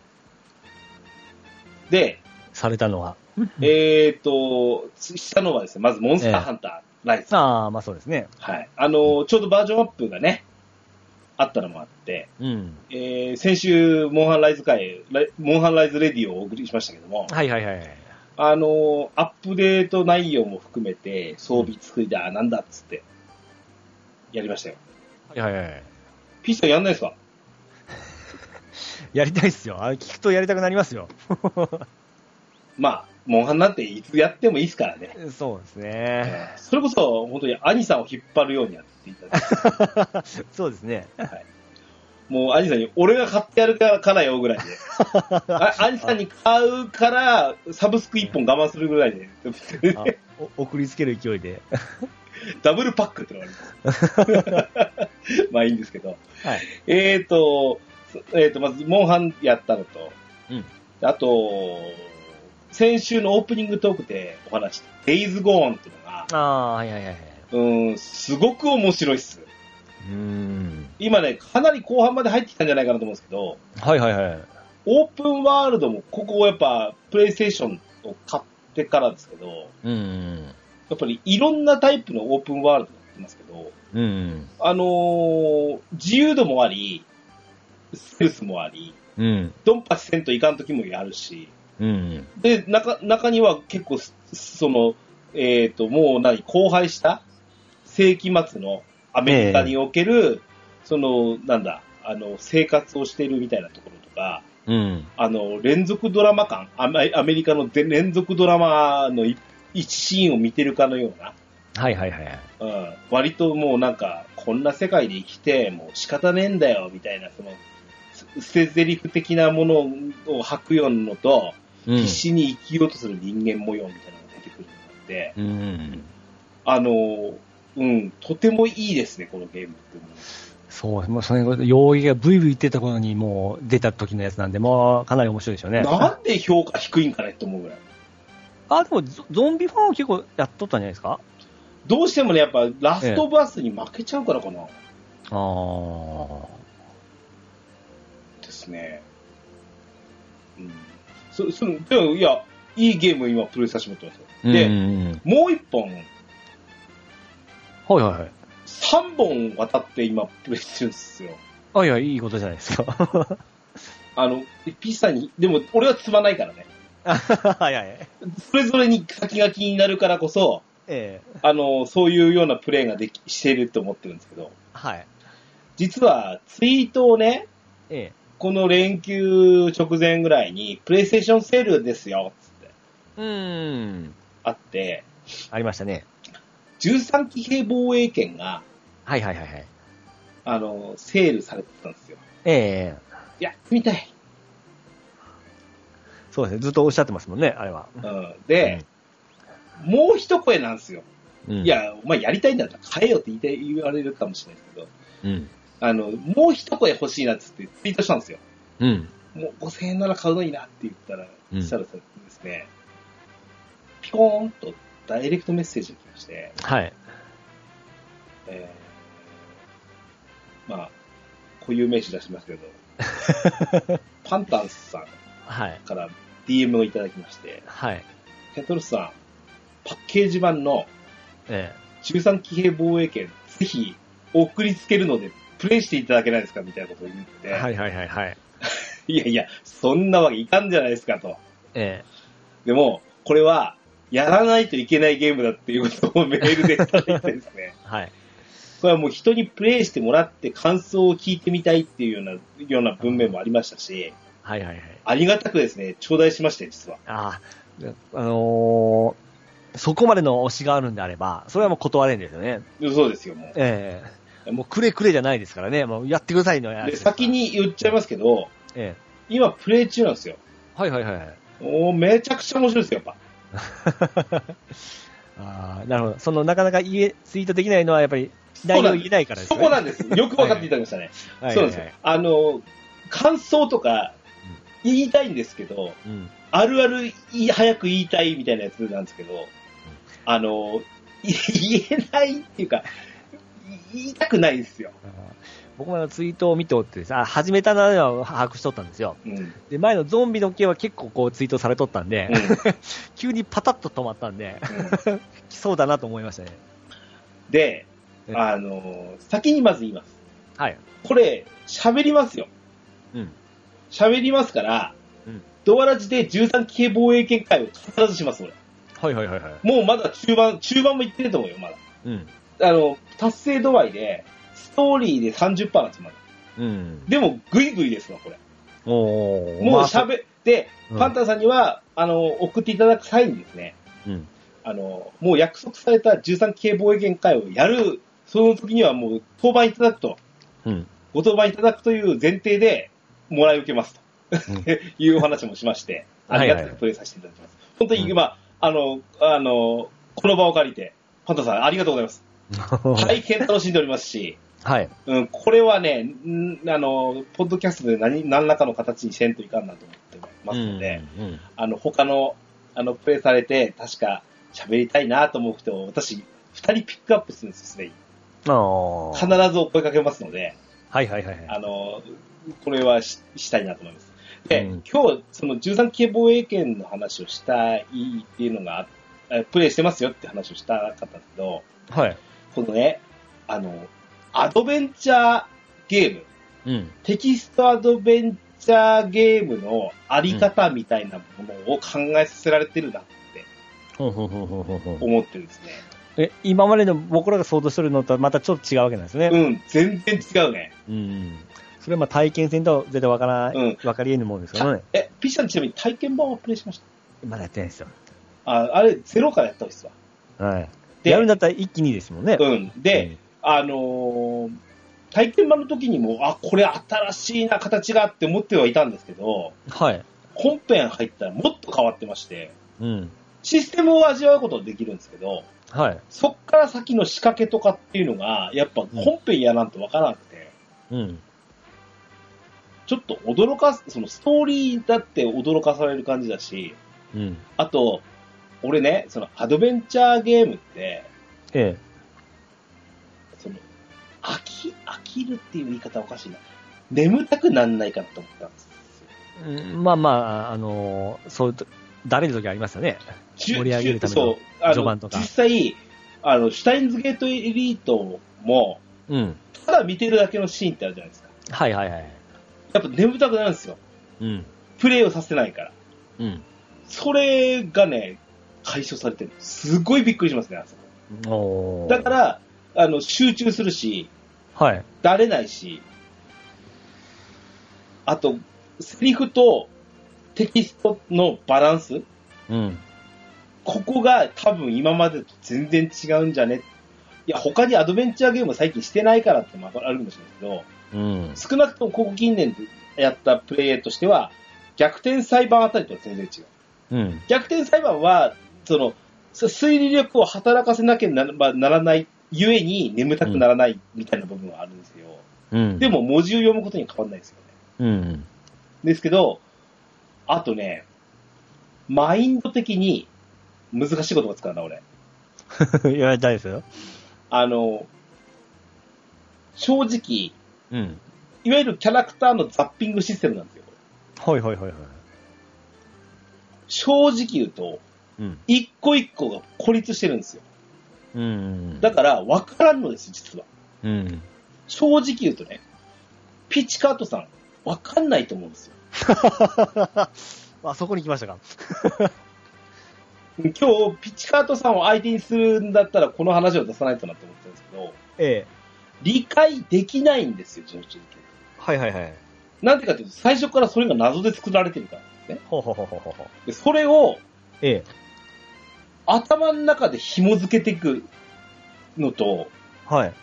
Speaker 2: で、
Speaker 1: されたのは。
Speaker 2: えっ、と、したのはですね、まずモンスターハンターライズ。
Speaker 1: ああ、まあそうですね。
Speaker 2: はい。あのーちょうどバージョンアップがね、あったのもあって、
Speaker 1: うん。
Speaker 2: えー先週、モンハンライズ会、ライモンハンライズレディをお送りしましたけども、
Speaker 1: はいはいはい。
Speaker 2: あのーアップデート内容も含めて、装備作りだ、なんだっつって、やりましたよ。
Speaker 1: はいはいはい。
Speaker 2: ピーチさんやんないですか
Speaker 1: やりたいっすよ。あれ聞くとやりたくなりますよ。
Speaker 2: まあ、モンハンなんていつやってもいいですからね。
Speaker 1: そうですね。
Speaker 2: それこそ、本当に兄さんを引っ張るようにやっていただいて、
Speaker 1: そうですね。
Speaker 2: もう兄さんに、俺が買ってやるからからよ ぐらいで、あ兄さんに買うから、サブスク1本我慢するぐらいで、
Speaker 1: あお送りつける勢いで。
Speaker 2: ダブルパックってのがあります。 まあいいんですけど。
Speaker 1: はい。
Speaker 2: えーと、そえーと、まず、モンハンやったのと、
Speaker 1: うん
Speaker 2: あと、先週のオープニングトークでお話した、デイズゴーンっていうのが、
Speaker 1: ああ、はいはいはいはい。
Speaker 2: うん、すごく面白いっす。
Speaker 1: うん。
Speaker 2: 今ね、かなり後半まで入ってきたんじゃないかなと思うんですけど、
Speaker 1: はいはいはい。
Speaker 2: オープンワールドも、ここをやっぱ、プレイステーションを買ってからですけど、や
Speaker 1: うん。
Speaker 2: っぱりいろんなタイプのオープンワールドになってますけど、
Speaker 1: うん。
Speaker 2: あのー自由度もあり、セルスもあり、
Speaker 1: うん。
Speaker 2: ドンパチせんといかん時もやるし、
Speaker 1: うん。
Speaker 2: で、中、中には結構す、その、えっ、と、もう何、荒廃した世紀末のアメリカにおける、その、なんだ、あの、生活をしているみたいなところとか、
Speaker 1: うん。
Speaker 2: あの、連続ドラマ感、アメアメリカので連続ドラマのい一シーンを見てるかのような、
Speaker 1: はいはいはい。
Speaker 2: うん、割ともうなんか、こんな世界で生きて、もう仕方ねえんだよ、みたいな、その、す捨て台詞的なものを吐くようなのと、
Speaker 1: うん
Speaker 2: 必。死に生きようとする人間模様みたいなのが出てくるので、
Speaker 1: うん。
Speaker 2: あの、うん、とてもいいですね、このゲームって思う。
Speaker 1: そう、もうその容易がブイブイ言ってた頃にもう出た時のやつなんで、もうかなり面白いでしょうね。
Speaker 2: なんで評価低いんかねって思うぐらい。
Speaker 1: あ、でもゾゾンビファンは結構やっとったんじゃないですか
Speaker 2: どうしてもね、やっぱ、ラストバスに負けちゃうからかな。
Speaker 1: ああ。
Speaker 2: ですね。うん。そ、その、でも、いや、いいゲームを今プレイさせてもらってますよ。で、
Speaker 1: うん、
Speaker 2: もう一本、
Speaker 1: はいはいはい。
Speaker 2: 三本渡って今プレイしてるんですよ。
Speaker 1: あ、いや、いいことじゃないですか。
Speaker 2: あの、ピサに、でも俺は積まないからね。
Speaker 1: はいはい。
Speaker 2: それぞれに先が気になるからこそ、
Speaker 1: ええ
Speaker 2: あの、そういうようなプレイができ、してると思ってるんですけど、
Speaker 1: はい。
Speaker 2: 実はツイートをね、
Speaker 1: ええ
Speaker 2: この連休直前ぐらいに、プレイステーションセールですよ、つって、
Speaker 1: うん。
Speaker 2: あって、
Speaker 1: ありましたね。
Speaker 2: 13騎兵防衛権が、
Speaker 1: はいはいはいはい。
Speaker 2: あの、セールされてたんですよ。
Speaker 1: ええ
Speaker 2: やってみたい。
Speaker 1: そうですね。ずっとおっしゃってますもんね、あれは。
Speaker 2: うん、で、もう一声なんですよ。
Speaker 1: うん
Speaker 2: い、や、お前やりたいんだったら買えよって言いたい言われるかもしれないですけど、
Speaker 1: うん。
Speaker 2: あの、もう一声欲しいなっつってツイートしたんですよ。
Speaker 1: うん。
Speaker 2: もう5000円なら買うのになって言ったら、
Speaker 1: うん
Speaker 2: したらですね、ピコーンとダイレクトメッセージが来まして、
Speaker 1: はい。
Speaker 2: えー、まあ、固有名詞出しますけ ど、パンタンスさん
Speaker 1: はい。
Speaker 2: から DM をいただきまして、
Speaker 1: はい。
Speaker 2: ケントロスさん、パッケージ版の
Speaker 1: え
Speaker 2: 13騎兵防衛権、ぜひお送りつけるので、プレイしていただけないですかみたいなことを言って、
Speaker 1: えはいはいはいはい。
Speaker 2: いやいや、そんなわけいかんじゃないですかと。
Speaker 1: え
Speaker 2: でも、これは、やらないといけないゲームだっていうことをメールでいただいてです
Speaker 1: え。
Speaker 2: ね
Speaker 1: はい。
Speaker 2: これはもう人にプレイしてもらって感想を聞いてみたいっていうような、ような文面もありましたし、
Speaker 1: はいはいはい。
Speaker 2: ありがたくですね、頂戴しまして、実は。
Speaker 1: ああ、あのーそこまでの推しがあるんであれば、それはもう断れんですよね。
Speaker 2: そうですよ、も
Speaker 1: ええもうくれくれじゃないですからね。もうやってくださいのやつ
Speaker 2: う。で、
Speaker 1: ですから
Speaker 2: 先。に言っちゃいますけど、
Speaker 1: え
Speaker 2: 今プレイ中なんですよ。
Speaker 1: えはいはいはい。
Speaker 2: おーめちゃくちゃ面白いですよ、やっぱ。
Speaker 1: ああ、なるほど。その、なかなか言え、ツイートできないのは、やっぱり、内容言えないからです
Speaker 2: そ
Speaker 1: よね。
Speaker 2: こなんです。よく分かっていただきましたね。
Speaker 1: はい
Speaker 2: そう
Speaker 1: はい
Speaker 2: なんです
Speaker 1: は
Speaker 2: よ
Speaker 1: い。。
Speaker 2: あの、感想とか言いたいんですけど、
Speaker 1: うん。
Speaker 2: あるあるい早く言いたいみたいなやつなんですけど、あの、い言えないっていうか、い言いたくないんですよ。
Speaker 1: あー僕もあのツイートを見ておってですあ、始めたなのは把握しとったんですよ。
Speaker 2: うん。うん
Speaker 1: で、前のゾンビの系は結構こうツイートされとったんで、 急にパタッと止まったんで、 来そうだなと思いましたね。
Speaker 2: で
Speaker 1: え、
Speaker 2: あの、先にまず言います。
Speaker 1: はい。
Speaker 2: これ、喋りますよ。
Speaker 1: うん。
Speaker 2: 喋りますから、
Speaker 1: うん
Speaker 2: ドアラジで13騎兵防衛圏会を必ずします、俺。
Speaker 1: はいはいはいはい。
Speaker 2: もうまだ中盤、中盤も行ってると思うよ、まだ。
Speaker 1: うん。
Speaker 2: あの、達成度合いで、ストーリーで30%なんです、まだ。
Speaker 1: うん。
Speaker 2: でも、グイグイですわ、これ。
Speaker 1: おー
Speaker 2: もう
Speaker 1: まあ
Speaker 2: 喋って、
Speaker 1: うん
Speaker 2: パンタンさんには、あの、送っていただく際にですね、
Speaker 1: うん。
Speaker 2: あの、もう約束された13系防衛限会をやる、その時にはもう当番いただくと、
Speaker 1: うん。
Speaker 2: ご当番いただくという前提で、もらい受けますと、
Speaker 1: うん
Speaker 2: いうお話もしまして、ありがた
Speaker 1: はいはい
Speaker 2: く
Speaker 1: はい
Speaker 2: プレイさせていただきます。本当に
Speaker 1: うん
Speaker 2: 今、あの、あの、この場を借りて、パンタンさんありがとうございます。
Speaker 1: は
Speaker 2: 大変楽しんでおりますし、
Speaker 1: はい。
Speaker 2: うん、これはね、んあの、ポッドキャストで何、何らかの形にせんといかんなと思ってますので、
Speaker 1: うんうん
Speaker 2: あの、他の、あの、プレイされて、確か喋りたいなと思う人を、私、二人ピックアップするんです、すでに。
Speaker 1: ああ。
Speaker 2: 必ずお声かけますので、
Speaker 1: はいはいはいは
Speaker 2: あ
Speaker 1: い。
Speaker 2: の、これはししたいなと思います。で、
Speaker 1: うん
Speaker 2: 今日、その13系防衛圏の話をしたいっていうのが、えプレイしてますよって話をしたかったんですけど、
Speaker 1: はい。
Speaker 2: このね、あの、アドベンチャーゲーム、
Speaker 1: うん。
Speaker 2: テキストアドベンチャーゲームのあり方みたいなものを考えさせられてるなって
Speaker 1: ほうほうほうほうほうほう
Speaker 2: 思ってるんですね。
Speaker 1: え、今までの僕らが想像してるのとはまたちょっと違うわけなんですね。
Speaker 2: うん、全然違うね。
Speaker 1: うん。それはまあ体験戦とは絶対わからない、わかり得ぬもんですからね。
Speaker 2: え、ピッチャーちなみに体験版はプレイしました
Speaker 1: まだやってないですよ。
Speaker 2: ああれ、ゼロからやったんですわ。
Speaker 1: はい。
Speaker 2: で
Speaker 1: やるんだったら一気にですもんね。
Speaker 2: うん。で、あのー体験版の時にも、あ、これ新しいな、形がって思ってはいたんですけど、
Speaker 1: うんはい。
Speaker 2: 本編入ったらもっと変わってまして、
Speaker 1: うん。
Speaker 2: システムを味わうことができるんですけど、
Speaker 1: はい。
Speaker 2: そっから先の仕掛けとかっていうのが、やっぱ本編やなんてわからなくて、
Speaker 1: うん。
Speaker 2: ちょっと驚かす、そのストーリーだって驚かされる感じだし、
Speaker 1: うん。
Speaker 2: あと、俺ね、そのアドベンチャーゲームって、
Speaker 1: ええ。
Speaker 2: その、飽き、飽きるっていう言い方おかしいな。眠たくなんないかと思ったんですよ。
Speaker 1: うんまあまあ、あのーそういうと、だれる時ありますよね。
Speaker 2: 中
Speaker 1: 盛り上げるための
Speaker 2: そうあの
Speaker 1: 序盤とか
Speaker 2: 実際、あの、シュタインズゲートエリートも、
Speaker 1: うん。
Speaker 2: ただ見てるだけのシーンってあるじゃないですか。
Speaker 1: はいはいはい。
Speaker 2: やっぱ眠たくなるんですよ。
Speaker 1: うん。
Speaker 2: プレイをさせてないから。
Speaker 1: うん。
Speaker 2: それがね、解消されてる。すごいびっくりしますね、あそこ
Speaker 1: おー
Speaker 2: だか、ら、あの、集中するし、
Speaker 1: はい。
Speaker 2: だれないし、あと、セリフとテキストのバランス
Speaker 1: うん。
Speaker 2: ここが多分今までと全然違うんじゃね。いや、他にアドベンチャーゲーム最近してないからってのもあるかもしれない
Speaker 1: うん
Speaker 2: けど、。少なくともここ近年でやったプレイとしては、逆転裁判あたりとは全然違う。
Speaker 1: うん。
Speaker 2: 逆転裁判は、その、す推理力を働かせなければならない、ゆえに眠たくならないみたいな部分はあるんですよ。
Speaker 1: うん。
Speaker 2: で、も文字を読むことには変わらないですよね。
Speaker 1: うん。
Speaker 2: ですけど、あとね、マインド的に難しい言葉使うな、俺。
Speaker 1: 言われ たいですよ。
Speaker 2: あの、正直、
Speaker 1: うん。
Speaker 2: いわゆるキャラクターのザッピングシステムなんですよ。
Speaker 1: はいはいはいはい。
Speaker 2: 正直言うと、
Speaker 1: うん。
Speaker 2: 一個一個が孤立してるんですよ。
Speaker 1: うん。
Speaker 2: だから、わからんのです、実は。
Speaker 1: うん。
Speaker 2: 正直言うとね、ピチカートさん、わかんないと思うんですよ。
Speaker 1: あそこに来ましたか。
Speaker 2: 今日、ピチカートさんを相手にするんだったら、この話を出さないとなと思ってたんですけど、
Speaker 1: ええ。
Speaker 2: 理解できないんですよ、正直言う
Speaker 1: はいはいはい。
Speaker 2: と。なんでかというと、最初からそれが謎で作られてるからなんですね。
Speaker 1: ほうほうほうほうほうほう。
Speaker 2: でそれを、
Speaker 1: ええ。
Speaker 2: 頭の中で紐付けていくのと、
Speaker 1: はい。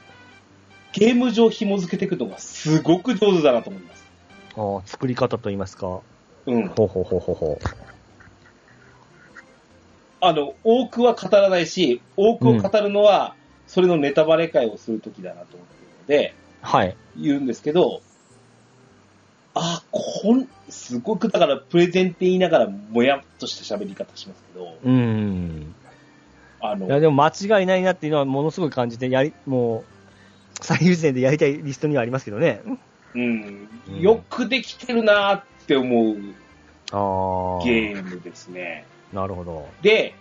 Speaker 2: ゲーム上紐付けていくのがすごく上手だなと思います。
Speaker 1: あー作り方といいますか。
Speaker 2: うん。
Speaker 1: ほうほうほうほうほ
Speaker 2: あの、多くは語らないし、多くを語るのは、それのネタバレ会をするときだなと思ってるので、
Speaker 1: う。はい。
Speaker 2: 言うんですけど、あ、こん、すごくだからプレゼンって言いながらもやっとした喋り方しますけど、
Speaker 1: うん。
Speaker 2: あ
Speaker 1: いや、
Speaker 2: の、
Speaker 1: でも間違いないなっていうのはものすごい感じて、やり、もう、最優先でやりたいリストにはありますけどね。
Speaker 2: うん、よくできてるなって思う
Speaker 1: あ
Speaker 2: ゲームですね。
Speaker 1: なるほど。
Speaker 2: で、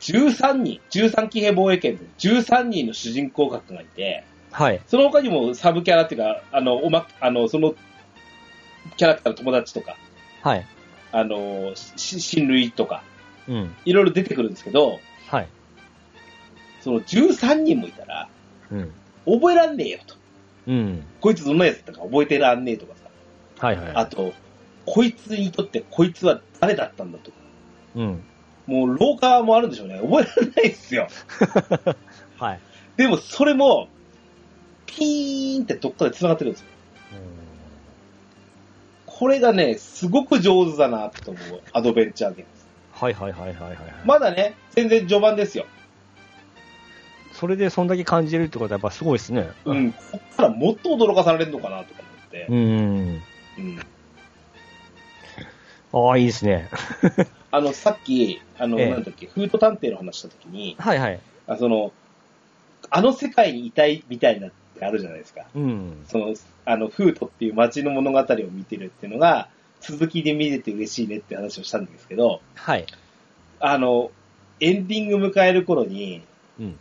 Speaker 2: 13人、13騎兵防衛圏で13人の主人公格がいて、
Speaker 1: はい。
Speaker 2: その他にもサブキャラっていうか、あの、おま、あの、その、キャラクターの友達とか、
Speaker 1: はい。
Speaker 2: あの、し親類とか、
Speaker 1: うん。
Speaker 2: いろいろ出てくるんですけど、
Speaker 1: はい。
Speaker 2: その13人もいたら、
Speaker 1: うん。
Speaker 2: 覚えらんねえよと。
Speaker 1: うん。
Speaker 2: こいつどんなやつだったか覚えてらんねえとかさ。
Speaker 1: はいはい。
Speaker 2: あと、こいつにとってこいつは誰だったんだとか。
Speaker 1: うん。
Speaker 2: もう廊下もあるんでしょうね。覚えられないですよ。
Speaker 1: はい。
Speaker 2: でもそれも、ピーンってどっかで繋がってるんですよ。これがね、すごく上手だなと思う、アドベンチャーゲームです。
Speaker 1: はいはいはいはいはい。
Speaker 2: まだね、全然序盤ですよ。
Speaker 1: それでそんだけ感じれるってことはやっぱすごいですね。
Speaker 2: う。ん。こっからもっと驚かされるのかなとか思って。
Speaker 1: うん。
Speaker 2: うん。
Speaker 1: ああ、いいですね。
Speaker 2: あの、さっき、あの、
Speaker 1: ええ
Speaker 2: なんだっけ、フード探偵の話したときに、
Speaker 1: はいはい。
Speaker 2: あその、あの世界にいたいみたいなってあるじゃないですか。
Speaker 1: うん。
Speaker 2: その、あの、フートっていう街の物語を見てるっていうのが、続きで見れて嬉しいねって話をしたんですけど、
Speaker 1: はい。
Speaker 2: あの、エンディング迎える頃に、
Speaker 1: うん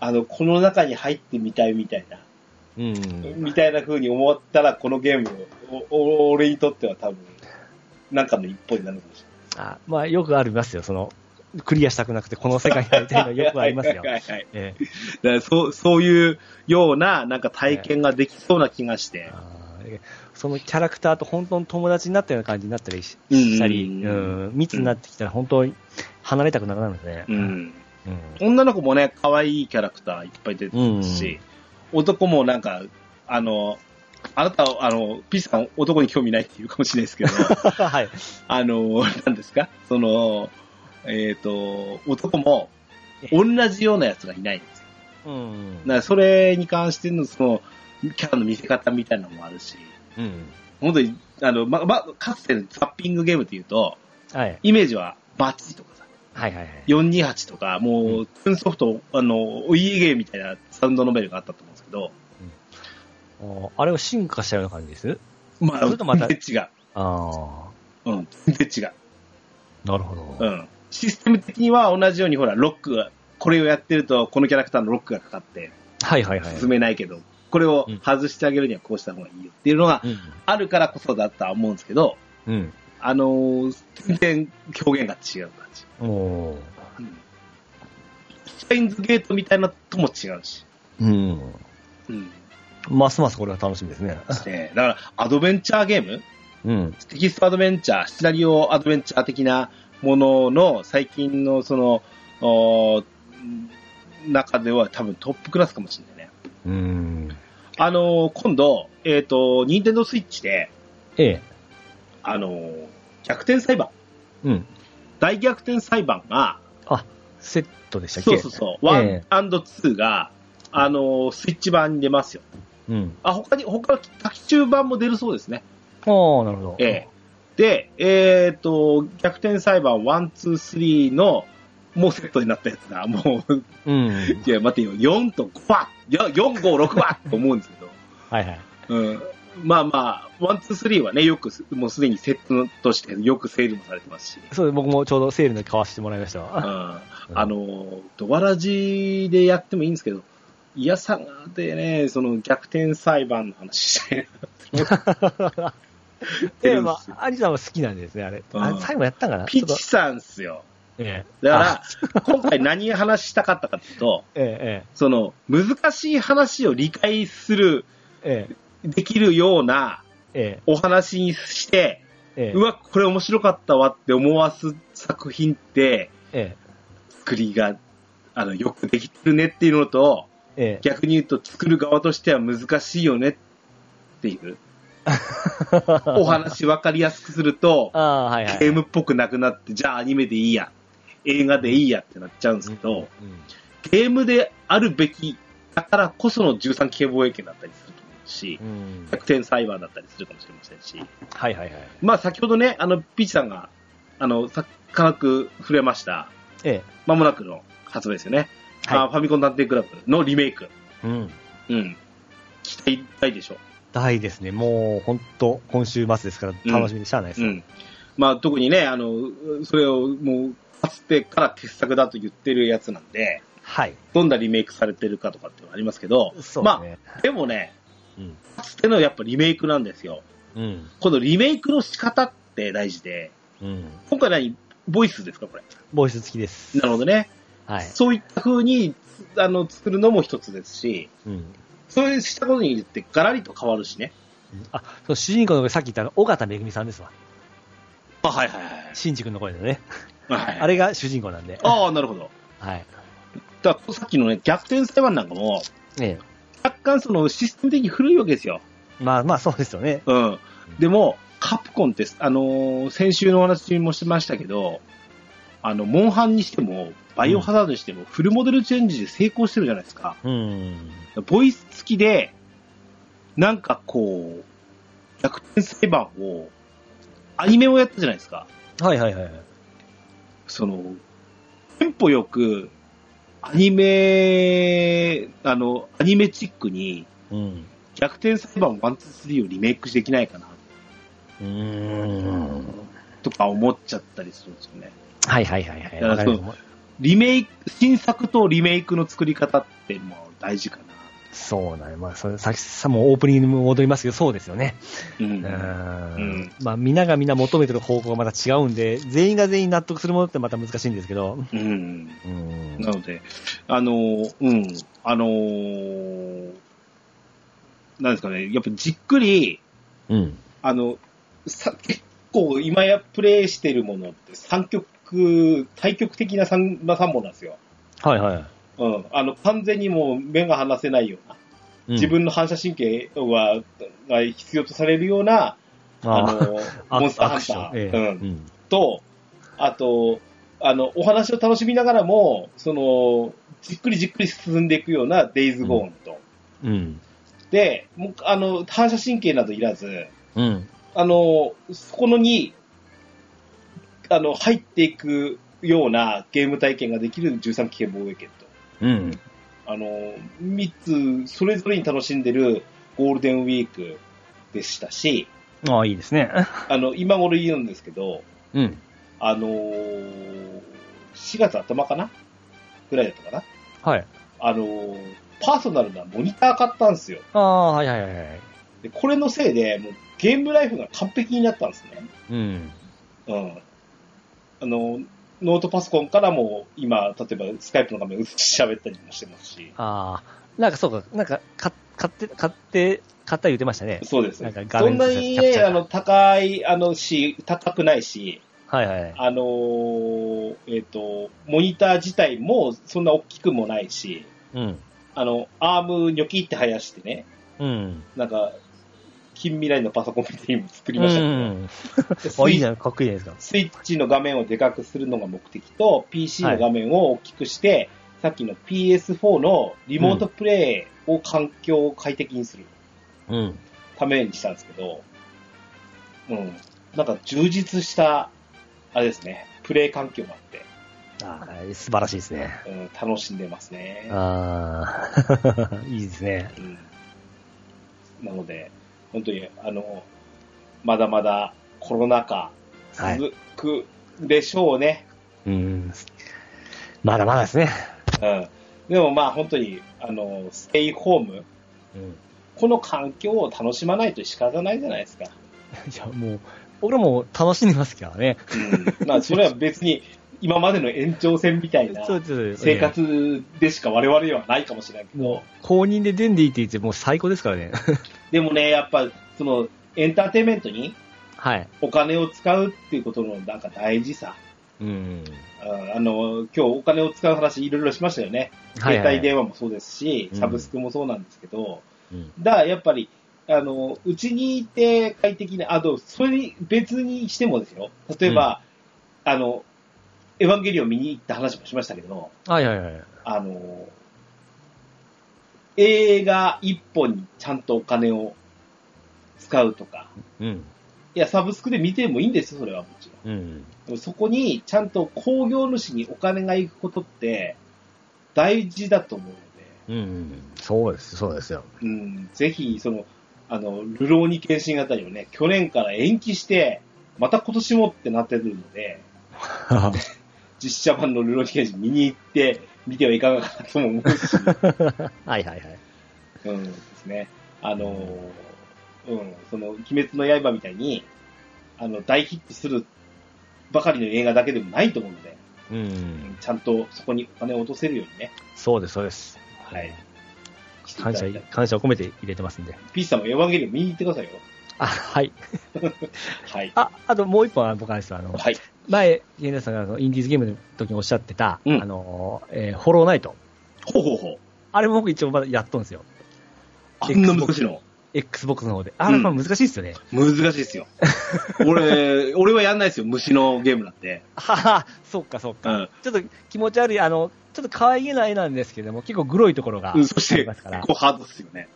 Speaker 2: あの、この中に入ってみたいみたいな、
Speaker 1: うん。
Speaker 2: みたいな風に思ったら、このゲーム、おお俺にとっては多分、なんかの一歩になるかもし
Speaker 1: あまあ、よくありますよ。その、クリアしたくなくて、この世界に入りた
Speaker 2: れ
Speaker 1: い
Speaker 2: な
Speaker 1: の
Speaker 2: い。
Speaker 1: よくありますよ
Speaker 2: は。いはいはい
Speaker 1: え
Speaker 2: だからそう、そういうような、なんか体験ができそうな気がし
Speaker 1: え。
Speaker 2: て
Speaker 1: あーそのキャラクターと本当の友達になったような感じになったりし
Speaker 2: うんうんうん
Speaker 1: したり、うん密になってきたら本当に離れたくなくなるんですね。
Speaker 2: うん。
Speaker 1: うん
Speaker 2: 女の子もね、可愛いキャラクターいっぱい出てますし、男もなんか、あの、あなたは、あの、ピースさん男に興味ないって言うかもしれないですけど、
Speaker 1: はい。
Speaker 2: あの、 なんですかその、えっ、と、男も同じようなやつがいないんですよ。
Speaker 1: うん
Speaker 2: だからそれに関してのその、キャラの見せ方みたいなのもあるし、
Speaker 1: うん。
Speaker 2: 本当に、あの、ま、ま、かつてのザッピングゲームっていうと、
Speaker 1: はい。
Speaker 2: イメージはバッチとかさ、
Speaker 1: はいはいはい。
Speaker 2: 428とか、もう、ツンソフト、あの、お家芸みたいなサウンドノベルがあったと思うんですけど、
Speaker 1: おあれを進化したような感じです。
Speaker 2: ま
Speaker 1: それとまた
Speaker 2: 全然違う。
Speaker 1: あ
Speaker 2: うん、全然違う。
Speaker 1: あ、なるほど。
Speaker 2: うん。システム的には同じように、ほら、ロックが、これをやってると、このキャラクターのロックがかかって、
Speaker 1: はいはいはい。
Speaker 2: 進めないけど、これを
Speaker 1: うん
Speaker 2: 外してあげるにはこうした方がいいよっていうのが
Speaker 1: うん。
Speaker 2: あるからこそだったとは思うんですけど、
Speaker 1: うん。
Speaker 2: あのー全然表現が違う感じ。
Speaker 1: おー
Speaker 2: うん。シャインズゲートみたいなとも違うし。
Speaker 1: うん。
Speaker 2: うん。
Speaker 1: ますますこれは楽しみですね。
Speaker 2: ねだから、アドベンチャーゲーム
Speaker 1: うん。
Speaker 2: テキストアドベンチャー、シナリオアドベンチャー的なものの最近のその、おー中では多分トップクラスかもしれないね。
Speaker 1: うん。
Speaker 2: あのー今度、えっ、と、ニンテンドースイッチで、
Speaker 1: ええ。
Speaker 2: あのー逆転裁判、
Speaker 1: うん。
Speaker 2: 大逆転裁判が、
Speaker 1: セットでしたっ
Speaker 2: そ
Speaker 1: け
Speaker 2: うそうそうう、
Speaker 1: ええ
Speaker 2: 1&2 が、あのースイッチ版に出ますよ。
Speaker 1: うん。
Speaker 2: あ、他に、他の多機中版も出るそうですね。
Speaker 1: ああ、なるほど。
Speaker 2: ええ。で、えっ、と、逆転裁判1、2、3の、もうセットになったやつが、 もう、
Speaker 1: うん。
Speaker 2: いや、待てよ、4と5は、いや、4、5、6はと思うんですけど、
Speaker 1: はいはい。
Speaker 2: うん。まあまあ、1、2、3はね、よくす、もうすでにセットとしてよくセールもされてますし、
Speaker 1: そう、僕もちょうどセールで買わせてもらいました
Speaker 2: うん。
Speaker 1: わ。
Speaker 2: あの、ドバラジでやってもいいんですけど、いやさがでね、その逆転裁判の話したい
Speaker 1: で、まあ、アニさんは好きなんですね、あれ。
Speaker 2: うん
Speaker 1: あ最後やったんかな
Speaker 2: な。
Speaker 1: ち
Speaker 2: ピ
Speaker 1: ょっ
Speaker 2: チさんっすよ。
Speaker 1: とええ
Speaker 2: だ
Speaker 1: あ
Speaker 2: から、今回何話したかったかっていうと、
Speaker 1: え
Speaker 2: その、難しい話を理解する、
Speaker 1: え、ええ、
Speaker 2: できるような
Speaker 1: ええ、
Speaker 2: お話にして、
Speaker 1: ええ、
Speaker 2: うわ、これ面白かったわって思わす作品って、
Speaker 1: え
Speaker 2: 作りが、あの、よくできてるねっていうのと、
Speaker 1: え、ええ、
Speaker 2: 逆に言うと作る側としては難しいよねっ ていう、お話分かりやすくすると、
Speaker 1: ああ、はいはい。
Speaker 2: ゲームっぽくなくなって、じゃあアニメでいいや、映画でいいやってなっちゃうんですけど、
Speaker 1: うん
Speaker 2: ゲームであるべきだからこその13系防衛権だったりすると思うし
Speaker 1: う、ん。
Speaker 2: 逆転裁判だったりするかもしれませんし、
Speaker 1: はいはいはい。
Speaker 2: まあ先ほどね、あの、ピーチさんが、あの、さ、科学触れました、
Speaker 1: え
Speaker 2: まもなくの発売ですよね。
Speaker 1: はい
Speaker 2: あファミコン探偵クラブのリメイク。
Speaker 1: え。うん。
Speaker 2: うん。期待大でしょ
Speaker 1: 大ですね。もう、本当今週末ですから、楽しみでしゃあないです。
Speaker 2: う。うん。まあ特にね、あの、それをもう、かつてから傑作だと言ってるやつなんで、
Speaker 1: はい。
Speaker 2: どんなリメイクされてるかとかっていうのはありますけど、
Speaker 1: そうです
Speaker 2: ま
Speaker 1: ね。
Speaker 2: あ、でもね、
Speaker 1: うん。
Speaker 2: かつてのやっぱリメイクなんですよ。
Speaker 1: うん。
Speaker 2: このリメイクの仕方って大事で、
Speaker 1: うん。
Speaker 2: 今回何ボイスですかこれ。
Speaker 1: ボイス付きです。
Speaker 2: なるほどね。
Speaker 1: はい。
Speaker 2: そういった風に、あの、作るのも一つですし、
Speaker 1: うん。
Speaker 2: それしたことによってガラリと変わるしね。
Speaker 1: あ、その主人公の声、さっき言ったあの、尾形めぐみさんですわ。
Speaker 2: あ、はいはいはい。
Speaker 1: 新宿の声でね。
Speaker 2: はい、
Speaker 1: あれが主人公なんで。
Speaker 2: ああ、なるほど。
Speaker 1: はい。
Speaker 2: だからさっきのね、逆転裁判なんかも、
Speaker 1: え
Speaker 2: 若干そのシステム的に古いわけですよ。
Speaker 1: え。まあまあ、そうですよね。
Speaker 2: うん。でも、カプコンって、あのー先週のお話もしましたけど、あの、モンハンにしても、バイオハザードにしても、フルモデルチェンジで成功してるじゃないですか。
Speaker 1: うん。
Speaker 2: ボイス付きで、なんかこう、逆転裁判を、アニメをやったじゃないですか。
Speaker 1: はいはいはい。
Speaker 2: その、テンポよく、アニメ、あの、アニメチックに、
Speaker 1: うん。
Speaker 2: 逆転裁判1,2,3をリメイクできないかな、
Speaker 1: うーん。
Speaker 2: とか思っちゃったりするんですよね。
Speaker 1: はいはいはいはい。
Speaker 2: や
Speaker 1: わかる
Speaker 2: そうリメイク、新作とリメイクの作り方ってもう大事かな。
Speaker 1: そうなんやまあ、それ、さっきさもうオープニングに戻りますけど、そうですよね。
Speaker 2: う。
Speaker 1: うんん
Speaker 2: ん。
Speaker 1: まあ、みんながみんな求めてる方向がまた違うんで、全員が全員納得するものってまた難しいんですけど。
Speaker 2: うん。
Speaker 1: うん。
Speaker 2: なので、あのー、うん、あのーなんですかね、やっぱじっくり、
Speaker 1: うん。
Speaker 2: あの、さ結構今やプレイしてるものって三曲、対極的な三、まあ、三本なんですよ。
Speaker 1: はいはい。
Speaker 2: うん。あの、完全にもう目が離せないような、自分の反射神経は、が必要とされるような、あ
Speaker 1: あ
Speaker 2: の
Speaker 1: あ、
Speaker 2: ー、モンスター
Speaker 1: ア
Speaker 2: ハ
Speaker 1: クション
Speaker 2: ン。タ
Speaker 1: え
Speaker 2: ー、
Speaker 1: え
Speaker 2: うん、と、あと、あの、お話を楽しみながらも、その、じっくりじっくり進んでいくようなデイズ・ゴーンと。
Speaker 1: うん。うん。
Speaker 2: で、もう、あの、反射神経などいらず、
Speaker 1: うん。
Speaker 2: あの、そこのに、あの、入っていくようなゲーム体験ができる13期防衛圏と。
Speaker 1: うん。
Speaker 2: あの、3つ、それぞれに楽しんでるゴールデンウィークでしたし、
Speaker 1: ああ、いいですね。
Speaker 2: あの、今頃言うんですけど、
Speaker 1: うん。
Speaker 2: あのー、4月頭かなぐらいだったかな
Speaker 1: はい。
Speaker 2: あのー、パーソナルなモニター買ったんですよ。
Speaker 1: ああ、はいはいはいはい。
Speaker 2: で、これのせいで、もうゲームライフが完璧になったんですね。
Speaker 1: うん。
Speaker 2: うん。あの、ノートパソコンからも今、例えばスカイプの画面映し喋ったりもしてますし。
Speaker 1: ああ、なんかそうか、なんか、か、買って、買って、買った言ってましたね。
Speaker 2: そうです。
Speaker 1: なんか
Speaker 2: そ
Speaker 1: 画面
Speaker 2: んな
Speaker 1: と
Speaker 2: に
Speaker 1: キャプチ
Speaker 2: ね、
Speaker 1: ャー
Speaker 2: あの、高い、あの、し、高くないし、
Speaker 1: はいはい。
Speaker 2: あのーえっ、と、モニター自体もそんな大きくもないし、
Speaker 1: うん。
Speaker 2: あの、アームニョキって生やしてね、
Speaker 1: うん。
Speaker 2: なんか、近未来のパソコンみたいに作り
Speaker 1: う
Speaker 2: ましたけど、
Speaker 1: ん。
Speaker 2: でスイ
Speaker 1: あ、いいじゃん、かっこいいじゃないですか。
Speaker 2: スイッチの画面をでかくするのが目的と、PC の画面を大きくして、さっきの PS4 のリモートプレイを環境を快適にする
Speaker 1: うん。
Speaker 2: ためにしたんですけど、うん。なんか充実した、あれですね、プレイ環境があって、
Speaker 1: ああ、素晴らしいですね。
Speaker 2: うん、楽しんでますね。
Speaker 1: ああ、 いいですね。
Speaker 2: うんなので、本当に、あの、まだまだコロナ禍
Speaker 1: はい
Speaker 2: 続くでしょうね。
Speaker 1: うん。まだまだですね。
Speaker 2: うん。でもまあ本当に、あの、ステイホーム、
Speaker 1: うん。
Speaker 2: この環境を楽しまないと仕方ないじゃないですか。
Speaker 1: いや、もう、俺も楽しんでますからね。
Speaker 2: うん。まあそれは別に、今までの延長戦みたいな
Speaker 1: そうです。
Speaker 2: 生活でしか我々はないかもしれないけど、
Speaker 1: 公認で出んでいいって言って、もう最高ですからね。
Speaker 2: でもね、やっぱ、その、エンターテインメントに
Speaker 1: はい。
Speaker 2: お金を使うっていうことのなんか大事さ。
Speaker 1: うん。
Speaker 2: ああの、今日お金を使う話いろいろしましたよね。携帯電話もそうですし、
Speaker 1: うん
Speaker 2: サブスクもそうなんですけど、
Speaker 1: うん
Speaker 2: だからやっぱり、あの、うちにいて快適な、あと、それに別にしてもですよ。例えば、あの、エヴァンゲリオン見に行った話もしましたけど、
Speaker 1: はいはいはい。
Speaker 2: あの、映画一本にちゃんとお金を使うとか、
Speaker 1: うん。
Speaker 2: いや、サブスクで見てもいいんですよ、それはもちろん。
Speaker 1: うん。
Speaker 2: そこにちゃんと工業主にお金が行くことって大事だと思うので、
Speaker 1: うん。そうです、そうですよ。
Speaker 2: うん、ぜひ、その、あの、流浪に献身あたりをね、去年から延期して、また今年もってなってるので、実写版の流浪に献身見に行って、見てはいかがかなとも思うし、
Speaker 1: はいはいはい。
Speaker 2: うんですね。あのー、うん、その、鬼滅の刃みたいに、あの、大ヒットするばかりの映画だけでもないと思うので、
Speaker 1: う
Speaker 2: うん
Speaker 1: ん。
Speaker 2: ちゃんとそこにお金を落とせるようにね、
Speaker 1: そうです、そうです。
Speaker 2: はい。
Speaker 1: 感謝、感謝を込めて入れてますんで。
Speaker 2: ピースさんもエヴァンゲリオン見に行ってくださいよ。
Speaker 1: あ、はい。
Speaker 2: はい。
Speaker 1: あ、あともう一本は僕はですねあの、
Speaker 2: はい。
Speaker 1: 前、ジェネさんがあのインディーズゲームの時におっしゃってた、
Speaker 2: うん
Speaker 1: あの、えー、ホローナイト。
Speaker 2: ほうほうほう。
Speaker 1: あれも僕一応まだやっとんですよ。
Speaker 2: あんな難しいの。
Speaker 1: Xbox の方で。あれ、
Speaker 2: うん
Speaker 1: まあ難しいっすよね。
Speaker 2: 難しいで すよ。俺、俺はやんないですよ。虫のゲームなんて。
Speaker 1: はは、そっかそっ
Speaker 2: う
Speaker 1: か。
Speaker 2: ん。
Speaker 1: ちょっと気持ち悪い、あの、ちょっと可愛げな絵なんですけども、結構グロいところがあ
Speaker 2: う
Speaker 1: り
Speaker 2: んそして、
Speaker 1: ま
Speaker 2: 結
Speaker 1: すから。
Speaker 2: 構ハードですよね。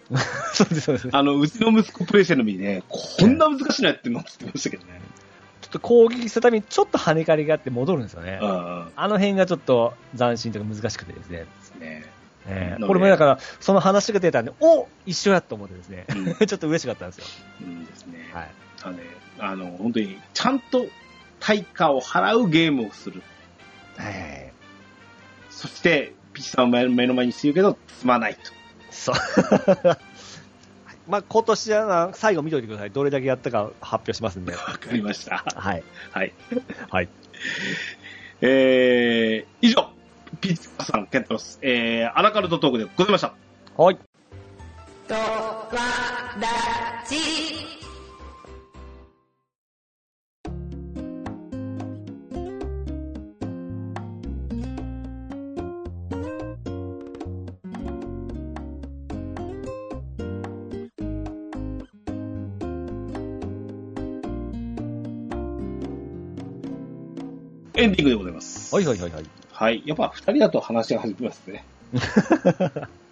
Speaker 1: そうです、そうです。
Speaker 2: あの、うちの息子プレイしてるのにね、こんな難しいのやってんのって言ってましたけどね。
Speaker 1: ょっと攻撃するためにちょっと跳ね返りがあって戻るんですよね。
Speaker 2: あ
Speaker 1: あの辺がちょっと斬新というか難しくてですね。
Speaker 2: ですね。
Speaker 1: え
Speaker 2: なるほど
Speaker 1: これもだから、その話が出たんで、お一緒やと思ってですね、
Speaker 2: うん
Speaker 1: ちょっと嬉しかったんですよ。
Speaker 2: うんですね。
Speaker 1: はい。
Speaker 2: あのね、あの、本当に、ちゃんと対価を払うゲームをする。
Speaker 1: はい。
Speaker 2: そして、ピッチさんを目の前にするけど、積まないと。
Speaker 1: そう。まあ、今年は最後見といてください。どれだけやったか発表しますんで。
Speaker 2: わかりました。
Speaker 1: はい。
Speaker 2: はい。
Speaker 1: はい。
Speaker 2: えー、以上、ピッチさん、ケントロス、えー、アラカルトトークでございました。
Speaker 1: はい。
Speaker 4: とわらじ。
Speaker 2: エンディングでございます。
Speaker 1: はいはいはいはい。
Speaker 2: はい。やっぱ二人だと話が弾みます ね。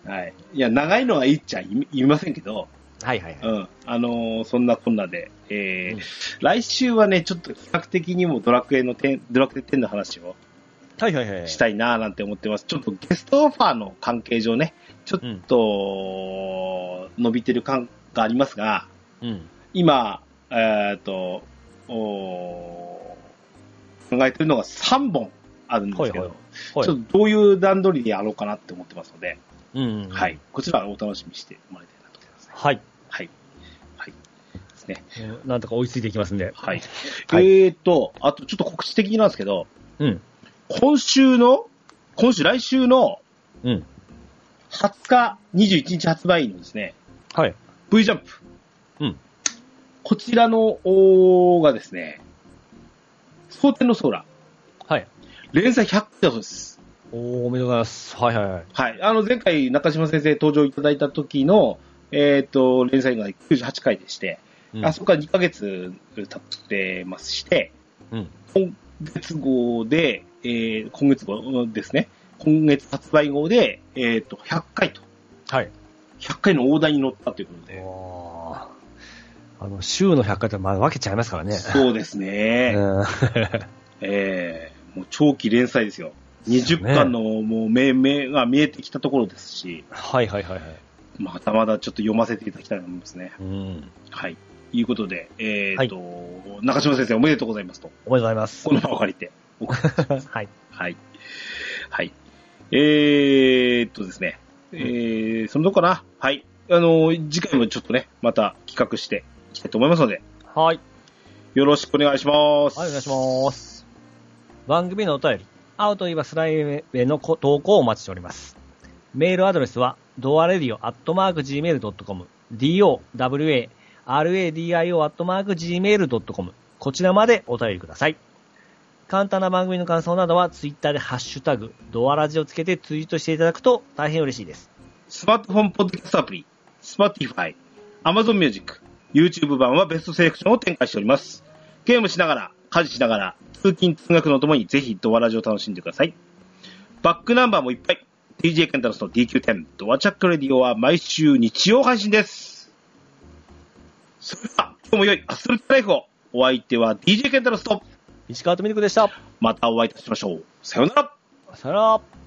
Speaker 2: はい。いや、長いのはいいっちゃ言いませんけど、
Speaker 1: はいはいは
Speaker 2: う
Speaker 1: い。
Speaker 2: ん。あのーそんなこんなで、えー
Speaker 1: うん
Speaker 2: 来週はね、ちょっと比較的にもドラクエの点、ドラクエ10の話を
Speaker 1: はいはいはい。
Speaker 2: したいなぁなんて思ってます。ちょっとゲストオファーの関係上ね、ちょっと、伸びてる感がありますが、
Speaker 1: うん。
Speaker 2: 今、えっ、と、おー考えてるのが3本あるんですけど、
Speaker 1: はいはい。
Speaker 2: ちょっとどういう段取りでやろうかなって思ってますので、
Speaker 1: うんうん。
Speaker 2: はい。。こちらはお楽しみにしてもらいたいなと思います。
Speaker 1: はい。
Speaker 2: はい。はい。ですね。
Speaker 1: うんなんとか追いついていきますんで。
Speaker 2: はい。
Speaker 1: はい
Speaker 2: えーと、あとちょっと告知的なんですけど、
Speaker 1: うん。
Speaker 2: 今週の、今週、来週の
Speaker 1: うん。
Speaker 2: 20日、21日発売のですね、
Speaker 1: はい。
Speaker 2: V ジャンプ。
Speaker 1: うん。
Speaker 2: こちらの、おーがですね、蒼天のソーラ
Speaker 1: はい。
Speaker 2: ー、連載100期だそうです。
Speaker 1: おー、おめでとうございます。はいはいはい。
Speaker 2: はい。あの、前回、中島先生登場いただいた時の、えっ、と、連載が98回でして、
Speaker 1: うん
Speaker 2: あそこから2ヶ月経ってますして、
Speaker 1: うん。
Speaker 2: 今月号で、えー今月号ですね、今月発売号で、えっ、と、100回と、
Speaker 1: はい。
Speaker 2: 100回の大台に乗ったということで、
Speaker 1: おーあの、週の百貨店まだ分けちゃいますからね。
Speaker 2: そうですね。
Speaker 1: うん
Speaker 2: えーもう長期連載ですよ。20巻のもう目目が見えてきたところですし、
Speaker 1: はいはいはいはい。
Speaker 2: まだまだちょっと読ませていただきたいと思いますね。
Speaker 1: うん。
Speaker 2: はい。いうことで、えっ、と、中島先生おめでとうございますと、
Speaker 1: おめでとうございます
Speaker 2: こ。の場を借りて。
Speaker 1: はい。
Speaker 2: はい。はい。えー、っとですね、えー、そのとこかな。はい。あの、次回もちょっとね、また企画していきたいと思いますので、
Speaker 1: はい。
Speaker 2: よろしくお願いします。
Speaker 1: はい、お願いします。番組のお便り、青といえばスライムへのこ投稿をお待ちしております。メールアドレスは、ドアレディオアットマーク Gmail.com、DOWA、RADIO アットマーク Gmail.com、こちらまでお便りください。簡単な番組の感想などは、ツイッターでハッシュタグ、ドアラジをつけてツイートしていただくと大変嬉しいです。
Speaker 2: スマートフォンポッドキャストアプリ、Spotify、Amazon Music、YouTube 版はベストセレクションを展開しております。ゲームしながら、家事しながら、通勤通学のともにぜひドアラジオを楽しんでください。バックナンバーもいっぱい。DJ ケンタロスの DQ10 ドアチャックレディオは毎週日曜配信です。それでは、今日も良いアスリートライフを。お相手は DJ ケンタロスと、
Speaker 1: 石川とみるくでした。
Speaker 2: またお会いいたしましょう。さようなら。
Speaker 1: さよなら。